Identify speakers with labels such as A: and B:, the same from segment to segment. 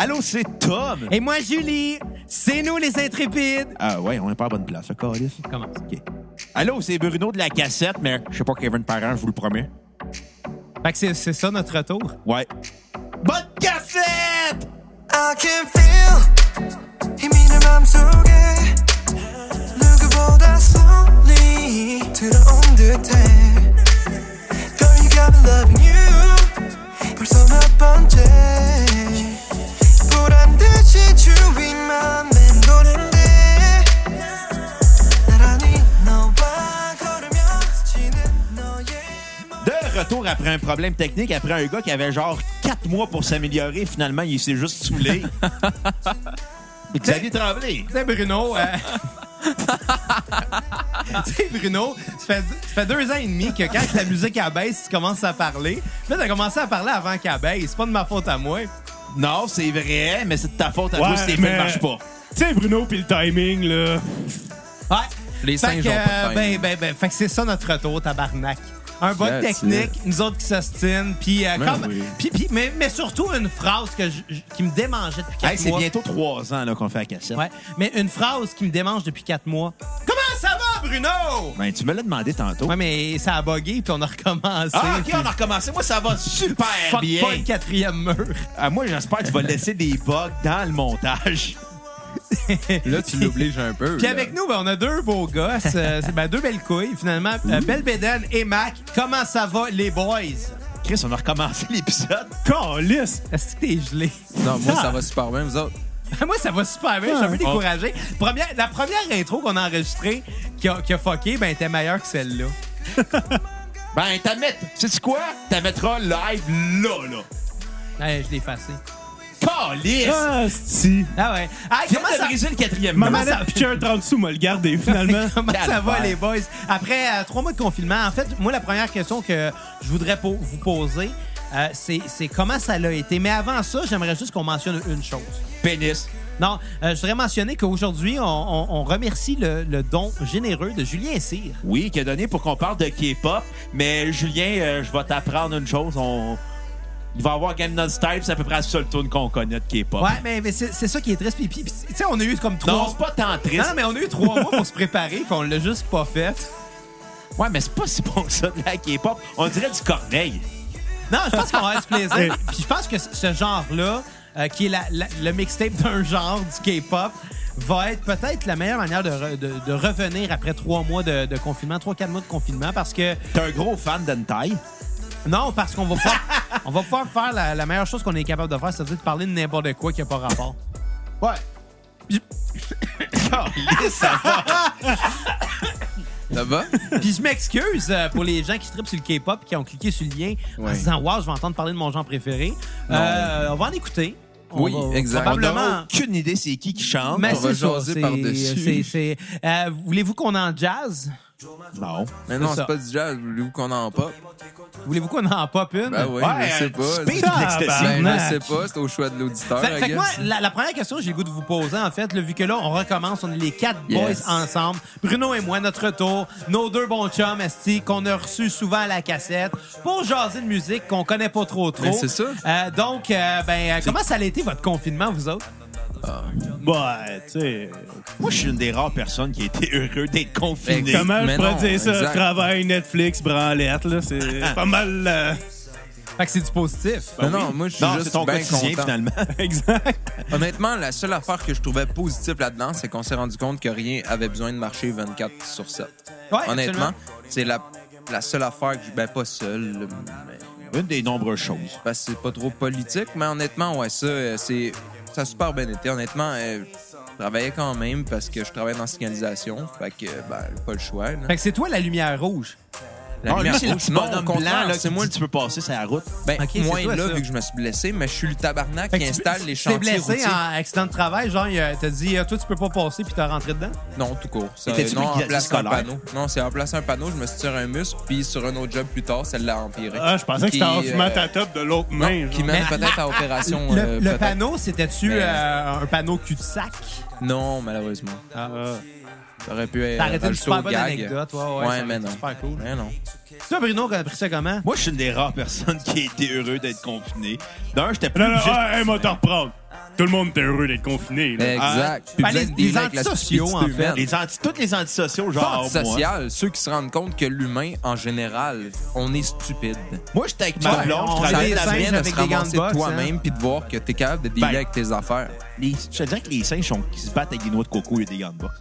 A: Allô, c'est Tom!
B: Et moi, Julie, c'est nous les intrépides.
A: Ah ouais, on est pas à bonne place, le câlisse.
B: Commence.
A: OK. Allô, c'est Bruno de la cassette, mais je sais pas Kevin Parent, je vous le promets.
B: Fait que c'est- c'est ça notre retour.
A: Ouais. Bonne cassette!
C: I can feel 힘이 맘속에 누구보다 slowly 들어온 듯해 Girl you got me loving you 벌써 몇 번째 불안듯이 주위만 맴도는데 나란히 너와 걸으며 스치는 너의
A: De retour après un problème technique, après un gars qui avait genre 4 mois pour s'améliorer, finalement, il s'est juste saoulé. Xavier Tremblay!
B: Tu sais, Bruno. euh, tu sais, Bruno, ça fait, ça fait deux ans et demi que quand la musique abaisse, tu commences à parler. Là, t'as commencé à parler avant qu'elle abaisse. C'est pas de ma faute à moi.
A: Non, c'est vrai, mais c'est de ta faute à
D: Ouais,
A: toi si tes films
D: mais-
A: marchent pas.
D: Tu sais, Bruno, puis le timing, là.
B: Ouais.
E: Les
B: Fait
E: singes
B: que,
E: ont pas de
B: ben,
E: timing.
B: ben, ben, fait que c'est ça notre retour, tabarnak. Un bon
E: That's
B: technique, nous autres qui s'ostinent, puis euh,
E: Ben
B: comme-
E: oui.
B: puis- puis- mais, mais surtout une phrase que je- je- qui me démangeait depuis quatre
A: Hey, c'est
B: mois.
A: bientôt 3 ans là, qu'on fait la cassette.
B: Ouais, mais une phrase qui me démange depuis quatre mois. Comment ça va, Bruno?
A: Ben, tu me l'as demandé tantôt.
B: Ouais, mais ça a bugué, puis on a recommencé.
A: Ah, ok,
B: puis-
A: on a recommencé. Moi, ça va super
B: Fuck
A: bien.
B: pas le quatrième mur.
A: Ah, moi, j'espère que tu vas laisser des bugs dans le montage.
E: Là, tu l'obliges un peu.
B: Puis
E: là.
B: avec nous, ben, on a deux beaux gosses. euh, c'est- ben, deux belles couilles, finalement. Euh, Belle Bédène et Mac. Comment ça va, les boys?
A: Chris, on a recommencé l'épisode.
D: Calisse!
B: Est-ce que t'es gelé?
E: Non, moi,
B: Ah.
E: ça va super bien, vous autres.
B: Moi, ça va super bien. Je suis un peu découragé. Première- la première intro qu'on a enregistrée qui a, qui a fucké, ben, était meilleure que celle-là.
A: Ben, t'as mettre. Sais-tu quoi? T'as mettras live là, là.
B: Ouais, je l'ai effacée.
A: Calice!
D: Ah, si.
B: Ah ouais. Ah,
A: Viens
B: comment
A: de
B: ça...
A: briser le quatrième
D: Ma
A: mur.
B: ça-
D: manette pitcher un 30 sous m'a le gardé, finalement.
B: Comment ça va,
A: Calvaire.
B: les boys? Après euh, trois mois de confinement, en fait, moi, la première question que je voudrais po- vous poser, euh, c'est c'est comment ça l'a été. Mais avant ça, j'aimerais juste qu'on mentionne une chose.
A: Pénis.
B: Non, euh, je voudrais mentionner qu'aujourd'hui, on, on- on remercie le, le don généreux de Julien Cyr.
A: Oui, qui a donné pour qu'on parle de K-pop. Mais Julien, euh, je vais t'apprendre une chose. On... Il va y avoir Gangnam Style, c'est à peu près la seule tune qu'on connaît de K-pop.
B: Ouais, mais, mais c'est c'est ça qui est triste. Puis, puis, puis, tu sais, on a eu comme trois...
A: Non, c'est pas tant triste.
B: Non, mais on a eu trois mois pour se préparer, puis on l'a juste pas fait.
A: Ouais, mais c'est pas si bon que ça de la K-pop. On dirait du Corneille.
B: Non, je pense qu'on va avoir du plaisir. Puis je pense que c- ce genre-là, euh, qui est la- la- le mixtape d'un genre du K-pop, va être peut-être la meilleure manière de, re- de- de revenir après trois mois de, de confinement, trois, quatre mois de confinement, parce que.
A: T'es un gros fan d'Hentai.
B: Non, parce qu'on va pouvoir, on va pouvoir faire la, la meilleure chose qu'on est capable de faire, c'est-à-dire de parler de n'importe quoi qui n'a pas rapport.
A: Ouais. ça va.
E: Ça va?
B: Puis je m'excuse euh, pour les gens qui trippent sur le K-pop qui ont cliqué sur le lien en
E: Ouais.
B: se disant Waouh, je vais entendre parler de mon genre préféré. Euh, on va en écouter. On
E: Oui,
B: va-
E: exact.
A: On
B: Probablement.
A: n'a aucune idée c'est qui qui chante.
B: Mais
E: On va
B: c'est ça,
E: jaser
B: c'est-
E: par-dessus.
B: c'est- c'est- euh, Voulez-vous qu'on en jazz?
A: Non.
E: Mais
B: C'est ça.
E: non,
B: Ah.
E: c'est pas du jazz. Voulez-vous qu'on en pop?
B: Voulez-vous qu'on en pop une?
E: Ben oui,
A: Ouais,
E: je
A: un
E: sais pas.
A: petit
E: Ben,
A: speed d'ecstasy.
E: je sais pas. C'est au choix de l'auditeur,
B: Fait,
E: Ah, I
B: fait que moi,
E: guess.
B: la, la première question que j'ai le goût de vous poser, en fait, là, vu que là, on recommence, on est les quatre
E: Yes.
B: boys ensemble. Bruno et moi, notre retour, nos deux bons chums, Esti, qu'on a reçus souvent à la cassette pour jaser de musique qu'on connaît pas trop trop.
E: Mais Ben, c'est ça.
B: Euh, donc, euh, ben, euh, comment ça a été votre confinement, vous autres?
D: Ouais, Ben, tu sais. euh,
A: Moi, je suis une des rares personnes qui a été heureux d'être confiné.
E: Et- Exactement.
D: Ben, Comment je
E: mais
D: pourrais
E: non,
D: dire ça?
E: exact.
D: Travail, Netflix, branlette, là. C'est pas mal. euh,
B: Fait que c'est du positif.
E: Non, Ben non, moi, je suis
A: Non, c'est
E: juste
A: ton
E: bien
A: quotidien,
E: content.
A: finalement.
D: exact.
E: Honnêtement, la seule affaire que je trouvais positive là-dedans, c'est qu'on s'est rendu compte que rien avait besoin de marcher 24 sur 7.
B: Ouais,
E: Honnêtement,
B: absolument.
E: c'est la, la seule affaire que je. Ben, pas seule, mais.
A: Une des nombreuses choses.
E: Parce que c'est pas trop politique, mais honnêtement, ouais, ça, euh, c'est. Ça a super bien été. Honnêtement, euh, je travaillais quand même parce que je travaille dans la signalisation. Fait que, euh, ben, pas le choix. là.
B: Fait que c'est toi la lumière rouge.
E: La
A: Ah, lui,
E: lumière
A: c'est le
E: rouge,
A: petit
E: non,
A: bonhomme
E: au contraire,
A: blanc, là,
E: c'est moi le
A: tu peux passer sur la route.
E: Ben,
B: Ok, c'est
E: moins
B: toi,
E: là,
B: ça.
E: vu que je me suis blessé, mais je suis le tabarnak
B: Fait
E: qui
B: que tu-
E: installe les
B: tu
E: chantiers
B: T'es blessé
E: routiers.
B: en accident de travail, genre, il, euh, t'as dit, euh, toi, tu peux pas passer, puis t'as rentré dedans?
E: Non, tout court. Ça,
A: T'étais-tu
E: non, en
A: brigadier
E: plaçant un
A: scolaire?
E: panneau. Non, c'est en plaçant un panneau, je me suis tiré un muscle, puis sur un autre job plus tard, celle-là a empiré.
D: Ah, je pensais que
E: Qui,
D: c'était en
E: euh,
D: fumant ta top de l'autre main.
E: qui
D: genre.
E: mène
B: Mais-
E: peut-être à opération.
B: le
E: euh,
B: le
E: peut-être.
B: panneau, c'était-tu
E: Mais-
B: euh, un panneau cul-de-sac?
E: Non, malheureusement.
D: Ah.
E: Ça aurait pu
B: T'as
E: être
B: arrêté une
E: rajouté au
B: super bonne
E: gag.
B: anecdote. Ouais, ouais, ça
E: Ouais,
B: aurait
E: mais
B: été
E: non.
B: super cool.
E: Mais non.
B: Toi, Bruno, t'as pris ça comment?
A: Moi, je suis une des rares personnes qui a été heureux d'être confiné. D'un, j'étais plus
D: Non, non,
A: juste-
D: ah, hey, moi, t'en reprendre. Tout le monde était heureux d'être confiné. là.
E: Exact.
B: Ben, les-
E: vous êtes des
B: les
E: liens avec la
B: antisociaux,
E: stupidité
B: en fait.
E: humaine.
A: les anti, tous les antisociaux,
E: Pas
A: genre moi.
E: antisocial, ceux qui se rendent compte que l'humain, en général, on est stupide.
A: Moi, j'étais avec ma
B: Ouais,
A: blonde,
B: on
A: je
E: Ça
B: est
A: travaillais
B: des
A: la
E: vient
B: singes
E: de
B: avec
E: se
B: des hein. gants de
E: ramasser
B: boxe,
E: toi-même puis de voir que t'es capable de dealer
A: Ben.
E: avec tes affaires.
A: Les- je te dirais que les singes sont- qui se battent avec des noix de coco, il y a des gants de boxe.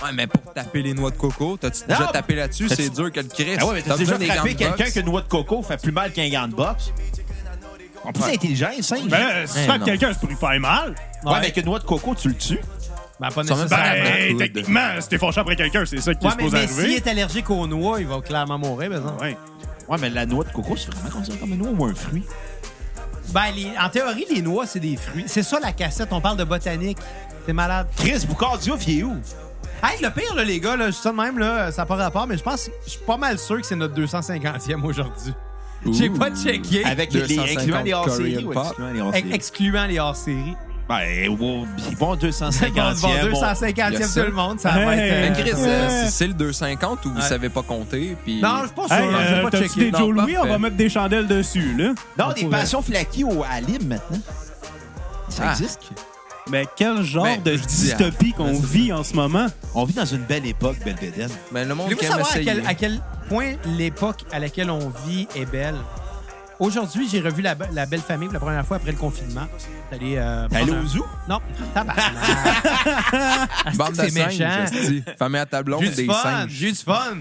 E: Ouais, mais pour taper les noix de coco, t'as-tu
A: Non,
E: déjà tapé là-dessus?
A: t'as-tu-
E: C'est dur que le Christ.
A: Ah ouais, mais t'as déjà
E: besoin des
A: frappé
E: gants de
A: quelqu'un
E: boxe.
A: qu'une noix de coco fait plus mal qu'un gant de boxe. En plus,
E: Ouais.
A: c'est intelligent, les singes.
D: Ben, là, si tu
E: Eh,
D: frappes
E: non.
D: quelqu'un, c'est pour lui faire mal.
A: ouais, mais avec une noix de coco, tu le tues.
B: Ben, pas
E: Ça me
B: nécessairement.
E: paraît-
D: Ben,
E: coude.
D: techniquement, si t'es fâché après quelqu'un, c'est ça qui
B: Ouais,
D: est
B: mais,
D: supposé
B: mais s'il
D: arriver.
B: est allergique aux noix, il va clairement mourir, par exemple.
D: Ouais.
A: Ouais, mais la noix de coco, c'est vraiment considéré comme une noix ou un fruit.
B: Ben, les- en théorie, les noix, c'est des fruits. C'est ça la cassette, on parle de botanique. C'est malade.
A: Chris Boucardio, il est où?
B: Hey, le pire, là, les gars, là, je dis ça de même, là, ça n'a pas rapport, mais je pense, je suis pas mal sûr que c'est notre 250e aujourd'hui. J'ai
E: Ouh.
B: pas checké,
A: Avec les, les
E: 250
A: incluant les hors-séries.
E: Korean
A: ou
E: Pop.
A: excluant les hors-séries?
B: ex- excluant les hors-séries.
A: Ben, bon, bon 250e.
B: Bon, bon,
A: bon.
B: 250e
E: y a
B: tout
E: ça.
B: le monde, ça va
D: Hey.
E: Mais
B: être... euh,
E: Chris,
D: Ouais.
E: euh, si c'est le 250 ou vous savez pas compter, puis...
B: Non, je suis pas sûr,
D: Hey,
B: là, j'ai
D: euh,
B: pas
D: t'as-tu
B: checké.
D: des
E: non,
D: Joe Louis? On
E: parfait.
D: va mettre des chandelles dessus, là.
A: Non,
D: On
A: des
D: pourrait-
A: passions flaquies au Alim maintenant. Ça
E: Ah.
A: existe.
D: Mais quel genre
E: Mais-
D: de
B: ah,
D: dystopie qu'on vit en ce moment?
A: On vit dans une belle époque, belle bédaine.
E: Mais ben, le monde
B: Voulez-vous
E: qui aime
B: savoir à
E: essayer.
B: quel, à quel point l'époque à laquelle on vit est belle? Aujourd'hui, j'ai revu la, be- la belle famille pour la première fois après le confinement. T'es allé, euh,
A: T'es allé
B: prendre un-
A: au zoo?
B: Non, tabarnak.
E: Bande de
B: C'est
E: singes,
B: méchant.
E: esti. Famille à ta blonde,
B: J'ai eu
E: des
B: du fun,
E: singes.
B: j'ai eu du fun.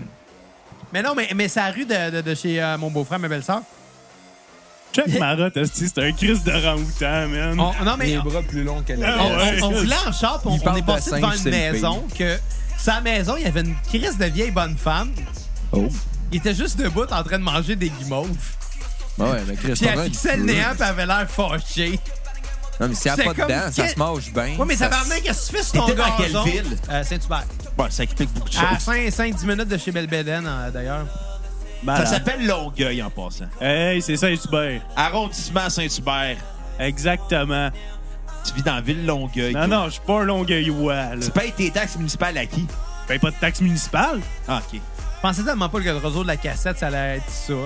B: Mais non, mais, mais c'est la rue de, de- de chez euh, mon beau-frère, ma belle-sœur.
D: Check Marotte, esti, c'est un Chris de rang-outan, man.
B: On- Non, mais
E: Les bras plus longs que la
D: Ah
B: on,
E: reste.
D: ouais.
B: on- on voulait en char, puis
E: Il
B: on, on
E: parle
B: est
E: de
B: passé
E: singe,
B: devant
E: c'est
B: une
E: le
B: maison que sa maison, il y avait une crise de vieille bonne femme.
A: Oh.
B: Il était juste debout en train de manger des guimauves.
E: Ah ouais, mais Chris,
B: Puis
E: on a
B: elle fixait
E: un
B: le
E: peu.
B: néant, puis elle avait l'air fâchée.
E: Non, mais s'il n'y
B: C'est
E: a pas de
B: comme
E: dents, ça
B: quel-
E: se mange bien.
B: Ouais, mais ça
E: va
B: va même qu'est-ce que tu fais sur ton
A: T'étais dans
B: gazon?
A: quelle ville?
B: Euh, Saint-Hubert.
A: Bon, Ah, ça explique beaucoup de choses.
B: À 5-10 minutes de chez Belbédène, euh, d'ailleurs.
A: ça
D: Malade.
A: s'appelle Longueuil en passant.
D: Hey, c'est ça, Hubert.
A: Arrondissement Saint-Hubert.
D: Exactement.
A: Tu vis dans la ville Longueuil.
D: Non, non, je suis pas un longueuillois, là.
A: Tu payes tes taxes municipales à qui?
D: Je paye pas de taxe municipale.
A: Ah, OK.
B: Je pensais tellement pas que le réseau de la cassette, ça allait être ça. genre.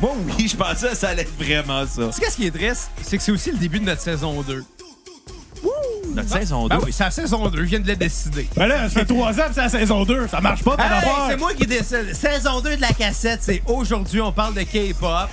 A: Moi, oui, je pensais que ça allait être vraiment ça.
B: Tu sais, qu'est-ce qui est triste? C'est que c'est aussi le début de notre saison 2.
A: Notre saison 2.
B: Ben oui, c'est la saison 2, je viens de le décider.
D: Ben là, ça fait trois ans que c'est la saison 2. Ça marche pas, ton
B: Hey,
D: affaire.
B: c'est moi qui décide. Saison 2 de la cassette, c'est aujourd'hui, on parle de K-pop.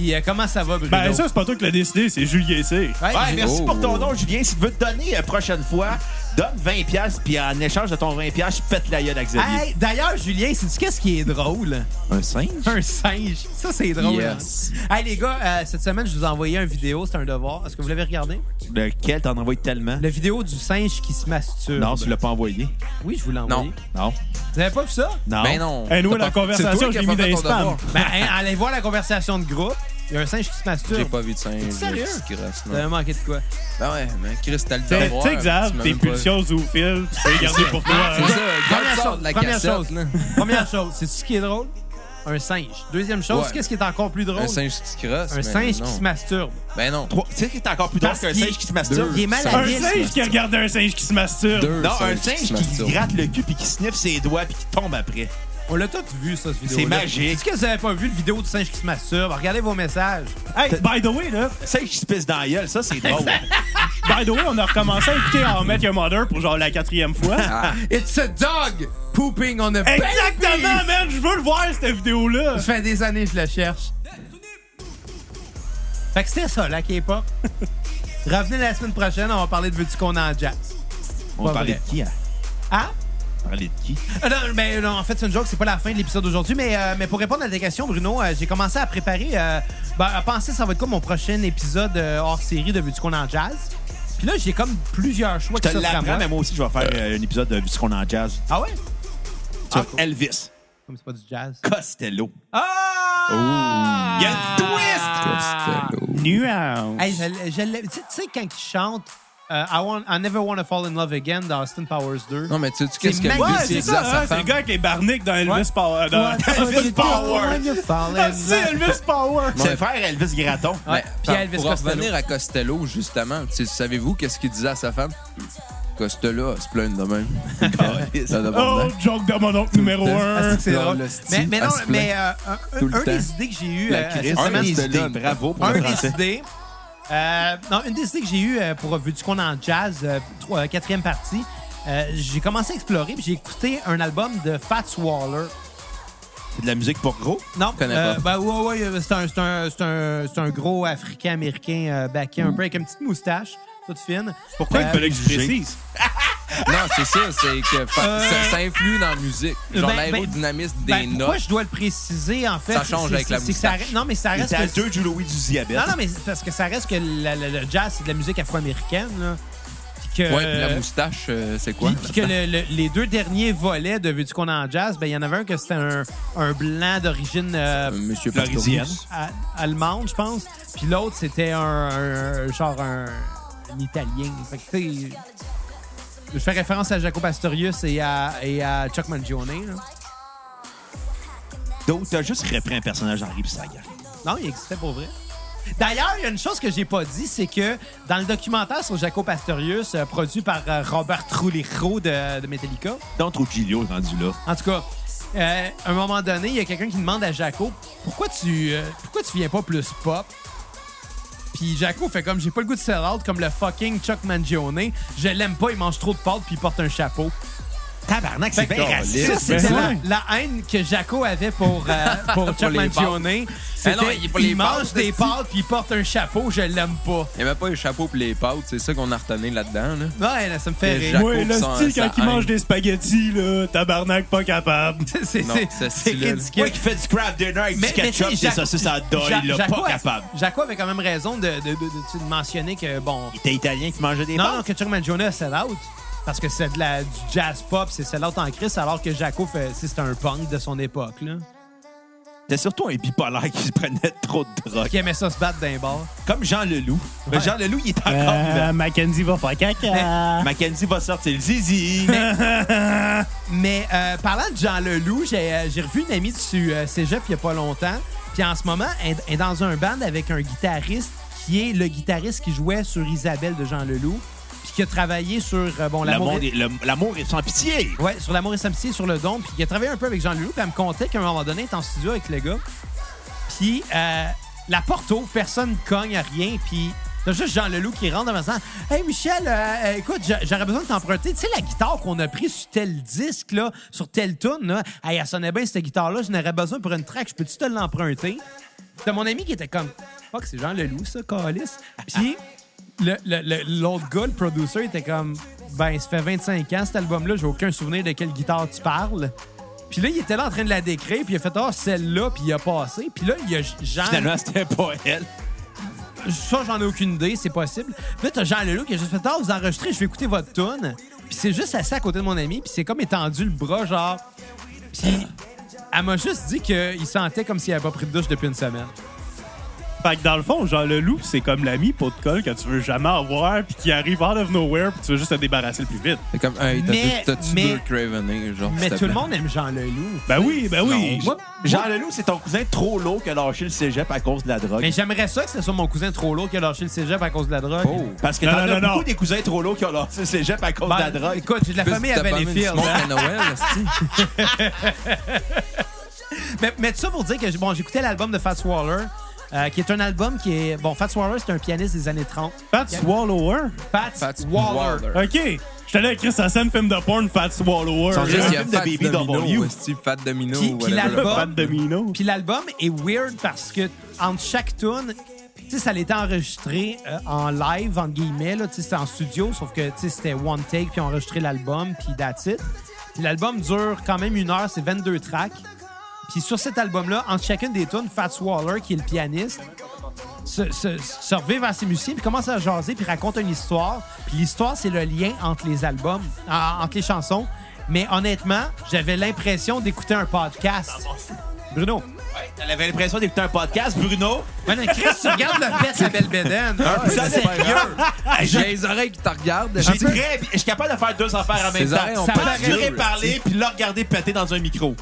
B: Et euh, comment ça va, Bruno?
D: Ben ça, c'est pas toi qui l'as décidé, c'est Julien C.
B: Ouais,
A: Ouais,
B: j'ai-
A: merci
E: Oh.
A: pour ton don, Julien. Si tu veux te donner la prochaine fois, donne 20$, piastres, puis en échange de ton 20$, piastres, je pète la gueule à Xavier.
B: Hey, d'ailleurs, Julien, sais-tu qu'est-ce qui est drôle?
A: Un singe?
B: Un singe. Ça, c'est drôle.
E: Yes.
B: hein? Hey, les gars, euh, cette semaine, je vous ai envoyé un vidéo. C'est un devoir. Est-ce que vous l'avez regardé?
A: Lequel t'en envoies tellement?
B: La vidéo du singe qui se masturbe.
A: Non, tu l'as pas envoyé.
B: Oui, je vous l'ai envoyé.
E: Non.
A: Non.
B: Vous avez pas vu ça?
A: Non.
E: Ben non.
D: Eh, nous,
E: T'as
D: la
E: pas-
D: conversation,
E: c'est toi qui
D: je l'ai
E: as
D: mis
E: pas
D: dans
E: fait
D: les
E: ton devoir.
B: Ben, hein, allez voir la conversation de groupe. Il y a un singe qui se
E: J'ai
B: masturbe.
E: pas vu de singe.
B: sérieux?
E: c'est grasse,
B: Vous avez
E: non.
B: manqué de quoi?
E: Ben ouais, mais Chris, t'as le
D: Ben, Tu
E: devoir.
D: sais,
E: tu
D: Xav,
E: m'as
D: tes
E: même pas-
D: pulsions zoophiles, tu peux les garder pour toi.
E: C'est
B: Ah,
E: ça,
D: hein.
E: garde ça de la
B: première
E: cassette,
B: chose,
E: là.
B: première chose, c'est ce qui est drôle? Un singe. Deuxième chose,
E: Ouais.
B: qu'est-ce qui est encore plus drôle?
E: Un singe qui se crosse.
B: Un
E: mais
B: singe
E: non.
B: qui se masturbe.
E: Ben non.
A: Trois- Tu sais qui est encore plus drôle
B: Parce
A: qu'un
B: qu'il-
A: singe qui se masturbe?
E: Deux.
B: Il est mal à
D: Un
E: Yes,
D: singe qui regarde un singe qui se masturbe.
E: Deux
A: Non, un
E: singes
A: singe
E: se
A: qui
E: masturbent.
A: gratte le cul puis qui sniffe ses doigts puis qui tombe après.
B: On l'a tous vu, ça, cette vidéo.
A: C'est magique.
B: Est-ce que vous avez pas vu le vidéo du singe qui se masturbe? Regardez vos messages.
D: Hey, by the way, là,
A: Singe qui se pisse dans la gueule, ça, c'est drôle.
D: by the way, on a recommencé à écouter How I Met Your Mother pour genre la quatrième fois.
B: It's a dog pooping on a baby!
D: Exactement, man, je veux le voir, cette vidéo-là.
B: Ça fait des années que je la cherche. Fait que c'était ça, la K-pop. Revenez la semaine prochaine, on va parler de Veux-tu qu'on en jazz.
A: On
B: Pas
A: parlait
B: vrai.
A: de qui, hein?
B: Hein?
A: On parlait de qui?
B: Ah Non, mais non, en fait, c'est une joke, c'est pas la fin de l'épisode d'aujourd'hui. Mais, euh, mais pour répondre à tes questions, Bruno, euh, j'ai commencé à préparer, euh, ben, à penser ça va être quoi mon prochain épisode euh, hors série de Veux-tu qu'on en jazz. Puis là, j'ai comme plusieurs choix
A: Je
B: qui
A: te
B: s'offrent à
A: l'apprends,
B: moi.
A: mais moi aussi, je vais faire euh, un épisode de Vu ce qu'on en jazz.
B: Ah ouais?
A: Sur Elvis
B: Comme c'est pas du jazz.
A: Costello.
B: Ah!
A: Il y a un
E: Ah,
A: twist!
E: Costello.
D: Nuance.
B: Hey, je- je l'ai- tu sais- tu sais, quand il chante euh, I, want, I Never Wanna Fall in Love Again d'Austin Powers 2.
E: Non, mais tu sais, qu'est-ce que
B: mag-
E: Elvis,
D: Ouais,
B: Puis
E: il
D: c'est
E: disait à
D: ça,
E: sa
D: hein, c'est le
E: femme?
D: gars avec les barniques dans Elvis
B: Ouais.
D: Power. dans- Elvis Power.
B: When you fall in
D: Ah,
B: love.
D: c'est Elvis Power.
A: C'est le frère Elvis Gratton.
B: Ouais,
E: Ben,
B: puis
E: par-
B: Elvis
E: pour
B: Costello.
E: revenir à Costello, justement, tu sais, savez-vous qu'est-ce qu'il disait à sa femme? cas, ceux-là se plaignent de même. Ça demande-
D: Oh, joke de mon oncle numéro
E: Tout le temps.
D: 1.
B: C'est
E: Non,
B: drôle.
E: le style,
B: Mais, mais non,
E: elle se plaint.
B: mais euh,
E: Tout
B: un,
E: le
B: un
E: temps.
B: des idées que j'ai eues
E: La
B: euh,
E: crise.
B: cette
E: Un
A: Un
B: semaine,
A: des
E: C'était
A: idées,
E: là.
A: bravo pour
B: un
A: le
B: des
A: français.
B: idées. Euh, non, une des idées que j'ai eues euh, pour vu du qu'on est en jazz, euh, trois- euh, quatrième partie, euh, j'ai commencé à explorer puis j'ai écouté un album de Fats Waller.
A: C'est de la musique pour gros.
B: Non,
E: connais
B: euh, ben,
E: pas.
B: ouais, ouais, euh, c'est un, c'est un, c'est un, c'est un gros Africain-Américain euh, baqué
E: Mm.
B: un peu avec une petite moustache, toute fine.
D: Pourquoi
B: Euh,
D: il fallait que je
A: jugé.
D: précise?
E: Non, c'est ça, c'est que fa-
B: Euh,
E: ça, ça influe dans la musique. Genre
B: ben, ben,
E: l'aérodynamisme
B: ben,
E: des
B: pourquoi
E: notes.
B: je dois le préciser, en fait?
E: Ça change
B: c'est-
E: avec
B: c'est-
E: la
B: c'est que ça
E: moustache.
B: re- Non, mais ça reste
A: T'es à
B: que-
A: deux du Louis du diabète.
B: Non, non, mais c'est parce que ça reste que la- la- le jazz, c'est de la musique afro-américaine. là. Puis Que,
E: Ouais, puis la moustache, euh, c'est quoi?
B: puis- puis que le- le- les deux derniers volets de Veux-tu qu'on est en jazz, ben, il y en avait un que c'était un, un blanc d'origine euh,
E: Euh, Monsieur
A: Floridienne.
E: Pastorius.
B: a- allemande, je pense. Puis l'autre, c'était un, un- genre un, un italien. Fait que, tu sais, je fais référence à Jacob Astorius et à, et à Chuck Mangione. là.
A: Donc, t'as juste repris un personnage d'Henri Pissaga.
B: Non, il existait pour vrai. D'ailleurs, il y a une chose que j'ai pas dit, c'est que dans le documentaire sur Jaco Pastorius, euh, produit par euh, Robert Trujillo de, de Metallica,
A: Donc, trop Gilio rendu là.
B: en tout cas, euh, à un moment donné, il y a quelqu'un qui demande à Jaco pourquoi tu euh, pourquoi tu viens pas plus pop. Puis Jaco fait comme j'ai pas le goût de sell out comme le fucking Chuck Mangione. Je l'aime pas, il mange trop de pâtes puis il porte un chapeau.
A: Tabarnak, c'est
B: Fait
A: bien
B: que-
A: raciste.
B: Ça, c'était
D: ben
B: la,
D: ouais.
B: la haine que Jaco avait pour, euh, pour Chuck
E: les
B: Mangione. C'était,
E: Ah non, il est pour
B: il
E: les
B: mange
E: pâtes,
B: des
E: c'est-tu?
B: pâtes puis il porte un chapeau, je l'aime pas.
E: Il n'y avait pas les chapeaux et les pattes, c'est ça qu'on a retenu là-dedans. Là.
B: Ouais, là, ça me fait
E: Que
B: rire.
E: Jaco-
D: Ouais, le
E: sans-
D: style
E: sans
D: quand il
E: haine.
D: mange des spaghettis, là, tabarnak, pas capable.
B: C'est, c'est,
E: Non,
B: c'est,
E: ce
B: c'est
E: style-là, là.
B: ridicule.
A: Moi qui fait du craft dinner avec du
B: tu sais,
A: ketchup, des
B: Jaco-
A: saucisses à dol,
B: Ja-
A: il est
B: Jaco
A: pas
B: a-
A: capable.
B: Jaco avait quand même raison de, de, de, de- de mentionner que, bon...
A: Il était italien qui mangeait des
B: Non, non,
A: pâtes.
B: que Chuck Mangione a sell out. Parce que c'est de la, du jazz pop, c'est sell out en crise, alors que Jaco, fait, c'est, un punk de son époque, là.
A: C'était surtout un bipolaire qui se prenait trop de drogue.
B: Qui aimait ça se battre d'un bar.
A: Comme Jean Leloup. Mais Jean Leloup, il est encore
D: Euh,
A: vivant.
D: Mackenzie va faire caca.
A: Mackenzie va sortir le zizi.
B: Mais euh, parlant de Jean Leloup, j'ai euh, j'ai revu une amie du euh, cégep il n'y a pas longtemps. Puis en ce moment, elle est- elle est dans un band avec un guitariste qui est le guitariste qui jouait sur Isabelle de Jean Leloup. Puis qui a travaillé sur euh, bon, l'amour.
A: L'amour est- le- l'amour est sans pitié.
B: Ouais, sur l'amour et sa amitié, sur le don. Puis qui a travaillé un peu avec Jean Leloup. Puis elle me contait qu'à un moment donné, elle était en studio avec le gars. Puis euh, la porte ouvre, personne cogne à rien. Puis t'as juste Jean Leloup qui rentre en me disant Hey Michel, euh, euh, écoute, j'a- j'aurais besoin de t'emprunter. Tu sais, la guitare qu'on a prise sur tel disque, là, sur telle tune, là, hey, elle sonnait bien cette guitare-là, j'en aurais besoin pour une track, je peux-tu te l'emprunter? T'as mon ami qui était comme Fuck, c'est Jean Leloup, ça, Calis. Puis. le- le- le- L'autre gars, le producer, était comme Ben, ça fait 25 ans cet album-là, j'ai aucun souvenir de quelle guitare tu parles. Puis là, il était là en train de la décrire, puis il a fait Ah, celle-là, puis il a passé. Puis là, il y a Jean.
A: Finalement, c'était pas elle.
B: Ça, j'en ai aucune idée, c'est possible. Puis là, t'as Jean Leloup qui a juste fait Ah, vous enregistrez, je vais écouter votre tune. Puis c'est juste assis à côté de mon ami, puis c'est comme étendu le bras, genre. Puis elle m'a juste dit qu'il sentait comme s'il avait pas pris de douche depuis une semaine.
D: Fait que dans le fond, Jean Leloup, c'est comme l'ami pot de colle que tu veux jamais avoir, puis qui arrive out of nowhere, puis tu veux juste te débarrasser le plus vite.
E: C'est comme, hey, t'as-
B: Mais-
E: t'as-tu
B: mais-
E: deux Cravening, genre,
B: Mais
E: s'il te
B: tout le
E: plaît?
B: monde aime Jean Leloup.
D: Ben oui, ben oui.
B: Moi,
A: Jean Leloup, c'est ton cousin trop lourd qui a lâché le cégep à cause de la drogue.
B: mais j'aimerais ça que ce soit mon cousin trop lourd qui a lâché le cégep à cause de la drogue.
E: Oh.
A: Parce que
D: Non,
A: t'en
D: non,
A: as
D: non,
A: beaucoup
D: non.
A: des cousins trop lourds qui ont lancé le cégep à cause
B: Ben,
A: de la drogue.
B: Écoute, j'ai de la
E: Plus
B: famille
E: t'as
B: à
E: pas mis du
B: Valleyfield.
E: smoke
B: hein.
E: à Noël, esti.
B: Mais, mais tout ça pour dire que bon, j'écoutais l'album de Fats Waller, euh, qui est un album qui est. Bon, Fats Waller, c'est un pianiste des années 30.
D: Fat Swallower.
B: Fats,
E: Fat
B: Waller.
E: Waller.
D: OK. J'étais allé écrire sa scène film de porn, Fat Swallower.
A: Sans
E: Juste,
A: un
E: il y a
A: film de
E: Fat
A: Baby
E: Domino,
A: W.
E: esti, Fat Domino,
B: Qui- qui
E: whatever.
B: l'album-
D: Fat Domino.
B: Puis l'album est weird parce que entre chaque tune, tu sais, ça l'était enregistré euh, en live, entre guillemets, là, tu sais, c'était en studio, sauf que tu sais, c'était one take, puis on a enregistré l'album, puis that's it. Puis l'album dure quand même une heure, c'est 22 tracks. Puis sur cet album-là, entre chacune des tunes, Fats Waller, qui est le pianiste, se, se, se revivre à ses musiciens, puis commence à jaser, puis raconte une histoire. Puis l'histoire, c'est le lien entre les albums, en- entre les chansons. Mais honnêtement, j'avais l'impression d'écouter un podcast. Bruno.
A: T'avais l'impression d'écouter un podcast, Bruno.
B: Ouais, non, Chris, tu regardes le pet, la belle bédaine.
E: Ah.
B: Un peu
A: Ça, c'est
B: sérieux.
E: J'ai les oreilles qui te regardent.
A: J'ai
E: esti.
A: très- Je suis capable de faire deux affaires en même
E: Ses oreilles
A: temps.
E: ont
A: Ça
E: pas
A: va
E: de
A: durer
E: gueule.
A: parler puis le regarder péter dans un micro.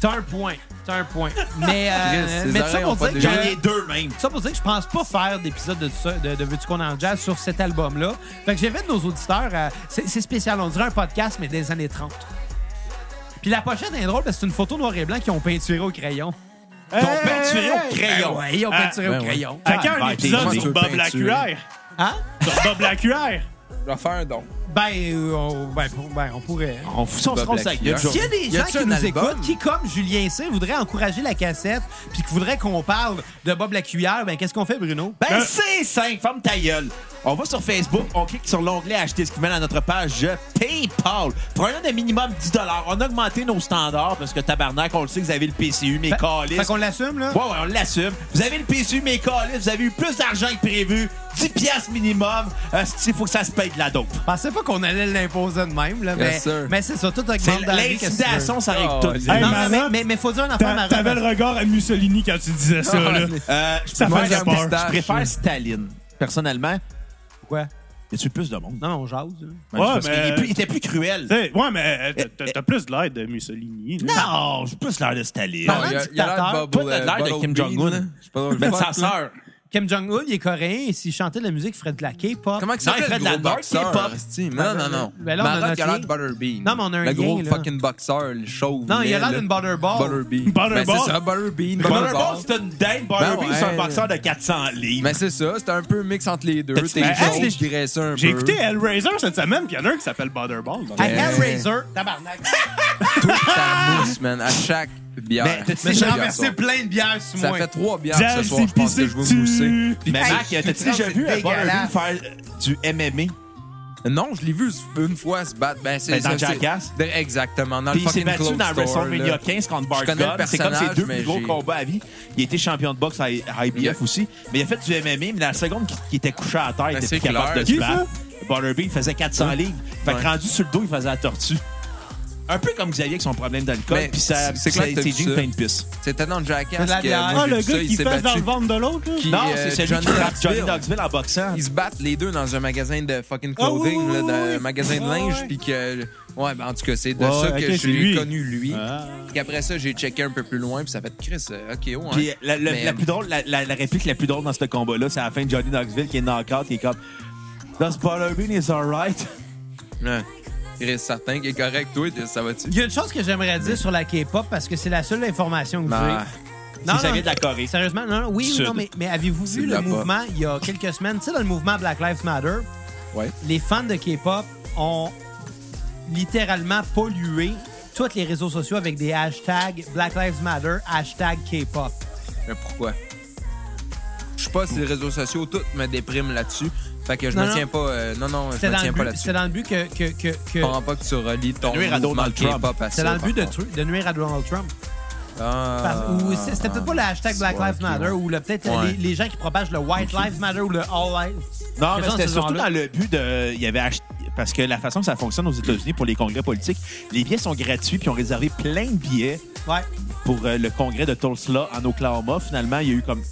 B: T'as un point. T'as un point. Mais, euh,
E: Chris, les
B: mais tout ça
E: oreilles
B: pour
E: ont pas
B: dire
E: de
A: J'en
E: gueule.
B: que.
A: ai deux même.
B: Ça pour dire que je pense pas faire d'épisode de, ça- de, de Veux-tu qu'on en jazz sur cet album-là. Fait que j'invite nos auditeurs à- C'est c'est spécial, on dirait un podcast, mais des années 30. Puis la pochette est drôle parce que c'est une photo noir et blanc qu'ils ont peinturée au crayon.
A: Ils ont peinturé au
B: Ben
A: crayon.
B: ouais, ils ont
D: Ah,
B: peinturé
E: ben
B: au
E: ouais.
B: crayon.
D: À quand
A: Ah,
D: un épisode
E: t'es
D: sur
E: peinturé.
D: Bob Lacuère?
B: Hein?
D: Sur Bob Lacuère?
E: Je vais faire un don.
B: Ben, euh, on, ben, pour- ben, on pourrait. hein.
A: On fout son
E: Bob
A: tronc sa
E: Lacuère.
A: gueule.
B: S'il y a des
E: Y
B: gens
E: a-t-il
B: qui
E: un
B: nous
E: album?
B: écoutent, qui, comme Julien C, voudraient encourager la cassette, puis qui voudraient qu'on parle de Bob Lacuillère, ben qu'est-ce qu'on fait, Bruno?
A: Ben,
D: Euh.
A: c'est simple. Ferme ta gueule. On va sur Facebook, on clique sur l'onglet Acheter ce qui mène à notre page Je PayPal. Pour un de minimum 10 On a augmenté nos standards parce que tabarnak, on le sait que vous avez le PCU, mais
B: Fait-
A: calice.
B: Fait qu'on l'assume, là?
A: Ouais, ouais, on l'assume. Vous avez le PCU, mais calice, vous avez eu plus d'argent que prévu. 10 piastres minimum. Il faut que ça se paye de la dope.
B: Je pensais pas qu'on allait l'imposer de même, là,
E: Bien
B: mais,
E: sûr.
B: mais c'est ça, tout augmente
A: C'est
B: dans la vie, qu'est-ce que tu veux?
A: l'intimidation, ça règle
E: Oh,
A: tout.
E: les-
A: Non,
D: Hey,
B: Non,
A: non,
D: man.
A: mais-
B: mais, mais, mais faut dire une affaire,
D: T'a-
B: Maroc.
D: T'avais le regard à Mussolini quand tu disais ça,
E: Ah,
D: là.
A: euh, je
D: Ça
A: préfère-
D: fait
E: un
D: peur.
E: moustache.
A: je préfère Staline. Personnellement,
B: Pourquoi?
A: y a-tu plus de monde?
B: Non, on jase. là.
A: Ben,
D: Ouais,
A: c'est parce
D: mais-
A: qu'il est plus- il était plus cruel.
D: T'sais, Ouais, mais euh, t'as- t'as plus de l'air de Mussolini. là.
A: Non, j'ai plus l'air de Staline. Ah,
E: Non,
B: Parlant
E: il y a-
B: de
E: il y a l'air
B: dictateur,
E: de
A: toi,
E: Bubble- euh,
A: t'as l'air de
E: Bubble
A: Kim
E: Bean,
A: Jong-un.
E: là. Je sais pas drôle.
A: Ben, de sa
E: Fuck, là.
A: sœur.
B: Kim Jong-un, il est coréen, et s'il chantait de la musique, il ferait de la K-pop.
E: Comment il
A: Non, il
E: s'appelle
A: fait
E: le
A: de la
E: gros
A: dark
E: boxeur?
A: hip-hop.
E: hostie? Non, non, non.
B: Ben là, on a
E: Mais arrête, il a
B: notre
E: l'air de Butterbean.
B: Non, mais on a un
E: Le gros
B: lien, là.
E: fucking boxeur, le chauve.
B: Non, il a
E: laid,
B: l'air
E: là.
B: d'une Butterball.
E: Butterbean.
D: Butterball?
E: Ben, c'est ça, Butterbean.
A: Butterball, c'est une dame. Butterbee,
E: Ben ouais.
A: c'est un boxeur de 400 livres.
E: Mais Ben, c'est ça, c'était un peu un mix entre les deux.
A: T'as-tu
E: T'es
A: fait-
E: chaud,
D: Hey,
E: je graissais un peu.
D: J'ai écouté Hellraiser cette semaine, puis il y en a un qui s'appelle Butterball. dans le-
B: À
E: Ben-
B: Hellraiser, tabarnak.
E: ta mousse, man, à chaque bière.
A: Mais t'as-tu
B: Mais
E: Chaque
B: j'ai
E: bière
B: renversé
E: soir.
B: plein de bières sur
E: Ça
B: moi.
E: fait trois bières ah, ce
D: Jazz,
E: soir, je pense que
D: c'est
E: je vais mousser.
A: Mais
B: Hey,
A: Mac, t'as-tu
B: putain,
A: déjà
B: c'est
A: vu un Butterbee
B: dégueulasse.
A: faire du MMA?
E: Non, je l'ai vu une fois se battre. Ben, c'est
A: Ben, dans
E: c'est-
A: Jackass?
E: c'est- Exactement, dans
A: Puis
E: le
A: il s'est
E: fucking
A: battu
E: clothes
A: dans
E: store,
A: WrestleMania
E: là.
A: 15 contre
E: Je
A: Bart
E: connais le
A: Gunn. C'est comme ses deux
E: personnage,
A: plus gros
E: mais j'ai-
A: combats à vie. Il était champion de boxe à à IBF aussi. Mais il a fait du MMA, mais dans la seconde qu'il qu'il était couché à terre, il
E: Ben,
A: était
E: c'est
A: plus capable
E: clair.
A: de se
D: Qui,
A: battre. Butterbee, il faisait 400 livres. Fait que
E: Ouais.
A: rendu sur le dos, il faisait la tortue. Un peu comme Xavier avec son problème d'alcool,
E: Mais
A: puis ça,
E: c'est
A: c'est
E: clair que t'as
A: ses
E: vu
A: jeans
E: ça.
A: plein de pisse.
E: C'était dans le
B: C'est de
E: Jackass.
B: la
E: que
B: bière.
E: moi,
D: Ah,
E: j'ai
D: le
E: vu ça,
D: gars
E: il
D: qui
E: s'est
D: fesse dans
E: battu.
D: le ventre de l'autre, là.
E: Qui,
A: Non,
E: euh,
A: c'est celui qui
E: Johnny
A: frappe Johnny
E: Knoxville.
A: Knoxville en boxant.
E: Ils se battent les deux dans un magasin de fucking
D: Ah, oui,
E: clothing,
D: oui,
E: là,
D: oui,
E: dans
D: oui.
E: un magasin de
D: Ah,
E: linge,
D: ouais.
E: puis que. Ouais, ben en tout cas, c'est de
D: Ouais,
E: ça
D: ouais,
E: que
D: ok,
E: je
D: c'est
E: l'ai
D: lui.
E: connu, lui.
D: Ah.
E: Puis après ça, j'ai checké un peu plus loin, puis ça fait Chris, euh, ok, ouais.
A: Puis la, la-
E: Mais-
A: la plus drôle, la, la- la réplique la plus drôle dans ce combat-là, c'est à la fin de Johnny Knoxville qui est knock-out, qui est comme Does Butterbean is alright?
E: Ouais. euh, Chris, certain qu'il est correct, toi, t'es- ça va-tu?
B: Il y a une chose que j'aimerais dire sur la K-pop parce que c'est la seule information que
E: Bah,
B: j'ai.
A: Si ça vient de la Corée.
B: Sérieusement, non, non, oui,
A: Du
B: oui, non,
A: Sud.
B: mais, mais avez-vous
E: C'est
B: vu
E: de
B: le
E: là-bas.
B: mouvement il y a quelques semaines? Tu sais, dans le mouvement Black Lives Matter,
E: Ouais.
B: les fans de K-pop ont littéralement pollué tous les réseaux sociaux avec des hashtags Black Lives Matter, hashtag K-pop.
E: Mais pourquoi? Je sais pas si les réseaux sociaux, tout me déprime là-dessus. Fait que je
B: Non,
E: me
B: non.
E: tiens pas. euh, non, non, je
B: C'était
E: me
B: dans, le
E: tiens pas
B: but-
E: là-dessus.
B: c'était dans le but que. que, que- que-
E: Je comprends pas que tu relis ton
A: Nuire à
E: mouvement
A: Donald Trump.
E: K-pop à ça.
B: c'était dans le
E: par
B: but de,
E: contre.
B: tru- de nuire à Donald Trump.
E: Ah,
B: Parce- ou c'est- c'était peut-être pas le hashtag Black
E: Ouais,
B: Lives
E: ok,
B: Matter
E: ouais.
B: ou le- peut-être
E: Ouais.
B: les, les gens qui propagent le White Lives Matter ou le All Lives.
A: Non,
B: Quelque
A: mais
B: chose
A: c'était
B: de ce
A: surtout
B: genre-là.
A: dans le but de. Il y avait acheté- Parce que la façon que ça fonctionne aux États-Unis pour les congrès politiques, les billets sont gratuits, puis ils ont réservé plein de billets
B: Ouais.
A: pour euh, le congrès de Tulsa en Oklahoma. Finalement, il y a eu comme.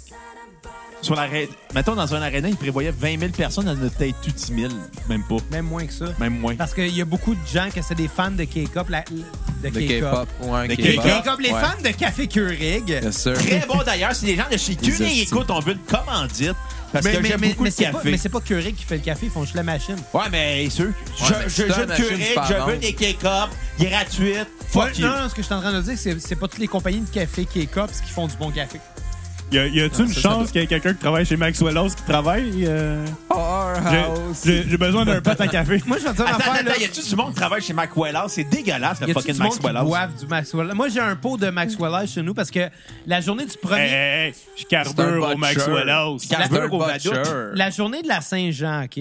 A: Sur l'arrêt. Mettons, dans un aréna, ils prévoyaient 20 000 personnes, il y en a peut-être eu 10 000. Même pas.
B: Même moins que ça.
A: Même moins.
B: Parce qu'il y a beaucoup de gens que c'est des fans de K-pop. la- De
E: De K-pop.
B: K-pop.
E: Ouais,
A: De
B: Les
A: K-pop.
B: K-pop, les
E: Ouais.
B: fans de Café Keurig.
E: Bien sûr.
A: Très bon d'ailleurs, si les gens de chez Cuny
E: hosties.
A: écoutent, on veut une commandite. Parce
B: Mais,
A: que
B: mais,
A: j'aime
B: mais-
A: beaucoup
B: mais
A: le
B: c'est pas,
A: café.
B: mais c'est pas Keurig qui fait le café, ils font juste la machine.
A: Ouais, mais sûr. Je,
E: mais
A: je,
E: c'est
A: je
E: un
A: de
E: machine,
A: curé,
E: c'est pas
A: je
E: grave.
A: veux des K-Cup gratuites. Fuck
B: Ouais,
A: you.
B: non, non, ce que je suis en train de dire, c'est c'est pas toutes les compagnies de café K-pop qui font du bon café.
D: Y a- y
E: Non,
D: a-tu une
E: Ah, ça, ça
D: chance
E: doit-
D: qu'il y ait quelqu'un qui travaille chez Maxwell House qui travaille? euh,
E: Our
D: j'ai-
E: house.
D: J'ai j'ai besoin d'un pote à café.
B: Moi, je vais te dire une
A: Attends,
B: affaire,
A: attends,
B: là.
A: y a-tu du monde qui travaille chez Maxwell House? C'est dégueulasse,
B: Y
A: le
B: a-tu
A: fucking
B: du monde qui
A: Maxwell House.
B: boive du Maxwell Moi, j'ai un pot de Maxwell House chez nous parce que la journée du premier...
D: Hey, hey, hey, je
E: C'est un
D: carbure au
E: butcher.
D: Maxwell House.
A: Car-
E: C'est
A: veux
E: un
A: au Vadoute.
E: butcher.
B: La journée de la Saint-Jean, OK?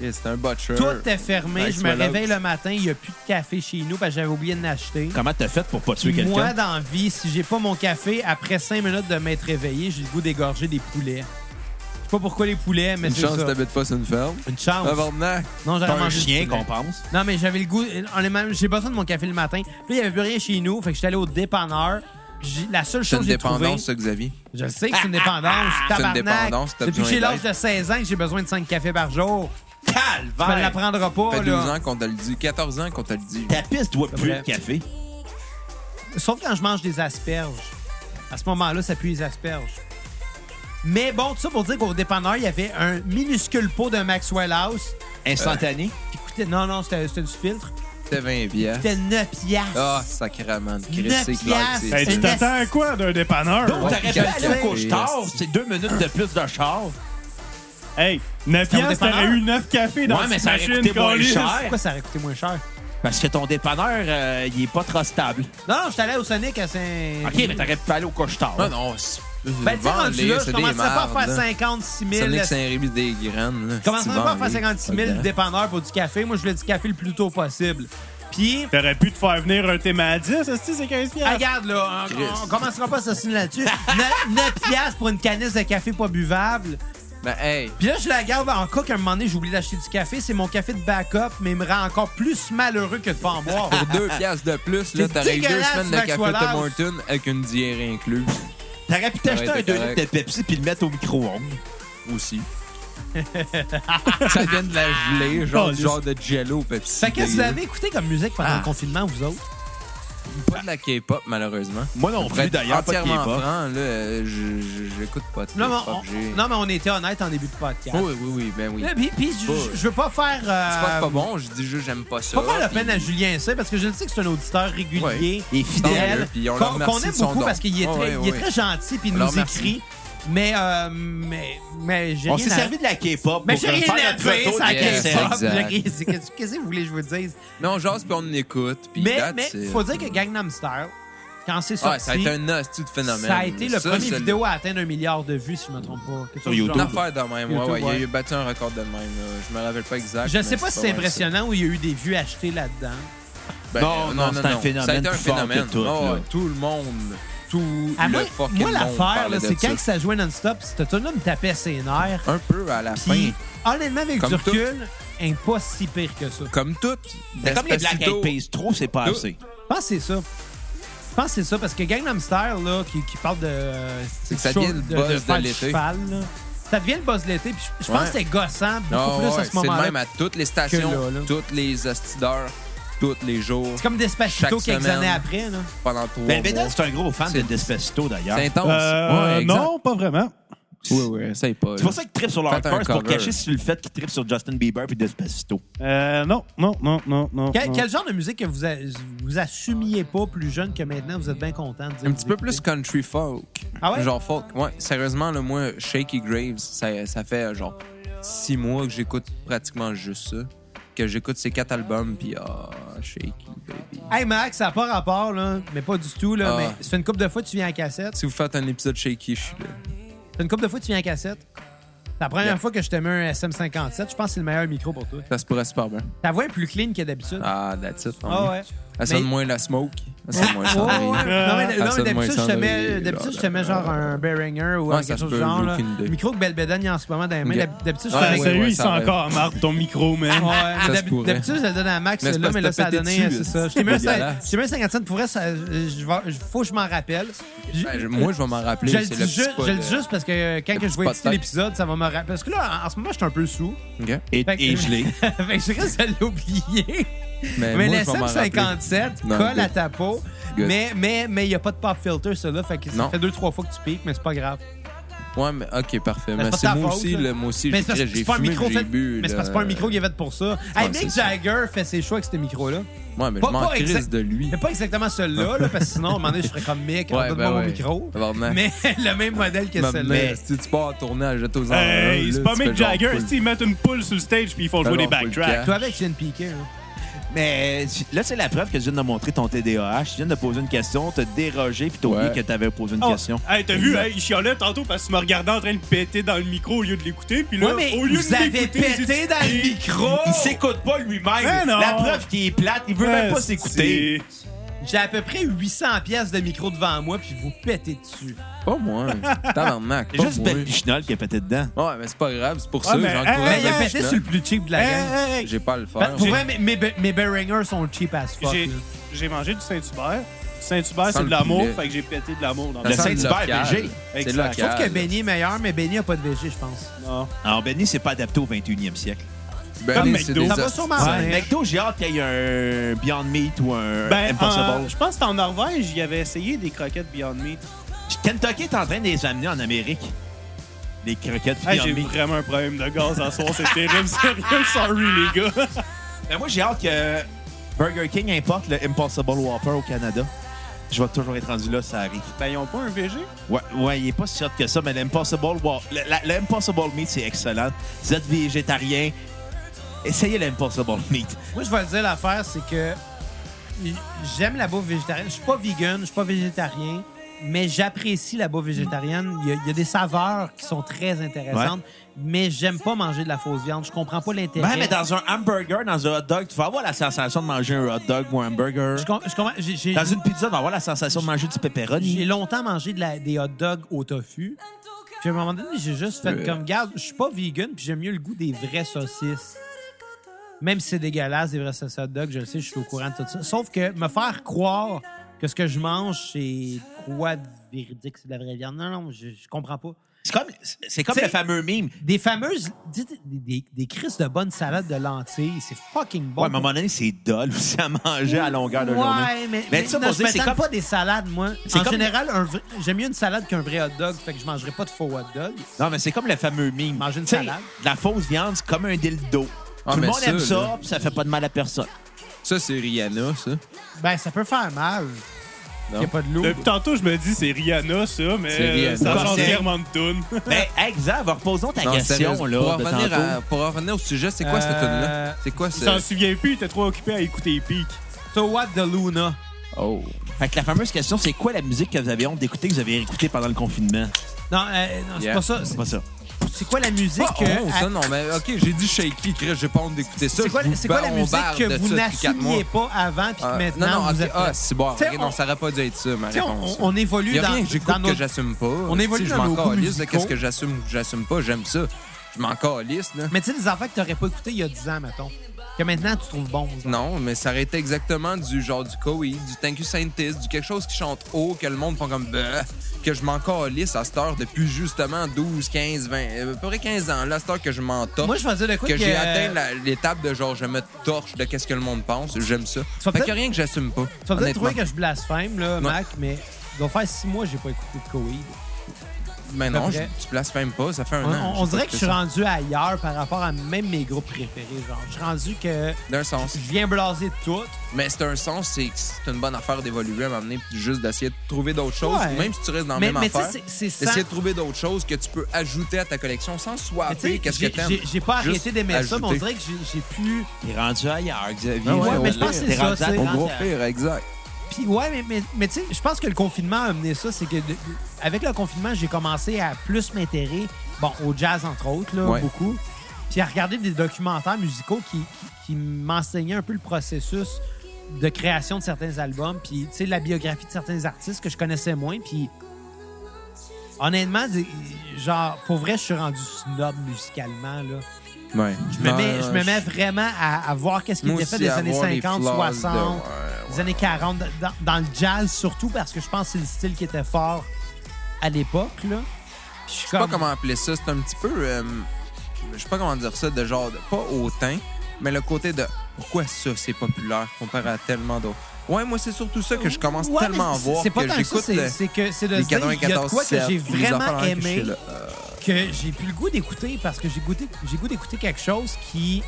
E: Yeah, C'est un butcher.
B: Tout est fermé. je me
E: Maxwell House.
B: réveille le matin, il n'y a plus de café chez nous parce que j'avais oublié de l'acheter.
A: Comment t'as fait pour pas tuer
B: Moi,
A: quelqu'un?
B: dans la vie, si j'ai pas mon café, après 5 minutes de m'être réveillé, j'ai le goût d'égorger des poulets. Je sais pas pourquoi les poulets, mais
E: Une
B: c'est
E: chance que
B: ça.
E: t'habites pas sur une ferme.
B: Une chance.
E: Tabarnak.
B: Non,
A: T'as
B: j'aurais
A: un
B: mangé du
A: chien
B: poulet.
A: qu'on pense.
B: Non, mais j'avais le goût. Honnêtement, j'ai besoin de mon café le matin. Puis il n'y avait plus rien chez nous. Fait que j'étais allé au dépanneur. Puis j'ai- La seule
E: C'est
B: chose
E: une
B: que j'ai trouvée.
E: dépendance, ça, Xavier.
B: Je le sais que c'est une dépendance. Tabarnak.
E: dépendance, t'as
B: Depuis que
E: besoin
B: j'ai l'âge
E: d'aide.
B: de 16 ans que j'ai besoin de 5 cafés par jour. Tu me
A: Calvaire!
B: l'apprendras
E: Ça
B: pas,
E: fait 12
B: Oh là.
E: ans qu'on te le dit. 14 ans qu'on te le dit.
A: Ta piste doit plus
B: vrai.
A: le café.
B: Sauf quand je mange des asperges. à ce moment-là, ça pue les asperges. Mais bon, tout ça pour dire qu'au dépanneur, il y avait un minuscule pot de Maxwell House
A: Instantané.
B: qui coûtait. Non, non, c'était c'était du filtre.
E: C'était 20 piastres.
B: C'était 9 piastres.
E: Ah, sacrément de Chris,
B: Neuf
E: c'est clair que c'est
D: Hey,
B: piastres.
D: tu
B: une
D: t'attends à quoi d'un dépanneur?
A: Donc,
E: Ouais,
A: t'aurais pu
E: quel
A: aller au
E: café,
A: couche-tard,
E: esti.
A: c'est deux minutes de plus de char.
D: Hey, 9
B: Ça vous
D: piastres,
B: dépanneur?
D: t'aurais eu 9 cafés dans
A: Ouais, mais
D: cette
A: ça aurait
D: machine,
A: coûté moins
D: câlisse.
A: cher.
B: Pourquoi ça aurait coûté moins cher?
A: Parce que ton dépanneur, euh, il est pas trop stable.
B: Non, non, j'étais allé au Sonic à Saint.
A: OK, mais t'aurais pu aller au couche-tard.
E: Ah non, c'est.
B: Ben, tu sais, rendu là, je
E: c'est
B: commencerais
E: des
B: pas à faire
E: mardes, là.
B: 56 000.
E: Sonic
B: là,
E: Saint-Rémy des graines. là.
B: Je commencerais
E: Tu
B: pas à
E: vends
B: faire
E: les
B: 56 000
E: programmes.
B: dépanneurs pour du café. Moi, je voulais du café le plus tôt possible. Puis,
D: T'aurais pu te faire venir un thème à 10, est-ce que c'est 15
B: ah,
D: piastres?
B: regarde, là, on-
E: Christ.
B: on, commencera pas à s'assiner là-dessus. 9 piastres pour une canisse de café pas buvable.
E: Ben, hey,
B: Puis là, je la garde en cas qu'à un moment donné, j'oublie d'acheter du café. C'est mon café de backup, mais il me rend encore plus malheureux que de pas en boire.
E: pour 2 piastres de plus, là,
B: C'est
E: t'aurais eu deux
B: dégueulasse,
E: semaines de
B: Maxwell
E: café
B: House.
E: Tim Hortons avec une diarrhée incluse
A: T'aurais pu t'acheter
E: Ouais,
A: un 2 litres
E: correct.
A: de Pepsi puis le mettre au micro-ondes.
E: aussi. ça vient de la gelée, genre,
D: Oh,
E: du genre de jello, Pepsi.
B: fait qu'est-ce que vous
E: dégueu.
B: avez écouté comme musique pendant
E: Ah.
B: le confinement, vous autres?
E: Pas de la K-pop, malheureusement.
A: Moi non
E: Pour
A: plus,
E: être
A: d'ailleurs, pas de
E: entièrement
A: K-pop.
E: franc, là, euh, je- je- j'écoute pas de
B: Non, mais
E: K-pop.
B: on,
E: j'ai-
B: non, mais on était honnête en début de podcast.
E: Oui, oui, oui, ben oui.
B: Là, puis, puis je- je- je veux pas faire. euh,
E: C'est pas, c'est pas bon, Ah. je dis juste j'aime pas ça.
B: Pas faire la
E: puis-
B: peine à Julien ça parce que je le sais que c'est un auditeur régulier
A: Il est
E: Tant
A: fidèle.
E: mieux,
B: fidèle
E: puis on le
B: qu'on
E: remercie
B: qu'on aime
E: de son
B: beaucoup
E: don. Ah
B: parce qu'il est,
E: Ouais,
B: très,
E: ouais,
B: il est
E: ouais.
B: très gentil puis il
E: On
B: nous
E: le remercie.
B: écrit. Mais, euh, mais, mais j'ai
A: On
B: rien
A: s'est
B: à-
A: servi de la K-pop
B: Mais
A: pour euh,
B: j'ai
A: faire
B: rien à
A: notre
B: dire,
A: retour
B: ça
A: de
E: yes,
A: cassette.
B: K-pop.
E: exact.
B: Qu'est-ce que- qu'est-ce que vous voulez que je vous dise?
E: Non, j'ose, puis on écoute, puis
B: Mais,
E: that's
B: mais
E: it.
B: faut dire que Gangnam Style, quand c'est sorti,
E: Ouais, ça a été un hostie de phénomène.
B: ça a été le
E: Ça,
B: premier
E: c'est
B: vidéo à atteindre un milliard de vues, si je me trompe pas. Quelque
A: Sur
B: chose du
A: YouTube.
E: Une
B: genre.
E: affaire de même, ouais,
B: YouTube,
E: ouais. Il
B: ouais.
E: a eu battu un record de même. là. Je me rappelle pas exact.
B: Je
E: mais
B: sais pas si
E: pas
B: c'est
E: mal
B: impressionnant ou il y a eu des vues achetées là-dedans.
E: ça. Ben,
A: Non, non, c'est un
E: Ça a été
A: phénomène
E: un
A: plus fort que
E: phénomène.
A: tout,
E: Oh,
A: là.
E: ouais, tout le monde. Tout
B: Ah,
E: le
B: moi,
E: fucking
B: moi,
E: monde
B: l'affaire,
E: parlait
B: là,
E: de
B: c'est quand
E: ça.
B: que ça jouait non-stop, cette tune-là me tapait ses nerfs.
E: Un peu à la
B: Puis,
E: fin.
B: honnêtement, avec
E: Comme
B: du
E: tout.
B: recul, elle est pas si pire que ça.
E: Comme tout.
A: C'est comme les Black
E: Despacito.
A: Eyed Peas. Trop, c'est pas
E: Tout.
A: assez.
B: Je pense que c'est ça. Je pense que c'est ça, parce que Gangnam Style, là, qui, qui parle de... euh,
E: C'est que ça
B: show-
E: devient le buzz de
B: faire du
E: l'été.
B: cheval, là. Ça devient le buzz de l'été, puis je je pense
E: Ouais.
B: que c'est gossant beaucoup
E: Ah,
B: plus
E: ouais,
B: à ce
E: C'est le
B: moment-là.
E: même à toutes les stations,
B: que là, là.
E: toutes les hostideurs, tous les jours,
B: C'est comme Despacito
E: Chaque
B: quelques
E: semaine.
B: années après, là.
E: pendant trois
A: Ben,
E: mois.
A: Vedel, c'est un gros fan de
E: C'est-
A: Despacito, d'ailleurs.
E: C'est
B: Ah,
E: intense.
D: Euh,
E: Ouais, exact.
D: non, pas vraiment.
E: Oui, oui, essaye pas.
A: C'est pour ça qu'il tripe sur leur
E: Faites un
A: c'est pour
E: cover.
A: cacher sur le fait qu'il tripe sur Justin Bieber puis Despacito.
D: Euh, non, non, non, non, non.
B: Quel,
D: non.
B: quel genre de musique que vous, a- vous assumiez pas plus jeune que maintenant, vous êtes bien content de dire
E: Un
B: que
E: petit
B: vous
E: peu plus
B: écoutez?
E: country folk.
B: Ah ouais?
E: Genre folk. Ouais, sérieusement, là, moi, Shaky Graves, ça, ça fait euh, genre six mois que j'écoute pratiquement juste ça. Que j'écoute ces quatre albums, puis ah, Shaky Baby.
B: Hey Max, ça n'a pas rapport, là, mais pas du tout. Là,
E: Ah.
B: mais ça fait une couple de fois que tu viens à cassette. Ça
E: Si vous faites un épisode Shaky, je suis là.
B: fait une couple de fois que tu viens à cassette. La première
E: Yeah.
B: fois que je t'ai mis un SM57, je pense que c'est le meilleur micro pour toi.
E: Ça se pourrait super bien.
B: Ta voix est plus clean que d'habitude.
E: Ah, that's it. tant
B: Ah
E: mieux.
B: ouais.
E: Elle sonne
B: Mais-
E: moins la smoke. Elle sonne moins
B: Ouais, ouais, ouais.
E: cendrillon.
B: Non, mais, non,
E: Ah,
B: mais
E: ça,
B: d'habitude,
E: moi,
B: je te mets,
E: cendrier,
B: d'habitude, je te
E: là,
B: mets
E: là,
B: genre un Behringer ou
E: Ouais,
B: un
E: ça
B: quelque
E: se
B: chose
E: peut,
B: du genre. Là.
E: aucune idée.
B: Le micro que Belbeden il a en ce moment dans les mains.
E: Ouais.
B: D'hab- D'habitude, je te
D: Ah,
E: Ouais,
B: mets.
E: ouais,
D: sérieux,
E: ouais,
D: il
E: ça
D: sent
E: arrive.
D: encore en marre de ton micro, man.
B: Ouais,
E: se
B: d'hab-
E: pourrait.
B: D'habitude, je le donne à Max,
E: Mais c'est
B: là,
E: parce
B: mais
E: que
B: là,
E: t'as
B: ça a
E: pété
B: donné. euh,
E: dessus,
B: C'est
E: c'est
B: ça. Je t'ai mis un cin-
E: dégueulasse.
B: je t'ai mis un 50 pour vrai, ça, je vais- faut que je m'en rappelle. Je-
E: Ben, je- moi, je vais m'en rappeler.
B: Je le
E: c'est
B: dis
E: le
B: juste,
E: petit pot
B: je le
E: de-
B: dis juste parce que euh, quand
E: le
B: que je
E: petit
B: vais
E: pot de
B: éditer
E: tête.
B: l'épisode, ça va me rappeler. Parce que là, en, en ce moment, je suis un peu sous.
E: Ok.
A: Et,
B: Fait que-
A: et gelé.
B: fait que je dirais que ça l'ai oublié.
E: Mais,
B: mais
E: Eh, moi,
B: la
E: je vais m'en rappeler.
B: SM57
E: Non,
B: colle
E: good.
B: à ta peau.
E: Good.
B: Mais mais mais il n'y a pas de pop filter, ça là. Fait que ça
E: Non.
B: fait deux, trois fois que tu piques, mais c'est pas grave.
E: Ouais, mais ok, parfait.
B: Mais c'est
E: Mais
B: pas
E: c'est
B: ta
E: moi
B: faute,
E: aussi,
B: là.
E: le- moi aussi,
B: mais
E: j'ai
B: c'est parce que
E: j'ai
B: c'est pas un
E: fumé,
B: micro
E: j'ai
B: fait-
E: bu.
B: Mais c'est parce que c'est
E: là.
B: pas un micro qui est fait pour ça. Hey,
E: Ouais, c'est
B: Mick
E: ça.
B: Jagger fait ses choix avec ce micro-là.
E: Ouais, mais
B: Pas-
E: je m'en
B: pas exact-
E: crisse de lui.
B: Mais pas exactement celui-là, là, parce que sinon, à un moment donné, je ferais comme Mick,
E: Ouais,
B: donne-moi
E: ben
B: mon
E: ouais.
B: micro.
E: Tabarnak.
B: Mais le même modèle que
E: Ma
B: celui-là.
E: mère, Si tu pars en tournée à Jet aux
D: Hey,
E: Anges,
D: c'est
E: là,
D: pas
E: tu
D: Mick
E: fais genre
D: Jagger.
E: full-
D: si, Ils mettent une poule sur le stage puis ils font jouer
E: Alors,
D: des
E: full
D: backtracks.
E: cap.
B: Toi avec, tu viens de piquer. hein.
A: Mais là, c'est la preuve que tu viens de montrer ton TDAH. Tu viens de poser une question, t'as dérogé, puis t'as oublié
E: Ouais.
A: que t'avais posé une
D: Oh,
A: question.
D: Hey, t'as vu, hey, il chialait tantôt parce que tu me regardais en train de péter dans le micro au lieu de l'écouter. Puis là,
B: Ouais, mais
D: au lieu
B: vous
D: de
B: avez
D: l'écouter, j'ai
B: pété
D: dit-
B: dans le micro!
A: Il s'écoute pas lui-même.
D: Mais non.
A: La preuve qu'il est plate, il veut même pas
D: Esti.
A: s'écouter.
B: J'ai à peu près 800 pièces de micro devant moi, puis vous pétez dessus.
E: Pas moi. Tabarnak.
A: C'est
E: pas
A: juste
E: moi.
A: Ben Bichinol qui a pété dedans.
E: Ouais, mais c'est pas grave, c'est pour
D: Ouais,
E: ça que
D: mais-
E: j'encourage.
D: Hey,
B: Ben, il a
E: Ben
B: pété
E: Bichinol.
B: sur le plus cheap de la
D: Hey,
B: gang.
D: hey, hey.
E: J'ai pas à le
B: Ben,
E: faire.
B: pour vrai, mes, mes, Be- mes Behringers sont cheap as fuck.
D: J'ai-
B: là.
D: J'ai mangé du Saint-Hubert. Du Saint-Hubert,
E: Sans
D: c'est de
E: le
D: l'amour,
E: poulet.
D: fait que j'ai pété de l'amour dans
A: Le
D: le
E: Ça,
D: sang.
E: c'est
A: Saint-Hubert
E: local.
A: végé.
E: C'est
D: Exact.
E: local.
B: Je trouve que Benny est meilleur, mais Benny a pas de VG, je pense.
D: Non.
A: Alors, Benny, c'est pas adapté au 21e siècle.
E: Ben,
D: Comme
E: c'est
D: McDo.
E: des
B: Ça va
E: hosties.
B: sûrement
A: Ouais.
B: venir.
A: McDo, j'ai hâte qu'il y ait un Beyond Meat ou un
D: Ben, ah.
A: Impossible.
D: en- je pense que c'était en Norvège, il avait essayé des croquettes Beyond Meat.
A: Kentucky est en train de les amener en Amérique. Les croquettes
D: Hey, j'ai
A: Yummy.
D: vraiment un problème de gaz à soir, c'est terrible, sérieux, sorry les gars.
A: Mais Ben, moi, j'ai hâte que Burger King importe le Impossible Whopper au Canada. Je vais toujours être rendu là, ça arrive.
D: Ben, ils ont pas un VG?
A: Ouais, ouais, il est pas si hot que ça, mais l'Impossible Wa- le, la- le Impossible Meat, c'est excellent. Vous êtes végétarien, essayez l'Impossible Meat.
B: Moi, je vais le dire, l'affaire, c'est que j'aime la bouffe végétarienne. Je suis pas vegan, je suis pas végétarien, mais j'apprécie la bouffe végétarienne. Il y, a, il y a des saveurs qui sont très intéressantes, mais j'aime pas manger de la fausse viande. Je comprends pas l'intérêt.
A: Ben, mais dans un hamburger, dans un hot dog, tu vas avoir la sensation de manger un hot dog ou un burger.
B: Je com- je comprends- j'ai- j'ai-
A: Dans une pizza, tu vas avoir la sensation de manger du
B: J'ai
A: pepperoni.
B: longtemps mangé de la- des hot dogs au tofu. Puis à un moment donné, j'ai juste fait
E: Euh.
B: comme, garde, je suis pas vegan, puis j'aime mieux le goût des vraies saucisses. Même si c'est dégueulasse, des vraies saucisses hot dogs, je le sais, je suis au courant de tout ça. Sauf que me faire croire que ce que je mange, c'est quoi de véridique, c'est de la vraie viande. Non, non, je, je comprends pas.
A: C'est comme, c'est comme
B: T'sais-
A: le fameux mime.
B: Des fameuses, dites, des, des, des crises de bonne salade de lentilles, c'est fucking bon.
A: Ouais, à un moment donné, c'est dole aussi à manger à longueur de
B: ouais,
A: journée.
B: mais,
A: Mais
B: mais
A: ça,
B: non,
A: pour
B: je
A: dire, c'est
B: m'étonne
A: comme-
B: pas des salades, moi.
A: C'est
B: En
A: comme-
B: général, un vrai- j'aime mieux une salade qu'un vrai hot dog, fait que je mangerai pas de faux hot dog.
A: Non, mais c'est comme le fameux mime.
B: Manger une
A: T'sais,
B: salade.
A: de La fausse viande, c'est comme un dildo.
E: Ah,
A: Tout le
E: mais
A: monde
E: ça,
A: aime ça,
E: là.
A: puis ça fait pas de mal à personne.
E: Ça, c'est Rihanna, ça.
B: Ben, ça peut faire mal. Il n'y a pas de loup.
D: Depuis Euh, tantôt, je me dis c'est Rihanna ça, mais
E: C'est Rihanna.
D: euh, ça change
A: Conseil.
D: clairement de tune.
A: Ben, exact, va reposons ta
E: Non,
A: question,
E: sérieuse,
A: là,
E: pour,
A: de
E: en revenir
A: tantôt.
E: à- pour en revenir au sujet, c'est quoi cette
B: Euh,
E: tune-là? C'est quoi
D: Je s'en
E: ce...
D: souviens plus, il était trop occupé à écouter les pics.
B: So what the Luna?
E: Oh.
A: Fait que la fameuse question, c'est quoi la musique que vous avez honte d'écouter, que vous avez écoutée pendant le confinement?
B: Non, euh, non c'est
E: Yeah.
B: pas ça. C'est-
A: C'est pas ça.
B: C'est quoi la musique
E: Pas
B: que... euh,
E: honte, ça, non, mais OK, j'ai dit shaky, Chris, j'ai pas honte d'écouter ça.
B: C'est quoi,
E: Je vous
B: c'est quoi la musique
E: bombarde de
B: que vous
E: ça depuis quatre mois.
B: n'assumiez pas avant puis que
E: Ah,
B: maintenant
E: non, non,
B: vous
E: ok,
B: êtes...
E: ah, c'est bon,
B: T'sais,
E: ok, non,
B: on-
E: ça aurait pas dû être ça, ma
B: Tu sais,
E: réponse.
B: on, on évolue
E: Il y a
B: dans,
E: rien que
B: dans
E: j'écoute
B: notre-
E: que j'assume pas.
B: on évolue
E: Si je
B: dans
E: m'en
B: nos goûts
E: calisse de
B: musicaux.
E: qu'est-ce que j'assume ou que j'assume pas, j'aime ça. Je m'en calisse, là.
B: Mais tu sais, des affaires que t'aurais pas écoutées il y a 10 ans, mettons, que maintenant tu trouves bon. genre.
E: Non, mais ça aurait été exactement du genre du Coey, du Thank You Scientist, du quelque chose qui chante haut, que le monde font comme Bah que je m'en calisse à cette heure depuis justement 12, 15, 20, euh, à peu près 15 ans, là, à cette heure que je m'en tape.
B: Moi, je vais dire de quoi
E: que j'ai
B: euh,
E: atteint la- l'étape de genre je me torche de qu'est-ce que le monde pense, j'aime ça.
B: vas
E: Fait qu'il y a
B: peut-être-
E: rien que j'assume pas.
B: Tu vas peut-être
E: honnêtement.
B: trouver que je blasphème, là, Mac, mais il doit faire six mois que j'ai pas écouté de Coïd.
E: Mais non,
B: Après.
E: je- tu places même pas, ça fait un
B: On,
E: an.
B: on- on
E: j'ai pas
B: dirait que
E: écouté
B: je suis
E: ça.
B: rendu ailleurs par rapport à même mes groupes préférés. Genre, je suis rendu que
E: D'un sens.
B: je viens blaser de tout.
E: Mais c'est un sens, c'est c'est une bonne affaire d'évoluer à m'amener puis juste d'essayer de trouver d'autres choses,
B: Ouais.
E: même si tu restes dans la
B: Mais,
E: même
B: mais tu
E: affaire.
B: sais, c'est c'est sans...
E: Essayer de trouver d'autres choses que tu peux ajouter à ta collection sans
B: mais tu sais,
E: swapper qu'est-ce que
B: j'ai-
E: t'aimes.
B: j'ai- J'ai pas
E: Juste
B: arrêté d'aimer ça, mais on
E: ajouter.
B: dirait que j'ai- j'ai plus...
A: T'es rendu ailleurs, Xavier.
D: Ah ouais,
B: Ouais,
D: ouais,
B: mais je pense que c'est ça, tu sais.
E: Au gros pire, exact.
B: Puis ouais, mais, mais, mais tu sais, je pense que le confinement a amené ça, c'est que de- de- avec le confinement, j'ai commencé à plus m'intéresser, bon, au jazz entre autres, là,
E: Ouais.
B: beaucoup, puis à regarder des documentaires musicaux qui, qui, qui m'enseignaient un peu le processus de création de certains albums, puis tu sais, la biographie de certains artistes que je connaissais moins, puis honnêtement, des- genre, pour vrai, je suis rendu snob musicalement, là.
E: Ouais.
B: Je me mets, je me mets vraiment à, à voir qu'est-ce qui était fait des années 50, 60, des années 40, dans, dans le jazz surtout, parce que je pense que c'est le style qui était fort à l'époque. là. Puis Je suis
E: Je sais pas comment appeler ça. C'est un petit peu. euh, je sais pas comment dire ça, de genre. de- pas hautain, mais le côté de pourquoi ça c'est populaire comparé à tellement d'autres. Ouais, moi c'est surtout ça que je commence
B: Ouais,
E: tellement à
B: mais c'est-
E: voir
B: C'est pas
E: que
B: tant que ça,
E: j'écoute
B: c'est
E: le-
B: c'est que c'est de
E: les
B: se dire, il y a de
E: 94
B: quoi que j'ai
E: certes, les
B: vraiment
E: affaires que je
B: aimé,
E: sais, là.
B: que j'ai plus le goût d'écouter, parce que j'ai goûté- j'ai goût d'écouter quelque chose qui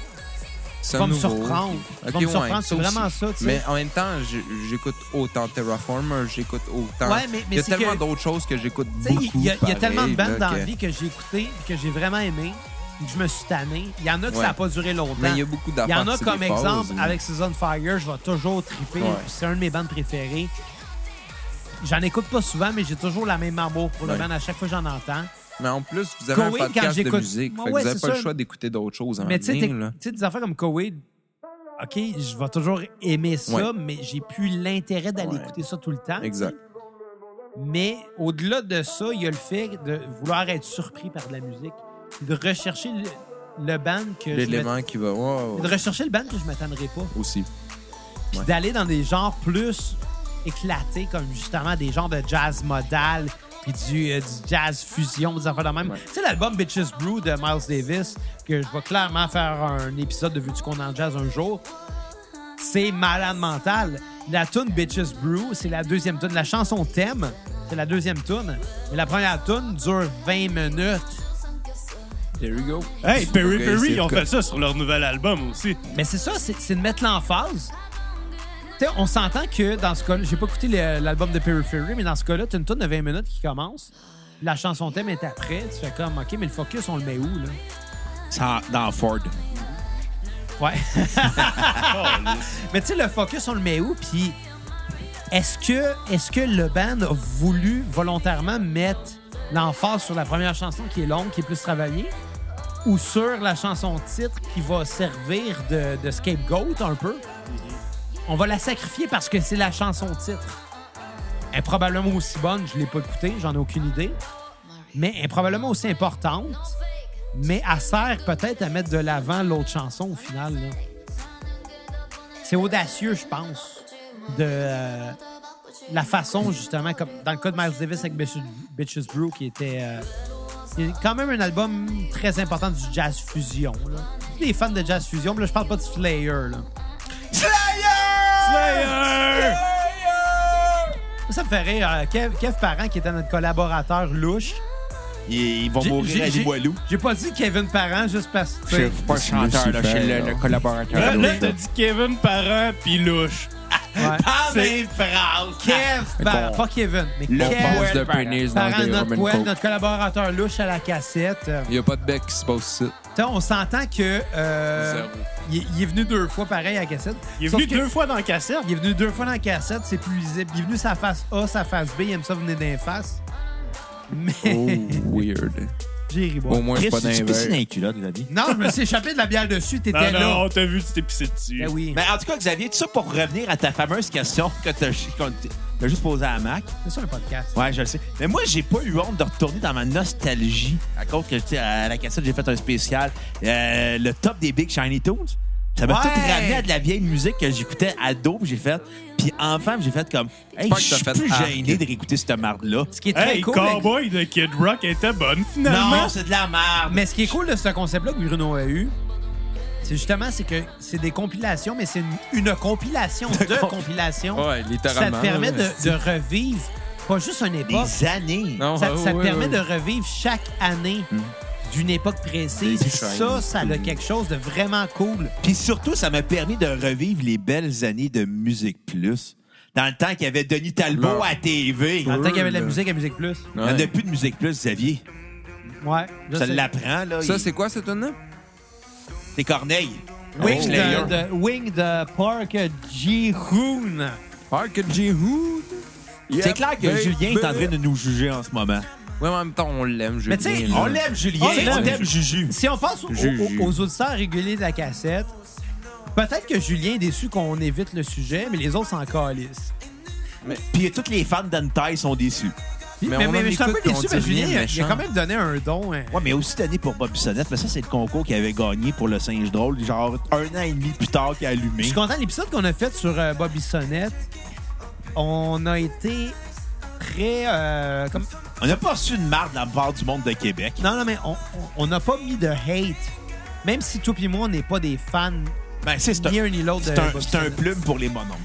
E: C'est
B: va me
E: nouveau.
B: surprendre.
E: Ok,
B: Va me
E: ouais,
B: surprendre, c'est
E: aussi.
B: vraiment ça, tu sais.
E: Mais en même temps, j'ai- j'écoute autant Terraformer, j'écoute autant.
B: Ouais, mais- mais
E: il y a
B: c'est
E: tellement
B: que-
E: d'autres choses que j'écoute
B: Tu sais,
E: beaucoup.
B: Il y, a- il y a
E: pareil,
B: tellement de bandes
E: là,
B: dans
E: que-
B: la vie que j'ai écouté que j'ai vraiment aimé, que je me suis tanné. Il y en a que
E: Ouais.
B: ça n'a pas duré longtemps.
E: Mais il y a beaucoup
B: Il y
E: d'affaires.
B: en a
E: c'est
B: comme
E: des phases,
B: exemple,
E: mais-
B: avec Season Fire, je vais toujours triper.
E: Ouais.
B: C'est un de mes bandes préférés. J'en écoute pas souvent, mais j'ai toujours la même amour pour le
E: Ouais.
B: band à chaque fois que j'en entends.
E: Mais en plus, vous avez
B: Coé,
E: un
B: quand
E: podcast de
B: j'écoute-
E: musique.
B: Ouais,
E: fait que
B: ouais,
E: vous n'avez
B: c'est
E: pas le
B: ça.
E: choix d'écouter d'autres choses en
B: mais tu sais, t'éc-
E: ligne, là.
B: tu sais, des affaires comme Koweïd, OK, je vais toujours aimer ça,
E: Ouais.
B: mais j'ai plus l'intérêt d'aller
E: Ouais.
B: écouter ça tout le temps.
E: Exact.
B: Mais au-delà de ça, il y a le fait de vouloir être surpris par de la musique, de rechercher le, le band que je
E: L'élément qui va. wow,
B: m'att- de rechercher le band que je m'attendrai pas.
E: Aussi.
B: Puis
E: Ouais.
B: d'aller dans des genres plus éclatés, comme justement des genres de jazz modal, puis du, euh, du jazz fusion, des affaires de même.
E: Ouais.
B: Tu sais, l'album Bitches Brew de Miles Davis, que je vais clairement faire un épisode de Vu-tu qu'on est en jazz un jour, c'est malade mental. La tune Bitches Brew, c'est la deuxième tune. La chanson thème, c'est la deuxième tune. Mais la première tune dure 20 minutes.
E: There you go.
D: Hey, Perry
E: Ok,
D: Perry,
E: c'est
D: ils ont
E: le cas.
D: fait ça sur leur nouvel album aussi.
B: Mais c'est ça, c'est c'est de mettre l'emphase. Tu sais, on s'entend que dans ce cas-là, j'ai pas écouté le- l'album de Periphery, mais dans ce cas-là, t'as une tune de 20 minutes qui commence. La chanson thème est après. Tu fais comme, OK, mais le focus, on le met où, là?
A: Ça, Dans Ford.
B: Ouais. mais tu sais, le focus, on le met où? Puis est-ce que, est que le band a voulu volontairement mettre l'emphase sur la première chanson qui est longue, qui est plus travaillée, ou sur la chanson titre qui va servir de, de scapegoat un peu? On va la sacrifier parce que c'est la chanson titre. Elle est probablement aussi bonne, je l'ai pas écoutée, j'en ai aucune idée, mais elle est probablement aussi importante. Mais elle sert peut-être à mettre de l'avant l'autre chanson au final. là. C'est audacieux, je pense, de euh, la façon, justement, comme dans le cas de Miles Davis avec Bitches, Bitches Brew, qui était euh, c'est quand même un album très important du jazz fusion. Là. Tous les fans de jazz fusion, mais là, je parle pas de Slayer. Là.
D: Slayer!
B: Ça me fait rire. euh, Kev, Kev Parent, qui était notre collaborateur louche.
A: Ils, ils vont
B: J'ai-
A: mourir
B: j'ai-
A: à des
B: j'ai-
A: boilous.
B: J'ai pas dit Kevin Parent juste parce que. tu sais,
A: pas le chanteur, là, je suis le, le
D: Là,
A: collaborateur.
D: là, t'as dit Kevin Parent puis Louche.
B: ouais.
A: Ah, mes phrases!
B: Kev
D: Ah,
B: Parent.
E: bon.
B: Pas Kevin, mais
A: Le
B: Kev.
A: bon
E: Pose de
A: Parent.
E: pénis dans
B: Parent
E: des
B: de notre
E: Roman
B: poêle,
E: Coke.
B: notre collaborateur louche à la cassette. Euh,
E: Il n'y a pas de bec qui se passe ici.
B: t'sais, on s'entend que euh,
E: Zéro.
B: il, est- il est venu deux fois pareil à la cassette.
D: Il est
B: Sauf
D: venu
B: que
D: deux fois dans la cassette.
B: Il est venu deux fois dans la cassette, c'est plus lisible. Il est venu sa face A, sa face B, il aime ça venir d'un face. Mais
E: Oh, weird.
B: j'ai ri bon.
E: Au moins, je suis pas d'un verre.
A: culotte, la vie.
B: Non, je me suis échappé de la bière dessus,
D: Non,
B: t'étais là.
D: non, on t'a vu, tu t'es pissé dessus.
B: Ben oui.
A: Mais en tout cas, Xavier, tout ça pour revenir à ta fameuse question que t'as qu'on- t'as juste posée à Mac.
B: C'est ça le podcast.
A: Ouais, je le sais. Mais moi, j'ai pas eu honte de retourner dans ma nostalgie à cause que, tu sais, à la cassette, j'ai fait un spécial. euh, le top des Big Shiny Tunes. Ça m'a
B: Ouais.
A: tout ramené à de la vieille musique que j'écoutais ado, puis j'ai fait. Puis enfant, j'ai fait comme. Hey,
E: Pas
A: je
E: que t'as
A: suis
E: fait
A: plus
E: arc.
A: gêné de réécouter cette marde-là.
B: Ce qui est très
D: Hey,
B: cool. avec-
D: Cowboy de Kid Rock était bonne finalement.
A: Non, c'est de la merde.
B: Mais ce qui est cool de ce concept-là que Bruno a eu, c'est justement c'est que c'est des compilations, mais c'est une, une compilation de
A: comp-
B: compilations.
E: Ouais,
B: ça
E: littéralement.
B: te permet
E: là.
B: de, de revivre pas juste une époque,
A: Des années.
E: Non,
B: ça,
E: ouais,
B: ça te
E: ouais,
B: permet
E: ouais. Mm.
B: de revivre chaque année d'une époque précise.
E: Des
B: Ça,
E: Mm.
B: ça a quelque chose de vraiment cool.
A: Puis surtout, ça m'a permis de revivre les belles années de Musique Plus. Dans le temps qu'il y avait Denis Talbot
E: Non.
A: à TV.
B: Dans le temps qu'il y avait de la
E: là.
B: musique à Musique Plus.
A: Il n'y en
E: Ouais.
A: a plus de Musique Plus, Xavier.
B: Ouais. je
A: Ça
B: sais.
A: l'apprend, là.
E: Ça,
A: Il-
E: c'est quoi cette tune-là?
A: C'est Corneille.
B: Wing,
A: Oh. Slayer.
B: de, de- Wing de Park Ji-hoon.
E: Park Jihood.
A: C'est clair que Julien est en train de nous juger en ce moment.
E: Oui, en même temps, on l'aime,
B: Mais
E: Julien.
B: tu sais,
E: là.
A: On l'aime, Julien.
B: On l'aime.
A: On l'aime, Juju.
B: Si on pense au- au-
E: Juju.
B: aux auditeurs réguliers de la cassette, peut-être que Julien est déçu qu'on évite le sujet, mais les autres s'en calissent.
A: Puis toutes les fans d'Antai sont déçus.
B: Puis-
E: Mais
B: mais,
E: on
B: mais
E: en
B: je suis un peu
E: écoute, on
B: déçu, mais
E: dit rien
B: Julien,
E: de
B: il a- il
E: méchant.
B: a quand même donné un don. hein.
A: Ouais, mais aussi donné pour Bob Bissonnette. Mais ça, c'est le concours qu'il avait gagné pour le singe drôle, genre un an et demi plus tard qu'il a
B: Je
A: allumé.
B: suis content. L'épisode qu'on a fait sur euh, Bobby Sonnette, on a été très. euh, comme...
A: On n'a pas reçu de marre de la part du monde de Québec.
B: Non, non, mais on- on- on n'a pas mis de hate. Même si toi et moi, on n'est pas des fans
A: Ben, c'est c'est
B: ni
A: un,
B: un ni l'autre de
A: c'est un-
B: Bobby
A: c'est un
B: Sonnette.
A: plume pour les mononcles.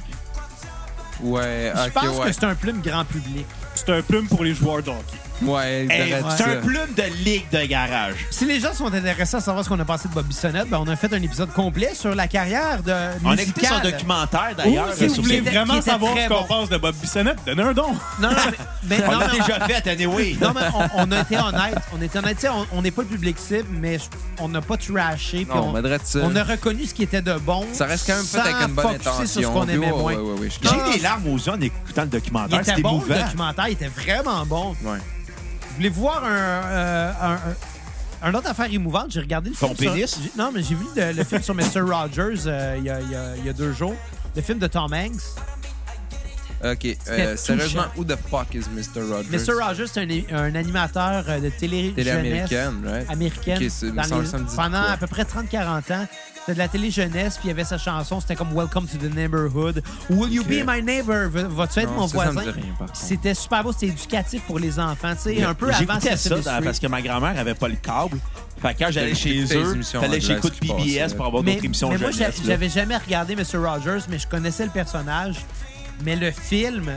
E: Ouais,
B: Je
E: ok,
B: pense que
E: ouais.
B: c'est un plume grand public.
D: C'est un plume pour les joueurs de hockey.
E: Ouais,
A: Hey,
E: t'arrêtes
A: c'est
E: ça.
A: un plume de ligue de garage.
B: Si les gens sont intéressés à savoir ce qu'on a passé de Bobby Sonnette, ben on a fait un épisode complet sur la carrière de
A: On a écouté
B: musicale.
A: son documentaire d'ailleurs.
D: Ou,
A: euh,
D: si vous
A: sur
D: voulez
A: ses-
B: qui
D: vraiment
B: était
D: savoir
B: très
D: ce qu'on
B: bon.
D: pense de Bob Bissonnette, donnez un don.
B: Non, non, mais, mais
A: On
B: non,
A: l'a
B: mais-
A: déjà fait, anyway.
B: non, mais on, on a été honnête. On était honnête. Tu sais, on- On n'est pas le public cible, mais je- on n'a pas trashé. puis
E: Non,
B: on,
E: mais drette ça.
B: on a reconnu ce qui était de bon.
E: Euh, Ça reste quand même fait
B: sans
E: avec une bonne
B: focuser
E: intention.
B: sur ce qu'on
E: Puis,
B: aimait
E: ouais,
B: moins.
E: ouais, ouais, ouais, je
A: J'ai
E: comprends.
A: eu des larmes aux yeux en écoutant le
B: Ah. Il
A: documentaire.
B: était
A: Ah, C'était
B: bon, le
A: émouvant.
B: documentaire. Il était vraiment bon.
E: Ouais.
B: Vous voulez voir un, euh, un- un- un autre affaire émouvante? J'ai regardé le
A: Son
B: film. sur-
A: pénis?
B: j'ai- Non, mais j'ai vu le, le film sur Mr. Rogers euh, il y, a, il y a- il y a deux jours. Le film de Tom Hanks.
E: Ok, euh,
B: touchant.
E: sérieusement, who the fuck is Mr. Rogers?
B: Mr. Rogers, c'est un, un animateur euh, de télé,
E: Télé
B: jeunesse
E: américaine, right?
B: américaine
E: Ok, c'est-
B: dans
E: ça,
B: les-
E: ça me dit de
B: pendant
E: quoi.
B: à peu près 30-40 ans. C'était de la télé jeunesse, puis il y avait sa chanson, c'était comme Welcome to the Neighborhood. Will you
E: Ok.
B: be my neighbor? V- Vas-tu être
E: Non,
B: mon
E: ça, ça me
B: voisin?
E: dit rien, par contre.
B: C'était super beau, c'était éducatif pour les enfants, tu sais, un peu avant
A: J'écoutais ça
B: Sesame
A: dans-
B: Street.
A: parce que ma grand-mère avait pas le câble. Fait que quand j'allais chez
E: J'écoutais les
A: eux,
E: émissions
A: j'allais chez
E: anglaises
A: Coup de
E: qui
A: PBS
E: passaient.
A: pour avoir d'autres émissions
B: mais moi, j'a-
A: jeunesse. là.
B: j'avais jamais regardé Mr. Rogers, mais je connaissais le personnage. Mais le film,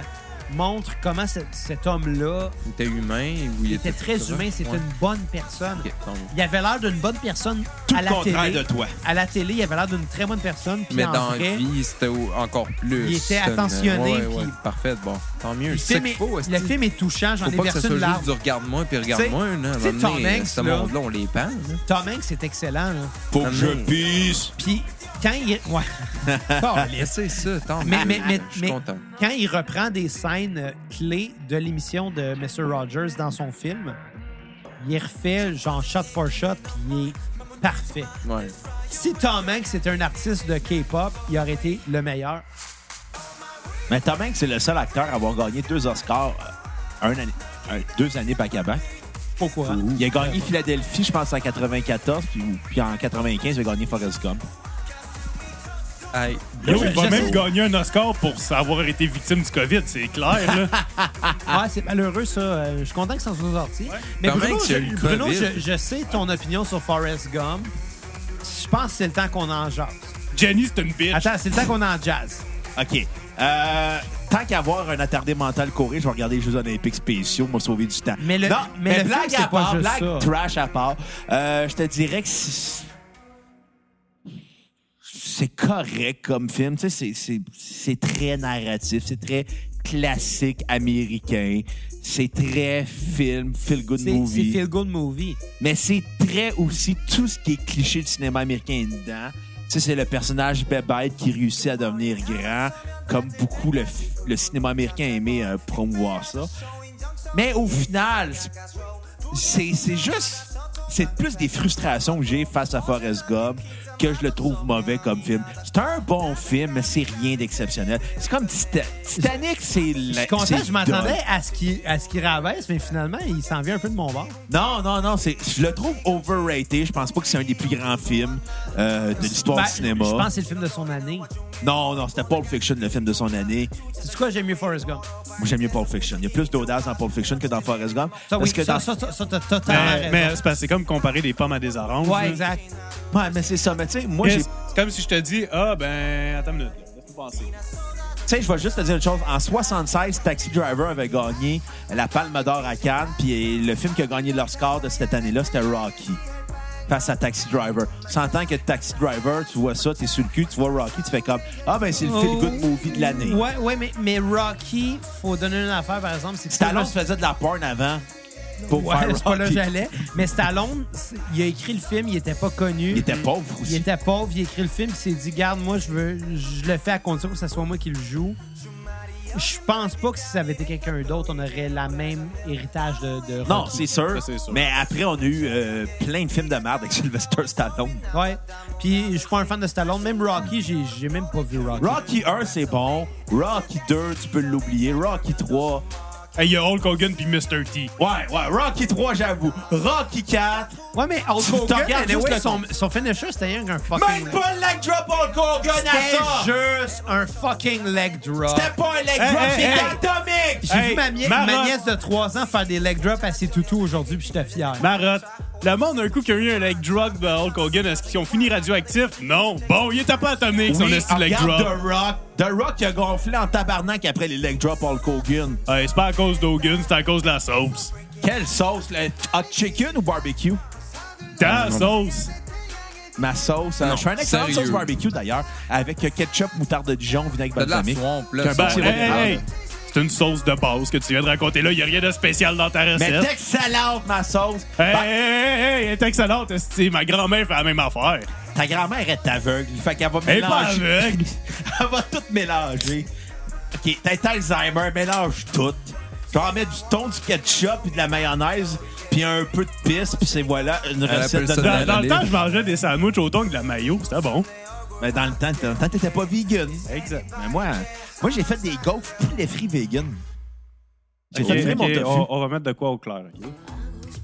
B: montre comment ce- cet homme-là
E: Il était humain ou il,
B: était très humain, c'était
E: Ouais.
B: une bonne personne.
E: Ok, tant mieux.
B: Il avait l'air d'une bonne personne
A: Tout
B: à
A: le
B: la
A: contraire
B: télé.
A: de toi.
B: À la télé, il avait l'air d'une très bonne personne. Puis
E: Mais
B: en
E: dans
B: vrai,
E: la vie, c'était au- encore plus.
B: il était
E: euh,
B: attentionné,
E: ouais, ouais,
B: puis-
E: Parfait, bon. Tant mieux.
B: le
E: C'est ça
B: film,
E: qu'il
B: est,
E: faut.
B: le
E: esti.
B: film est touchant. J'en
E: Faut
B: ai
E: pas que
B: versé
E: ce
B: une
E: soit juste
B: larme.
E: du regarde-moi puis regarde-moi. là. À un
B: tu sais,
E: moment donné,
B: Tom Hanks,
E: Ce
B: là-
E: monde-là, on les hein. pend. là.
B: Tom Hanks, c'est excellent. là.
A: Faut que
E: Non,
A: je
E: mais-
A: pisse.
B: Puis quand il... Ouais. Bon,
E: Mais c'est ça, tant
B: Mais,
E: mieux.
B: mais, mais,
E: je suis
B: mais
E: content.
B: quand il reprend des scènes euh, clés de l'émission de Mr. Rogers dans son film, il refait genre shot for shot, puis il est parfait.
E: Ouais.
B: Si Tom Hanks était un artiste de K-pop, il aurait été le meilleur.
A: Mais Tom Hanks, c'est le seul acteur à avoir gagné deux Oscars euh, un année- un- deux années back à back.
B: Pourquoi?
A: Il a gagné Philadelphie, je pense, en 94, puis, puis en 95, il a gagné Forrest Gump.
E: Hey,
D: Yo,
B: Je-
D: il va
B: je
D: même
B: sais-
D: gagner un Oscar pour avoir été victime du COVID, c'est clair. Là.
B: Ah, c'est malheureux, ça. Euh, Je suis content que ça soit sorti. Mais
E: Tom
B: Bruno,
E: Hanks, il a eu
B: je,
E: le
B: Bruno,
E: COVID.
B: je- je sais ton opinion sur Forrest Gump. Je pense que c'est le temps qu'on en jase.
D: Jenny, c'est une bitch.
B: Attends, c'est le temps qu'on en jazz.
A: OK. Euh, tant qu'à avoir un attardé mental courir, je vais regarder les Jeux Olympiques spéciaux, m'a sauver du temps.
B: Mais le-
A: non,
B: mais
A: mais,
B: le
A: blague
B: film, c'est
A: à
B: pas
A: part,
B: juste
A: blague
B: ça.
A: trash à part, euh, je te dirais que c'est c'est correct comme film. Tu sais, c'est- c'est- c'est très narratif, c'est très classique américain, c'est très film, feel-good
B: C'est c'est
A: movie.
B: Feel Good Movie.
A: Mais c'est très aussi tout ce qui est cliché du cinéma américain est dedans. Tu sais, c'est le personnage bébête qui réussit à devenir grand, comme beaucoup le, fi- le cinéma américain aimait euh, promouvoir ça. Mais au final, c'est- c'est c'est juste... C'est plus des frustrations que j'ai face à Forrest Gump que je le trouve mauvais comme film. C'est un bon film, mais c'est rien d'exceptionnel. C'est comme Tita- Titanic, c'est...
B: Je
A: la-
B: suis content,
A: c'est
B: je m'attendais à ce qu'il à ce qu'il rabaisse, mais finalement, il s'en vient un peu de mon bord.
A: Non, non, non, c'est, je le trouve overrated. Je pense pas que c'est un des plus grands films euh, de l'histoire
B: Ben,
A: du cinéma.
B: Je pense que c'est le film de son année.
A: Non, non, c'était Pulp Fiction, le film de son année.
B: C'est quoi j'aime mieux Forrest Gump?
A: Moi, j'aime mieux Pulp Fiction. Il y a plus d'audace dans Pulp Fiction que dans Forrest Gump.
B: Ça, oui,
A: Parce que
B: ça,
A: dans-
B: ça, ça, ça, t'as totalement
D: Mais,
B: raison.
D: mais c'est parce que c'est comme comparer des pommes à des oranges. là.
B: ouais, exact.
A: Ouais, mais c'est ça. Mais tu sais, moi,
D: Mais
A: j'ai...
D: C'est
A: tu
D: c'est comme si je te dis, ah, ben, attends une minute. là, Laisse-moi penser.
A: sais, je vais juste te dire une chose. En 76, Taxi Driver avait gagné la Palme d'Or à Cannes, puis le film qui a gagné leur score de cette année-là, c'était Rocky. Face à Taxi Driver. S'entend que Taxi Driver, tu vois ça, t'es sur le cul, tu vois Rocky, tu fais comme Ah, ben, c'est le
B: Oh.
A: feel-good movie de l'année.
B: Ouais, ouais, mais, mais Rocky, faut donner une affaire, par exemple. C'est que
A: Stallone
B: c'est
A: se faisait de la porn avant pour
B: Ouais,
A: faire
B: c'est pas là que
A: Rocky.
B: j'allais. Mais Stallone, c'est- il a écrit le film, il était pas connu.
A: Il était pauvre
B: Il
A: aussi.
B: était pauvre, il a écrit le film, il s'est dit, garde, moi, je veux, je le fais à condition que ce soit moi qui le joue. Je pense pas que si ça avait été quelqu'un d'autre, on aurait la même héritage de, de
A: Non,
B: Rocky.
A: c'est sûr,
D: Ça, c'est sûr.
A: Mais après, on a eu euh, plein de films de merde avec Sylvester Stallone.
B: Ouais. Puis je suis pas un fan de Stallone. Même Rocky, j'ai, j'ai même pas vu Rocky.
A: Rocky 1, c'est bon. Rocky 2, tu peux l'oublier. Rocky 3.
D: Hey, il y a Hulk Hogan puis Mr. T.
A: Ouais, ouais. Rocky 3, j'avoue. Rocky 4.
B: Ouais, mais Hulk
A: Tu
B: Hogan,
A: regardes juste
B: anyway,
A: le
B: son,
A: con-
B: son finisher, c'était un, un fucking...
A: Même pas le leg drop Hulk Hogan à ça.
B: C'était juste un fucking leg drop.
A: C'était pas un leg
D: Hey,
A: drop,
D: hey,
A: c'est
D: hey.
A: atomique.
B: J'ai
D: Hey,
B: vu ma, mie-
D: Marotte.
B: ma nièce de 3 ans faire des leg drops à ses toutous aujourd'hui, puis j'étais fier.
D: Marotte. Le monde, un coup, qui a eu un leg drop de Hulk Hogan, est-ce qu'ils ont fini radioactif? Non. Bon, il était pas atomique, son esti de leg
A: regarde
D: drop.
A: The Rock. The Rock il a gonflé en tabarnak après les leg drop Hulk Hogan.
D: Hey, c'est pas à cause d'Hogan, c'est à cause de la sauce.
A: Quelle sauce, le hot chicken ou barbecue?
D: Ta sauce.
A: Ma sauce. euh,
E: Non,
A: je fais un excellent
E: sérieux.
A: sauce barbecue d'ailleurs, avec euh, ketchup, moutarde de Dijon, vinaigre
E: T'as de la
A: balsamique.
E: swamp, là.
A: Qu'un
E: ça,
A: bon
E: c'est
A: sirop
E: pas
A: de
E: grave.
D: Ben, Hey, hey, C'est une sauce de base que tu viens de raconter là. Il n'y a rien de spécial dans ta recette.
A: Mais d'excellente, ma sauce.
D: Hey,
A: Bah,
D: hey, hey, hey, elle est excellente. esti. Ma grand-mère fait la même affaire.
A: ta grand-mère est aveugle. Fait qu'elle va
D: Elle est pas
A: mélanger.
D: aveugle.
A: Elle va tout mélanger. OK, t'as Alzheimer, mélange tout. Tu vas en mettre du thon, du ketchup, puis de la mayonnaise, puis un peu de pisse, puis c'est voilà une recette
E: appelle
A: de
E: ça
D: Dans,
E: la-
D: dans le temps, je mangeais des sandwichs au thon avec de la mayo. C'était bon.
A: Mais dans le temps, dans le temps, t'étais pas vegan.
D: Exact.
A: Mais moi, moi j'ai fait des gaufres poulet frit vegan. J'ai
D: Ok,
A: fait frit mon
D: ok,
A: tofu.
D: on, on va mettre de quoi au clair. ok?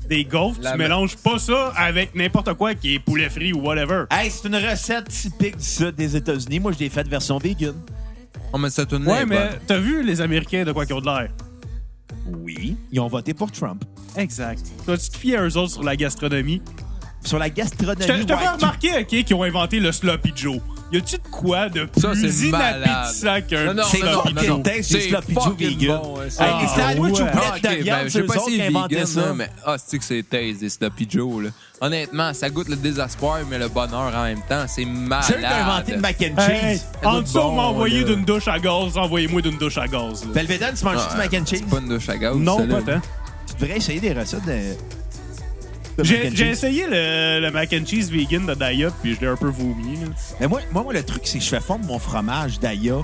D: Des gaufres,
E: La-
D: tu mélanges pas ça avec n'importe quoi qui est poulet frit ou whatever.
A: Hey, c'est une recette typique du sud des États-Unis. Moi, je l'ai faite version vegan.
E: Oh, mais cette tournée
D: Ouais,
E: est
D: mais
E: bonne.
D: t'as vu les Américains de quoi qu'ils ont de l'air?
A: Oui. Ils ont voté pour Trump.
D: Exact. Tu te fier à eux autres sur la gastronomie?
A: Sur la gastronomie.
D: Je te je te fais
A: ouais,
D: remarquer, OK, qu'ils ont inventé le Sloppy Joe. Y a-tu de quoi de
E: Ça,
D: plus
E: c'est malade.
D: inappétissant qu'un
E: Non, non,
A: C'est
E: non, non,
A: fucking
E: non.
A: taste, c'est
E: C'est
A: sloppy Joe
E: fucking
A: vegan.
E: bon, ouais, ça.
A: Hey, les sandwichs
D: Ah,
A: aux
D: ouais.
A: boulettes de
E: ben,
A: viande,
E: je sais
A: c'est eux
E: pas
A: autres
E: si
A: qui
E: c'est
A: inventaient
E: vegan,
A: ça.
E: là, mais ah, c'est que c'est taste des Sloppy Joe. Là. Honnêtement, ça goûte le désespoir, mais le bonheur en même temps. C'est malade.
A: C'est eux qui ont inventé le mac and
D: Hey,
A: cheese.
D: en
E: goûte
D: dessous, on m'a
E: bon,
D: envoyé
E: là.
D: d'une douche à gaz. Envoyez-moi d'une douche à gaz. là.
A: Belvedere, tu manges
E: Ah,
A: du mac and cheese?
E: C'est pas une douche à gaz.
D: Non,
E: celle-là.
D: pas tant.
A: Tu devrais essayer des recettes de. de mac
D: J'ai
A: and
D: j'ai
A: cheese.
D: essayé le, le mac and cheese vegan de Daya, puis je l'ai un peu vomi. là.
A: Mais moi, moi, moi, le truc, c'est que je fais fondre mon fromage d'Aya